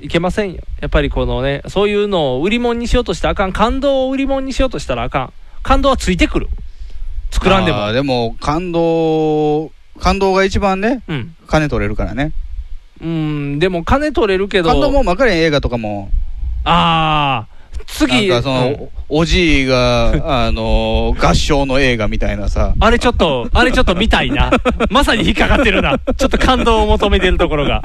Speaker 2: ういけませんよやっぱりこのねそういうのを売り物にしようとしたらあかん感動を売り物にしようとしたらあかん感動はついてくる作らんで
Speaker 4: あー
Speaker 2: も
Speaker 4: でも感動感動が一番ね
Speaker 2: うん
Speaker 4: 金取れるからね
Speaker 2: うんでも金取れるけど
Speaker 4: 感動もまかれへん映画とかも
Speaker 2: ああ
Speaker 4: なん
Speaker 2: 次
Speaker 4: かそ
Speaker 2: うん
Speaker 4: のおじ
Speaker 2: (laughs)
Speaker 4: いがあの合唱の映画みたいなさ
Speaker 2: あれちょっと、あれちょっと見たいな。まさに引っかかってるな。ちょっと感動を求めてるところが。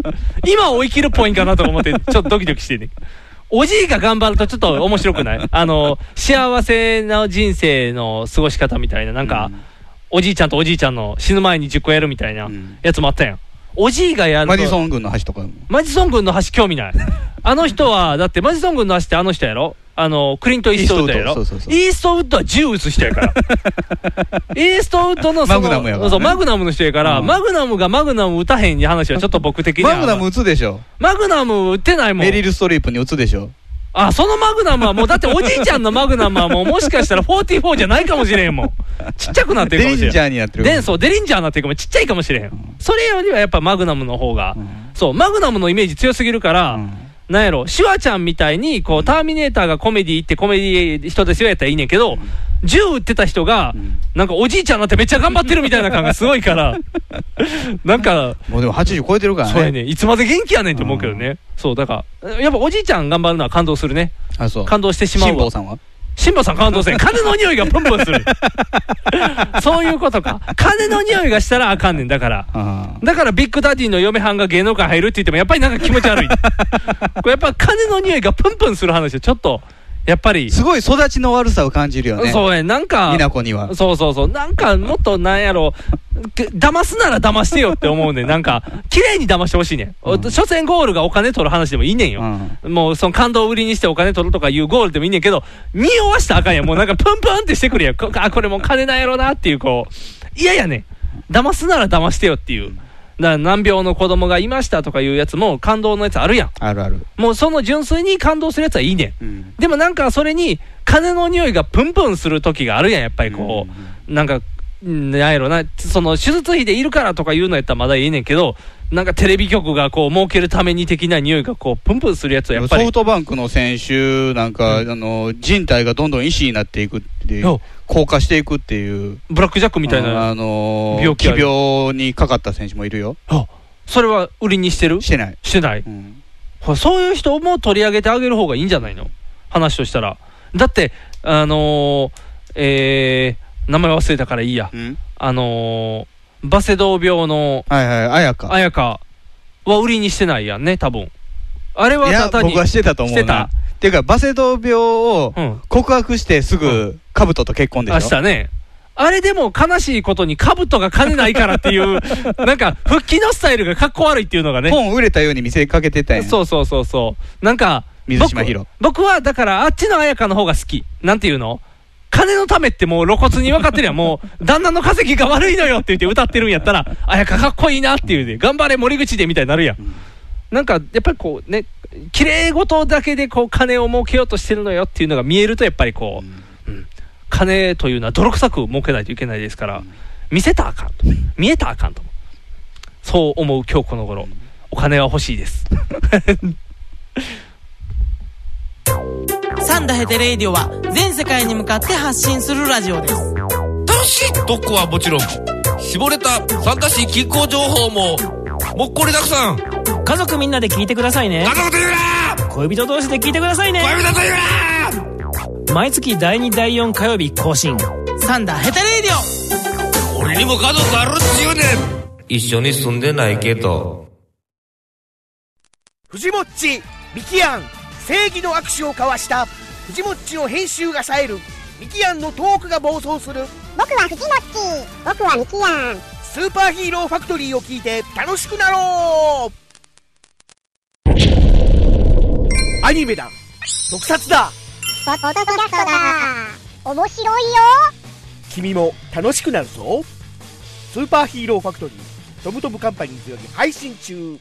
Speaker 2: 今を生きるっぽいんかなと思って、ちょっとドキドキしてね。おじいが頑張るとちょっと面白くないあの、幸せな人生の過ごし方みたいな、なんか、おじいちゃんとおじいちゃんの死ぬ前に10個やるみたいな
Speaker 4: うん
Speaker 2: やつもあったやん。おじいがやると
Speaker 4: マディソン軍の橋とかも
Speaker 2: マジソン軍の橋興味
Speaker 4: (laughs)
Speaker 2: ない。あの人は、だってマジソン軍の橋ってあの人やろあの、クリント・イーストウッドやろ
Speaker 4: イーストウッドそうそうそう
Speaker 2: イーストウッドは銃撃つ人や
Speaker 4: (laughs)
Speaker 2: から。イーストウッドのその、
Speaker 4: マグナムやからね
Speaker 2: そう、マグナムの人やから、
Speaker 4: うん
Speaker 2: マグナムがマグナム撃たへん話はちょっと僕的には
Speaker 4: マグナム打つでしょ
Speaker 2: マグナム撃ってないもん
Speaker 4: メ。リル・ストリープに打つでしょ
Speaker 2: あ、そのマグナムはもう、だっておじいちゃんのマグナムはもう、もしかしたら44じゃないかもしれんもん。ちっちゃくなってる
Speaker 4: デ
Speaker 2: かも
Speaker 4: リ
Speaker 2: し
Speaker 4: ン
Speaker 2: れん。
Speaker 4: ジャーになってる
Speaker 2: でそうデリンジャーになってるかもちっちゃいかもしれへん、それよりはやっぱマグナムの方が、
Speaker 4: ん
Speaker 2: そうマグナムのイメージ強すぎるから、
Speaker 4: うん
Speaker 2: なんやろシュワちゃんみたいにこうターミネーターがコメディ行ってコメディ人ですよやったらいいねんけど、銃撃ってた人が、
Speaker 4: ん
Speaker 2: なんかおじいちゃんになってめっちゃ頑張ってるみたいな感がすごいから
Speaker 4: (laughs)
Speaker 2: なんか
Speaker 4: もうでも80超えてるからね
Speaker 2: そうやねいつまで元気やねんって思うけどねそうだからやっぱおじいちゃん頑張るのは感動するね
Speaker 4: あそう
Speaker 2: 感動してしま
Speaker 4: 辛
Speaker 2: うわ
Speaker 4: 坊さんは
Speaker 2: 辛坊さん感動せ (laughs) ん。金の匂いがプンプンする。そういうことか。金の匂いがしたらあかんねん。だから。
Speaker 4: あ
Speaker 2: だからビッグダディの嫁はんが芸能界入るって言っても、やっぱりなんか気持ち悪 (laughs) い。これやっぱ金の匂いがプンプンする話はちょっと、やっぱり
Speaker 4: ー。すごい育ちの悪さを感じるよね
Speaker 2: そうや、なんか
Speaker 4: 美、奈子には
Speaker 2: そうそうそう、なんかもっとなんやろ、け騙すなら騙してよって思うねん、なんか、綺麗に騙してほしいねん、お
Speaker 4: うん
Speaker 2: 所詮ゴールがお金取る話でもいいねんよ、もうその感動を売りにしてお金取るとかいうゴールでもいいねんけど、匂わしたらあかんやん、もうなんかプンプンってしてくれやん、こあこれもう金なんやろなっていう、こう、嫌やねん、騙すなら騙してよっていう、な難病の子供がいましたとかいうやつも、感動のやつあるやん、
Speaker 4: あるある
Speaker 2: もうその純粋に感動するやつはいいねん。
Speaker 4: うん
Speaker 2: でもなんかそれに金の匂いがプンプンする時があるやんやっぱりこう、なんかうんなんやろなその手術費でいるからとか言うのやったらまだいいねんけどなんかテレビ局がこう儲けるために的な匂いがこうプンプンするやつはやっぱ
Speaker 4: ソ
Speaker 2: り
Speaker 4: フトバンクの選手なんか、あの人体がどんどん医師になっていくっていう
Speaker 2: よ、
Speaker 4: 硬化していくっていう、
Speaker 2: ブラックジャックみたいな
Speaker 4: あの
Speaker 2: 病気あ
Speaker 4: 奇
Speaker 2: る
Speaker 4: 病にかかった選手もいるよ、
Speaker 2: それは売りにしてる
Speaker 4: してない、
Speaker 2: してない
Speaker 4: うん
Speaker 2: ほらそういう人も取り上げてあげる方がいいんじゃないの話としたらだってあのーえー名前忘れたからいいや
Speaker 4: うん
Speaker 2: あのーバセドウ病の
Speaker 4: はいはい、綾香
Speaker 2: 綾香は売りにしてないやんね、多分あれはい
Speaker 4: や、
Speaker 2: ただに
Speaker 4: 僕はしてたと思う
Speaker 2: してた
Speaker 4: な。っていうか、バセドウ病を
Speaker 2: うん、
Speaker 4: 告白してす
Speaker 2: う
Speaker 4: ぐ、カブトと結婚で
Speaker 2: あし
Speaker 4: しょ。
Speaker 2: たね、あれでも悲しいことに、兜が金ないからって (laughs) いう、なんか、復帰のスタイルがかっこ悪いっていうのがね。
Speaker 4: 本売れたように見せかけてたやん。
Speaker 2: そうそうそうそう。なんか、
Speaker 4: 水島ヒロ
Speaker 2: 僕僕はだから、あっちの綾香の方が好き。なんていうの金のためってもう露骨に分かってるやん。もう、旦那の稼ぎが悪いのよって言って歌ってるんやったら、綾香かっこいいなっていうで、頑張れ森口でみたいになるやん。なんか、やっぱりこうね、綺麗事だけでこう金を儲けようとしてるのよっていうのが見えると、やっぱりこう、うん金というのは泥臭く儲けないといけないですから、見せたらあかんと。見えたらあかんと。そう思う今日この頃。お金は欲しいです。
Speaker 10: サンダヘテレイディオは全世界に向かって発信するラジオです
Speaker 1: 楽しい特攻はもちろん、絞れた参加し気候情報も、もっこりたくさん。
Speaker 10: 家族みんなで聞いてくださいね
Speaker 1: 家族と言うな
Speaker 10: 恋人同士で聞いてくださいね
Speaker 1: 恋人と言うな
Speaker 10: 毎月第2第4火曜日更新サンダヘテレイディオ
Speaker 1: 俺にも家族あるっちゅうねん一緒に住んでないけど。
Speaker 11: フジモッチミキアン正義の握手を交わしたフジモッチの編集が冴えるミキアンのトークが暴走する
Speaker 3: 僕は藤もっち僕はミキヤン
Speaker 11: スーパーヒーローファクトリーを聞いて楽しくなろうアニメだ特撮だ
Speaker 3: ポッドキャストだ面白いよ
Speaker 11: 君も楽しくなるぞスーパーヒーローファクトリートムトムカンパニーズより配信中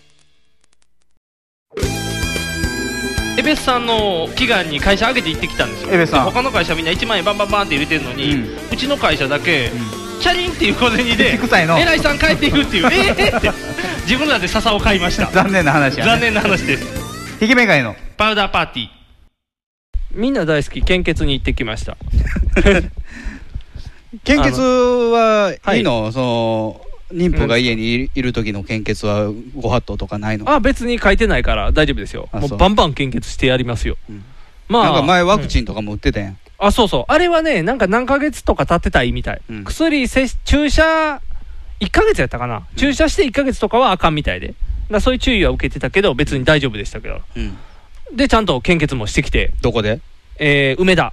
Speaker 2: エベスさんの祈願に会社上げて行ってきたんですよ
Speaker 4: エベスさん
Speaker 2: で他の会社みんな1万円バンバンバンって入れてるのに、
Speaker 4: う
Speaker 2: うんちの会社だけ、チャリンっていう小銭で
Speaker 4: 臭いの
Speaker 2: 偉いさん帰っていくって
Speaker 4: (laughs)
Speaker 2: いうえーって自分らで笹を買いました
Speaker 4: 残念な話や、
Speaker 2: 残
Speaker 4: ね。
Speaker 2: 念な話です
Speaker 4: ひきめがいの。
Speaker 2: パウダーパーティーみんな大好き献血に行ってきました
Speaker 4: 献血は
Speaker 2: あの
Speaker 4: いいの、その妊婦が家にいるいる時の献血はご法度とかないの、
Speaker 2: あ別に書いてないから大丈夫ですよ
Speaker 4: あ
Speaker 2: も
Speaker 4: そう
Speaker 2: うバンバン献血してやりますよ、
Speaker 4: うん
Speaker 2: まあ
Speaker 4: なんか前ワクチンとかも売ってたやん、
Speaker 2: あそうそうあれはねなんか何ヶ月とか経ってたいみたい、
Speaker 4: うん
Speaker 2: 薬接注射1ヶ月やったかな、注射して1ヶ月とかはあかんみたいでだからそういう注意は受けてたけど別に大丈夫でしたけど
Speaker 4: うん
Speaker 2: でちゃんと献血もしてきて、
Speaker 4: どこで
Speaker 2: えー、梅田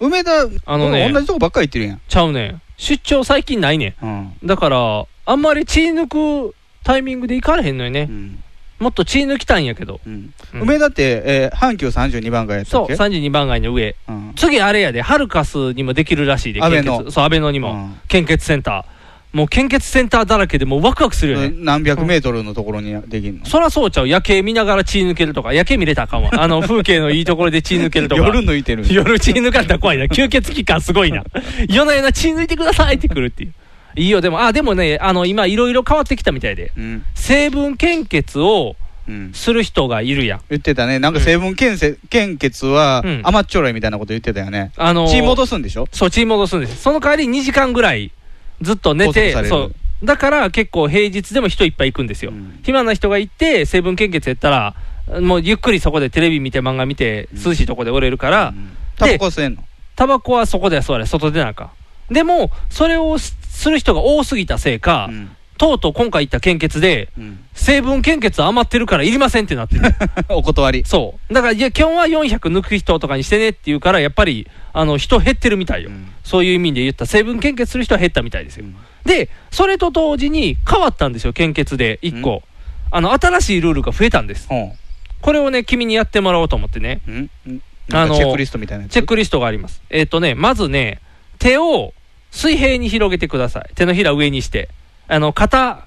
Speaker 4: 梅田
Speaker 2: あのね
Speaker 4: 同じとこばっかり行ってるやん、
Speaker 2: ちゃうねん出張最近ないね
Speaker 4: うん
Speaker 2: んだからあんまり血抜くタイミングで行かれへんのよね
Speaker 4: う、ん
Speaker 2: もっと血抜きたいんやけど
Speaker 4: うん
Speaker 2: うん
Speaker 4: 梅田って、えー阪急32番街やった
Speaker 2: そ
Speaker 4: っ
Speaker 2: う
Speaker 4: け
Speaker 2: 32番街の上
Speaker 4: うん
Speaker 2: 次あれやでハルカスにもできるらしいで
Speaker 4: アベ
Speaker 2: 献
Speaker 4: ノ
Speaker 2: 血そうアベノにも、
Speaker 4: うん
Speaker 2: 献血センターもう献血センターだらけでもうワクワクするよね、
Speaker 4: 何百メートルのところにできるの、
Speaker 2: そらそうちゃう夜景見ながら血抜けるとか夜景見れたらあかん
Speaker 4: (laughs)
Speaker 2: わあの風景のいいところで血抜けるとか
Speaker 4: 夜抜いてる
Speaker 2: 夜血抜かれたら怖いな吸血期間すごい
Speaker 4: (laughs)
Speaker 2: な夜な夜な血抜いてくださいってくるっていういいよでもあでもねあの今いろいろ変わってきたみたいで
Speaker 4: うん
Speaker 2: 成分献血を
Speaker 4: うん
Speaker 2: する人がいるやん
Speaker 4: 言ってたねなんか成分献血献血は
Speaker 2: うん
Speaker 4: 甘っちょろいみたいなこと言ってたよね、
Speaker 2: あのー
Speaker 4: 血戻すんでしょ
Speaker 2: そう、チーム戻すんです。その代わり2時間ぐらいずっと寝
Speaker 4: 拘束
Speaker 2: て
Speaker 4: され、る
Speaker 2: そう。だから結構平日でも人いっぱい行くんですよ。
Speaker 4: うん
Speaker 2: 暇な人が行って、成分献血やったら、もうゆっくりそこでテレビ見て漫画見て、涼しいとこで折れるから、
Speaker 4: タバコ吸えんの
Speaker 2: タバコはそこで座れ、外でなんか。でも、それをすする人が多すぎたせいか、
Speaker 4: うん
Speaker 2: とうとう今回行った献血で、
Speaker 4: うん、 (laughs)
Speaker 2: 成分献血余ってるからいりませんってなってる。
Speaker 4: お断り
Speaker 2: そう。だから、いや、今日は400抜く人とかにしてねって言うから、やっぱり、あの、人減ってるみたいよ。
Speaker 4: うん
Speaker 2: そういう意味で言ったら成分献血する人は減ったみたいですよ。で、それと同時に変わったんですよ、献血で、1個。あの、新しいルールが増えたんです。
Speaker 4: ほ
Speaker 2: これをね、君にやってもらおうと思ってね、
Speaker 4: ううんうんな
Speaker 2: あ
Speaker 4: ん
Speaker 2: の
Speaker 4: かチェックリストみたいなやつ
Speaker 2: チェックリストがあります。えっ、とね、まずね、手を水平に広げてください。手のひら上にして。あの、肩、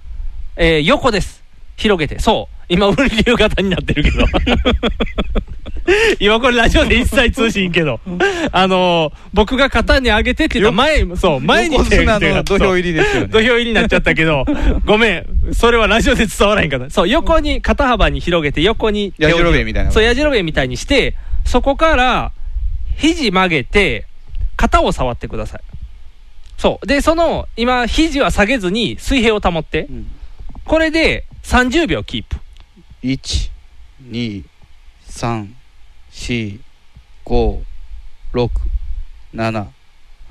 Speaker 2: えー横です。広げて。そう。今、ウルリュウ型になってるけど。 (laughs) 今これラジオで一切通信けど。あのー僕が肩に上げてって言ったら前、そう、前に
Speaker 4: 横
Speaker 2: 手を
Speaker 4: 綱
Speaker 2: 手
Speaker 4: の
Speaker 2: が
Speaker 4: 土俵入りですよね
Speaker 2: 土俵入りになっちゃったけど、ごめん。それはラジオで伝わらへんかった。そう、横に、肩幅に広げて、横に手を
Speaker 4: やじろべえみたいな
Speaker 2: そう、やじろべえみたいにして、そこから、肘曲げて、肩を触ってください。そう。で、その、今、肘は下げずに、水平を保って、
Speaker 4: うん
Speaker 2: これで30秒キープ。
Speaker 4: 1、2、3、4、5、6、7、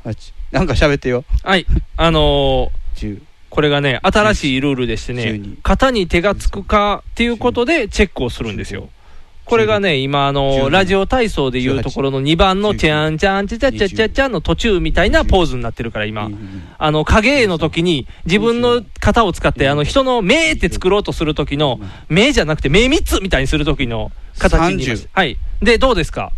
Speaker 4: 8。なんか喋ってよ。
Speaker 2: はい。あのー
Speaker 4: 10。
Speaker 2: これがね、新しいルールでしてね
Speaker 4: 12、
Speaker 2: 肩に手がつくかっていうことでチェックをするんですよ。これがね、今、あの、ラジオ体操でいうところの2番の、チャンチャンチャチャチャチャチャの途中みたいなポーズになってるから、今。あの、影絵の時に、自分の型を使って、あの、人の目って作ろうとする時の、目じゃなくて、目3つみたいにする時の形にいます
Speaker 4: 30。
Speaker 2: はい。で、どうですか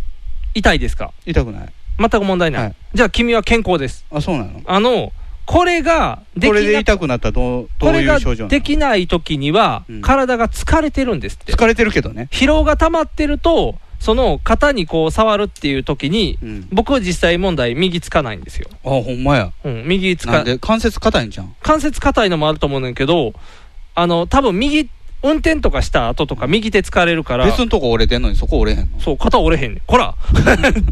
Speaker 2: 痛いですか
Speaker 4: 痛くない。
Speaker 2: 全く問題ない。じゃあ、君は健康です。
Speaker 4: あ、そうなの
Speaker 2: あの、これができ
Speaker 4: これで
Speaker 2: な
Speaker 4: 痛くなったらどうど
Speaker 2: こ
Speaker 4: う
Speaker 2: れ
Speaker 4: い
Speaker 2: が
Speaker 4: う症状なの
Speaker 2: できない時には、体が疲れてるんですって。
Speaker 4: 疲れてるけどね。
Speaker 2: 疲労が溜まってると、その肩にこう触るっていう時に、僕は実際問題、右つかないんですよ。
Speaker 4: あ、ほんまや。
Speaker 2: うん、右つ
Speaker 4: な
Speaker 2: か
Speaker 4: んで、関節硬いんじゃん。
Speaker 2: 関節硬いのもあると思うねんだけど、あの多分右、運転とかした後とか、右手疲れるから、
Speaker 4: 別のとこ折れてんのにそこ折れへんの。
Speaker 2: そう、肩折れへんねん。こら (laughs)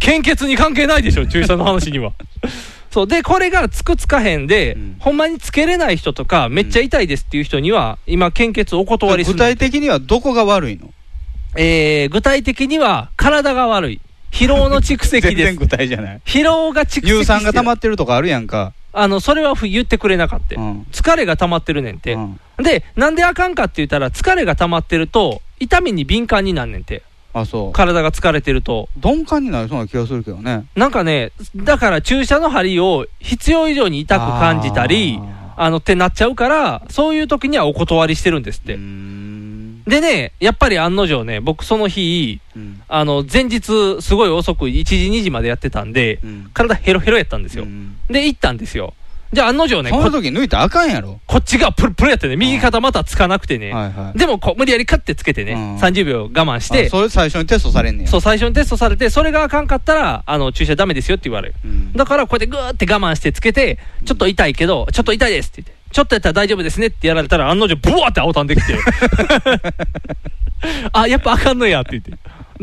Speaker 2: 献血に関係ないでしょ、注射の話に
Speaker 4: (laughs)
Speaker 2: は。そうでこれがつくつかへんで、ほんまにつけれない人とか、めっちゃ痛いですっていう人には、今、献血お断りする
Speaker 4: 具体的にはどこが悪いの
Speaker 2: えー具体的には体が悪い、疲労の蓄積で
Speaker 4: (laughs) 全然
Speaker 2: す、
Speaker 4: 具体じゃない。
Speaker 2: 疲労が蓄積してる
Speaker 4: 乳酸が溜まってるとかあるやんか。
Speaker 2: あのそれはふ言ってくれなかった、疲れが溜まってるねんて、で、なんであかんかって言ったら、疲れが溜まってると、痛みに敏感になんねんて、
Speaker 4: あ、そう。
Speaker 2: 体が疲れてると。
Speaker 4: 鈍感になりそうな気がするけどね。
Speaker 2: なんかね、だから注射の針を必要以上に痛く感じたり、あのってなっちゃうから、そういう時にはお断りしてるんですって。でね、やっぱり案の定ね、僕、その日、あの前日、すごい遅く、1時、2時までやってたんで、体ヘロヘロやったんですよ。で、行ったんですよ。じゃあ、案の定ね、
Speaker 4: その
Speaker 2: こ
Speaker 4: 時抜いたらあかんやろ。
Speaker 2: こっちがプルプルやってね、右肩またつかなくてね、でもこう無理やりカッてつけてね、30秒我慢して、
Speaker 4: あそれ最初にテストされんねや。
Speaker 2: そう最初にテストされて、それがあかんかったら、あの注射ダメですよって言われる、だからこうやってぐーって我慢してつけて、ちょっと痛いけど、ちょっと痛いですって言って、ちょっとやったら大丈夫ですねってやられたら、案の定、ブワーって青たんでき
Speaker 4: (laughs)
Speaker 2: て、あやっぱあかんのやって言って、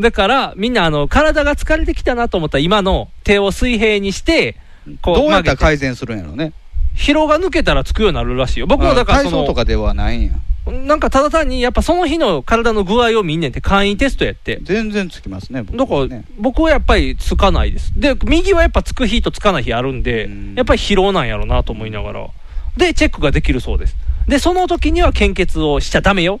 Speaker 2: だからみんなあの、体が疲れてきたなと思ったら、今の手を水平にして、こ
Speaker 4: どうやった
Speaker 2: 曲げ
Speaker 4: ら改
Speaker 2: て
Speaker 4: 善するんやろね。
Speaker 2: 疲労が抜けたらつくようになるらしいよ、僕もだから
Speaker 4: あ
Speaker 2: そ
Speaker 4: 体操
Speaker 2: の
Speaker 4: とかではないんや。
Speaker 2: なんかただ単に、やっぱその日の体の具合を見んねんって、簡易テストやって。
Speaker 4: 全然つきますね、
Speaker 2: だ
Speaker 4: 僕
Speaker 2: から、僕はやっぱりつかないです。で、右はやっぱつく日とつかない日あるんで、やっぱり疲労なんやろなと思いながら。で、チェックができるそうです。で、その時には献血をしちゃダメよ。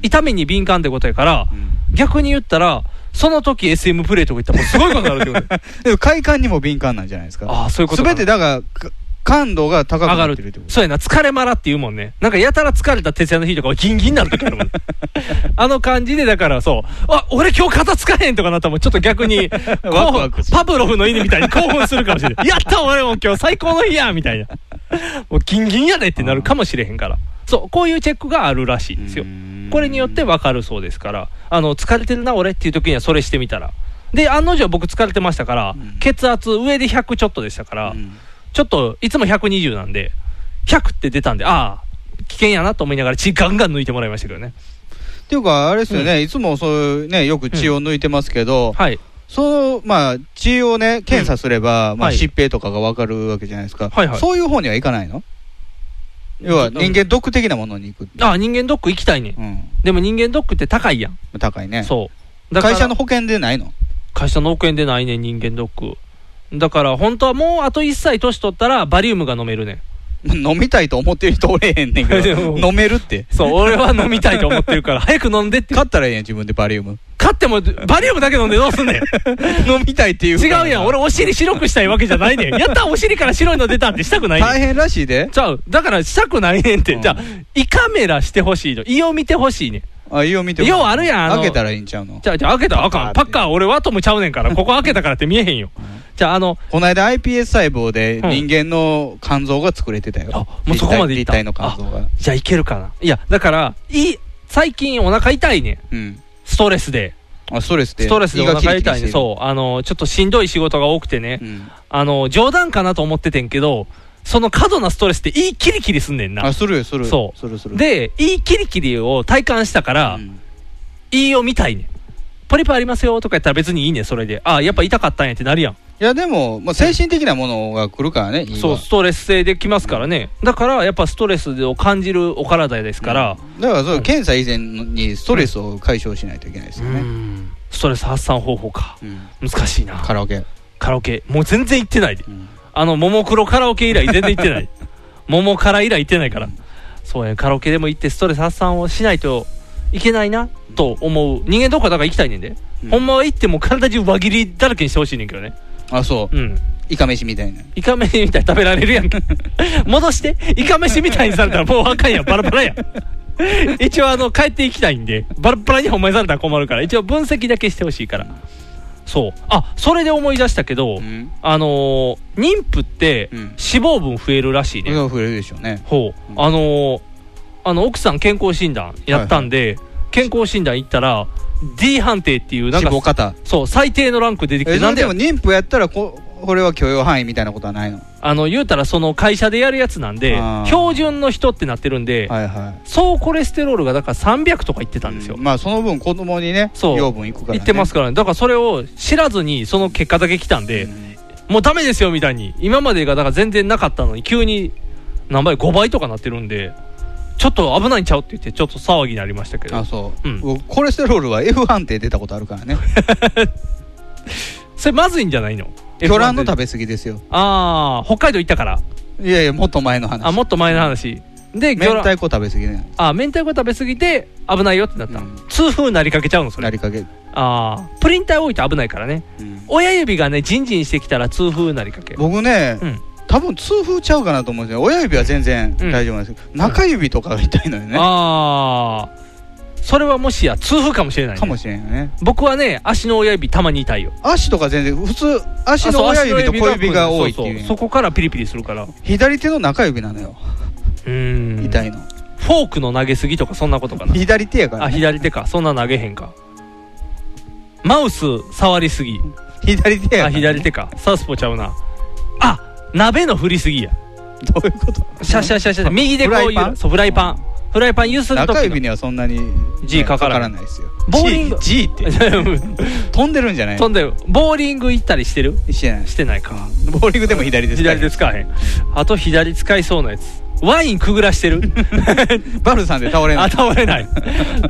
Speaker 2: 痛みに敏感ってことやから、逆に言ったら、その時 SM プレートがいったらもうすごいことになるってこと
Speaker 4: でも快感にも敏感なんじゃないですか。
Speaker 2: ああ、そういうこと
Speaker 4: す
Speaker 2: か
Speaker 4: べてだから、か感度が高
Speaker 2: 上
Speaker 4: く
Speaker 2: が
Speaker 4: な
Speaker 2: る
Speaker 4: ってるってこ
Speaker 2: そうやな、疲れまらって言うもんね。なんかやたら疲れた徹夜の日とかはギンギンになる時あ
Speaker 4: (laughs)
Speaker 2: るもんね。あの感じで、だからそう、あ俺今日肩疲れへんとかなったらもうちょっと逆に、こう
Speaker 4: (laughs) ワクワク
Speaker 2: パブロフの犬みたいに興奮するか
Speaker 4: (laughs)
Speaker 2: もしれない。やった俺もう今日最高の日やみたいな。もうギンギンやでってなるかもしれへんから。そう、こういうチェックがあるらしいんですよ。これによってわかるそうですから、あの、疲れてるな俺っていう時にはそれしてみたら。で、案の定僕疲れてましたから、血圧上で100ちょっとでしたから、ちょっといつも120なんで、100って出たんで、ああ、危険やなと思いながら血ガンガン抜いてもらいましたけどね。
Speaker 4: と。っていうか、あれですよね、
Speaker 2: う
Speaker 4: いつもそういうね、よく血を抜いてますけど、
Speaker 2: はい。
Speaker 4: その、まあ、血をね、検査すれば、まあ、
Speaker 2: はい
Speaker 4: 疾病とかがわかるわけじゃないですか。
Speaker 2: はいはい
Speaker 4: そういう方にはいかないの要は、人間ドック的なものに行く。
Speaker 2: ああ、人間ドック行きたいね。でも人間ドックって高いやん。
Speaker 4: 高いね。
Speaker 2: そう。だから
Speaker 4: 会社の保険でないの (laughs)
Speaker 2: 会社の保険でないねん人間ドック。だから本当はもうあと1歳年取ったらバリウムが飲めるねん。
Speaker 4: 飲みたいと思ってる人おれへんねんけ
Speaker 2: (laughs) で
Speaker 4: ど、
Speaker 2: も
Speaker 4: 飲めるって。
Speaker 2: そう、俺は飲みたいと思ってる (laughs) から、早く飲んでって。
Speaker 4: 勝ったらええやん、自分でバリウ
Speaker 2: (laughs)
Speaker 4: ム。
Speaker 2: 勝っても、バリウムだけ飲んでどうす (laughs) んねん。
Speaker 4: 飲みたいっていう。
Speaker 2: 違うやん、俺お尻白くしたいわけじゃないねん。やったお尻から白いの出たってしたくないねん
Speaker 4: 大変らしいで。
Speaker 2: ちゃう。だからしたくないねんって。じゃあ、胃カメラしてほしいの。胃を見てほしいねん。
Speaker 4: あ、胃を見て
Speaker 2: ようあるやんあの
Speaker 4: 開けたらいいんちゃうの
Speaker 2: じゃあ、じゃあ開けたらあかん。パッカー、俺ワトムちゃうねん
Speaker 4: (laughs)
Speaker 2: から、ここ開けたからって見えへんよ。じゃあ、あの、
Speaker 4: この間 iPS 細胞で人間の肝臓が作れてたよ。
Speaker 2: もうそこまでいっ
Speaker 4: 立
Speaker 2: た
Speaker 4: 体の肝臓が。
Speaker 2: じゃあいけるかな。いや、だから、胃、最近お腹痛いねん。
Speaker 4: うん。
Speaker 2: ストレスで。
Speaker 4: あ、ストレスで。
Speaker 2: ストレスでお腹痛いね。
Speaker 4: う。
Speaker 2: そう。あの、ちょっとしんどい仕事が多くてね。あの、冗談かなと思っててんけど、その過度なストレスって胃キリキリすんねんな
Speaker 4: あ、。するよ、する。
Speaker 2: そう
Speaker 4: するする。
Speaker 2: で、胃キリキリを体感したから、胃を見たいねん。ポリプありますよとか言ったら別にいいねんそれで。あ、やっぱ痛かったんやってなるやん。
Speaker 4: いや、でも、まあ、精神的なものが来るからね、胃は
Speaker 2: そう、ストレス性できますからね。だから、やっぱストレスを感じるお体ですから、
Speaker 4: だから、そう検査以前にストレスを解消しないといけないですよね。
Speaker 2: ストレス発散方法か。難しいな。
Speaker 4: カラオケ。
Speaker 2: カラオケ。もう全然行ってないで。あの、ももクロカラオケ以来全然行って (laughs) ない。ももから以来行ってないから。そうや、カラオケでも行ってストレス発散をしないといけないなと思う人間どこかだから行きたいねんで、ほんまは行っても体中輪切りだらけにしてほしいねんけどね
Speaker 4: あそう、イカ飯みたいな
Speaker 2: イカ飯みたいに食べられるやんけ戻してイカ飯みたいにされたらもうあかんやんバラバラやん一応あの帰っていきたいんでバラバラにお前されたら困るから一応分析だけしてほしいからそうあそれで思い出したけど、あのー妊婦って脂肪分増えるらしいね、
Speaker 4: 増えるでしょうね
Speaker 2: ほう、あのーあの奥さん健康診断やったんで、健康診断行ったら D 判定っていうなんか
Speaker 4: 脂肪型
Speaker 2: そう最低のランク出てき
Speaker 4: え
Speaker 2: て
Speaker 4: な
Speaker 2: なんん
Speaker 4: で
Speaker 2: で
Speaker 4: も妊婦やったらここれは許容範囲みたいなことはないの
Speaker 2: あの言うたらその会社でやるやつなんで
Speaker 4: あー
Speaker 2: 標準の人ってなってるんで、総コレステロールがだから300とか言ってたんですよ、
Speaker 4: まあその分子供にね
Speaker 2: そう
Speaker 4: 養分いくからね
Speaker 2: 言ってますからねだからそれを知らずにその結果だけ来たんで、もうダメですよみたいに今までがだから全然なかったのに急に何倍5倍とかなってるんでちょっと危ないんちゃうって言ってちょっと騒ぎになりましたけど
Speaker 4: あそう、僕コレステロールは F 判定出たことあるからね
Speaker 2: それまずいんじゃないの
Speaker 4: 魚卵の食べ過ぎですよ
Speaker 2: ああ北海道行ったから
Speaker 4: いやいやもっと前の話
Speaker 2: あもっと前の話で魚卵
Speaker 4: 明太子食べ過ぎね
Speaker 2: あ明太子食べ過ぎて危ないよってなった、痛風になりかけちゃうのそれな
Speaker 4: りかけ
Speaker 2: あープリン体多いと危ないからね、親指がねジンジンしてきたら痛風になりかけ
Speaker 4: 僕ね、多分痛風ちゃうかなと思うんですよ親指は全然大丈夫なんですけど、中指とかが痛いのよね、
Speaker 2: ああそれはもしや痛風かもしれない、ね、かも
Speaker 4: しれないね
Speaker 2: 僕はね足の親指たまに痛いよ
Speaker 4: 足とか全然普通足の親指と小指が多いってい
Speaker 2: そう
Speaker 4: う
Speaker 2: そうそこからピリピリするから
Speaker 4: 左手の中指なのよ
Speaker 2: うん
Speaker 4: 痛いの
Speaker 2: フォークの投げすぎとかそんなことかな
Speaker 4: 左手やから、
Speaker 2: あ左手かそんな投げへんかマウス触りすぎ
Speaker 4: 左手や
Speaker 2: あ左手かサウスポーちゃうなあ鍋の振りすぎや
Speaker 4: どういうこと
Speaker 2: シャシャシャシャ右でこう
Speaker 4: フライ
Speaker 2: い
Speaker 4: パ
Speaker 2: う
Speaker 4: ン
Speaker 2: そうフライパンフライパン揺すると
Speaker 4: 中指にはそんなに
Speaker 2: G かからん
Speaker 4: ないですよ
Speaker 2: ボーリング
Speaker 4: G, G って飛んでるんじゃない
Speaker 2: 飛んでるボーリング行ったりしてる
Speaker 4: してない
Speaker 2: してないか
Speaker 4: ボーリングでも左です
Speaker 2: 左で使わへんあと左使いそうなやつワインくぐら
Speaker 4: (laughs)
Speaker 2: してる
Speaker 4: バルさんで倒れない
Speaker 2: あ倒れ
Speaker 4: (laughs)
Speaker 2: ない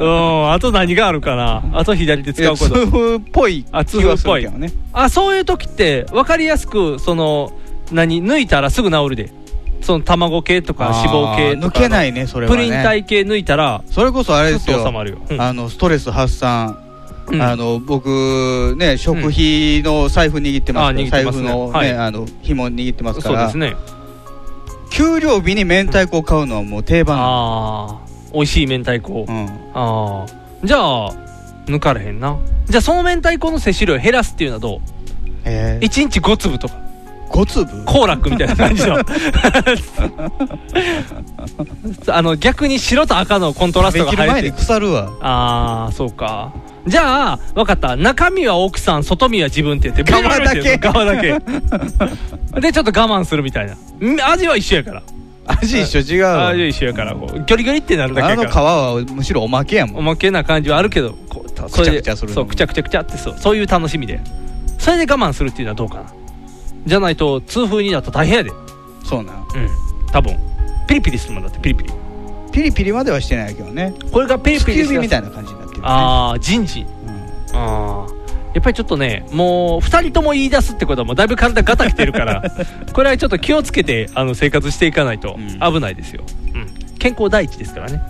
Speaker 2: うんあと何があるかなあと左手使うこと
Speaker 4: いや痛風っぽい
Speaker 2: あ痛
Speaker 4: 気
Speaker 2: 風
Speaker 4: は
Speaker 2: っ
Speaker 4: す
Speaker 2: ぽ
Speaker 4: る
Speaker 2: い
Speaker 4: けどね
Speaker 2: あそういう時って分かりやすくその何抜いたらすぐ治るでその卵系とか
Speaker 4: あー
Speaker 2: 脂肪系とかの
Speaker 4: 抜けないねそれはね
Speaker 2: プリン体系抜いたら
Speaker 4: それこそあれです
Speaker 2: ちょっ
Speaker 4: よ
Speaker 2: と収まるようん
Speaker 4: あのストレス発散、
Speaker 2: うん
Speaker 4: あの僕ね食費の財布握ってます
Speaker 2: あ
Speaker 4: けど、
Speaker 2: 握って
Speaker 4: 財
Speaker 2: ます
Speaker 4: 布
Speaker 2: ね
Speaker 4: のね、
Speaker 2: はい
Speaker 4: あの紐握ってますか
Speaker 2: そうで
Speaker 4: ら
Speaker 2: すね
Speaker 4: 給料日に明太子を買うのはもう定番、
Speaker 2: あー美味しい明太子、あーじゃあ抜かれへんなじゃあその明太子の摂取量減らすっていうのはどう
Speaker 4: え
Speaker 2: 1日5粒とか
Speaker 4: 5粒
Speaker 2: 好楽みたいな感じの (laughs) あの逆に白と赤のコントラストが
Speaker 4: 食べきる前
Speaker 2: 入
Speaker 4: に
Speaker 2: って
Speaker 4: 腐るわ
Speaker 2: ああそうかじゃあ分かった中身は奥さん外身は自分って言って
Speaker 4: 側だけ
Speaker 2: 側だけでちょっと我慢するみたいなん味は一緒やから
Speaker 4: 味一緒違うわ
Speaker 2: 味は一緒やからこうギョリギョリってなるだけ
Speaker 4: あ
Speaker 2: やか
Speaker 4: の
Speaker 2: ら
Speaker 4: 皮はむしろおまけやもん
Speaker 2: おまけな感じはあるけどこうたそれで
Speaker 4: くちゃくちゃするの
Speaker 2: そうくちゃくちゃくちゃってそうそういう楽しみでそれで我慢するっていうのはどうかなじゃないと痛風になったら大変やで
Speaker 4: そうなん
Speaker 2: うん多分ピリピリするもんだってピリピリ
Speaker 4: ピリピリまではしてないけどね
Speaker 2: これがピリピリ
Speaker 4: 突き指みたいな感じになってる
Speaker 2: ああ人事、ああやっぱりちょっとねもう2人とも言い出すってことはもうだいぶ体ガタきてるから
Speaker 4: (laughs)
Speaker 2: これはちょっと気をつけてあの生活していかないと危ないですよ、うん、健康第一ですからね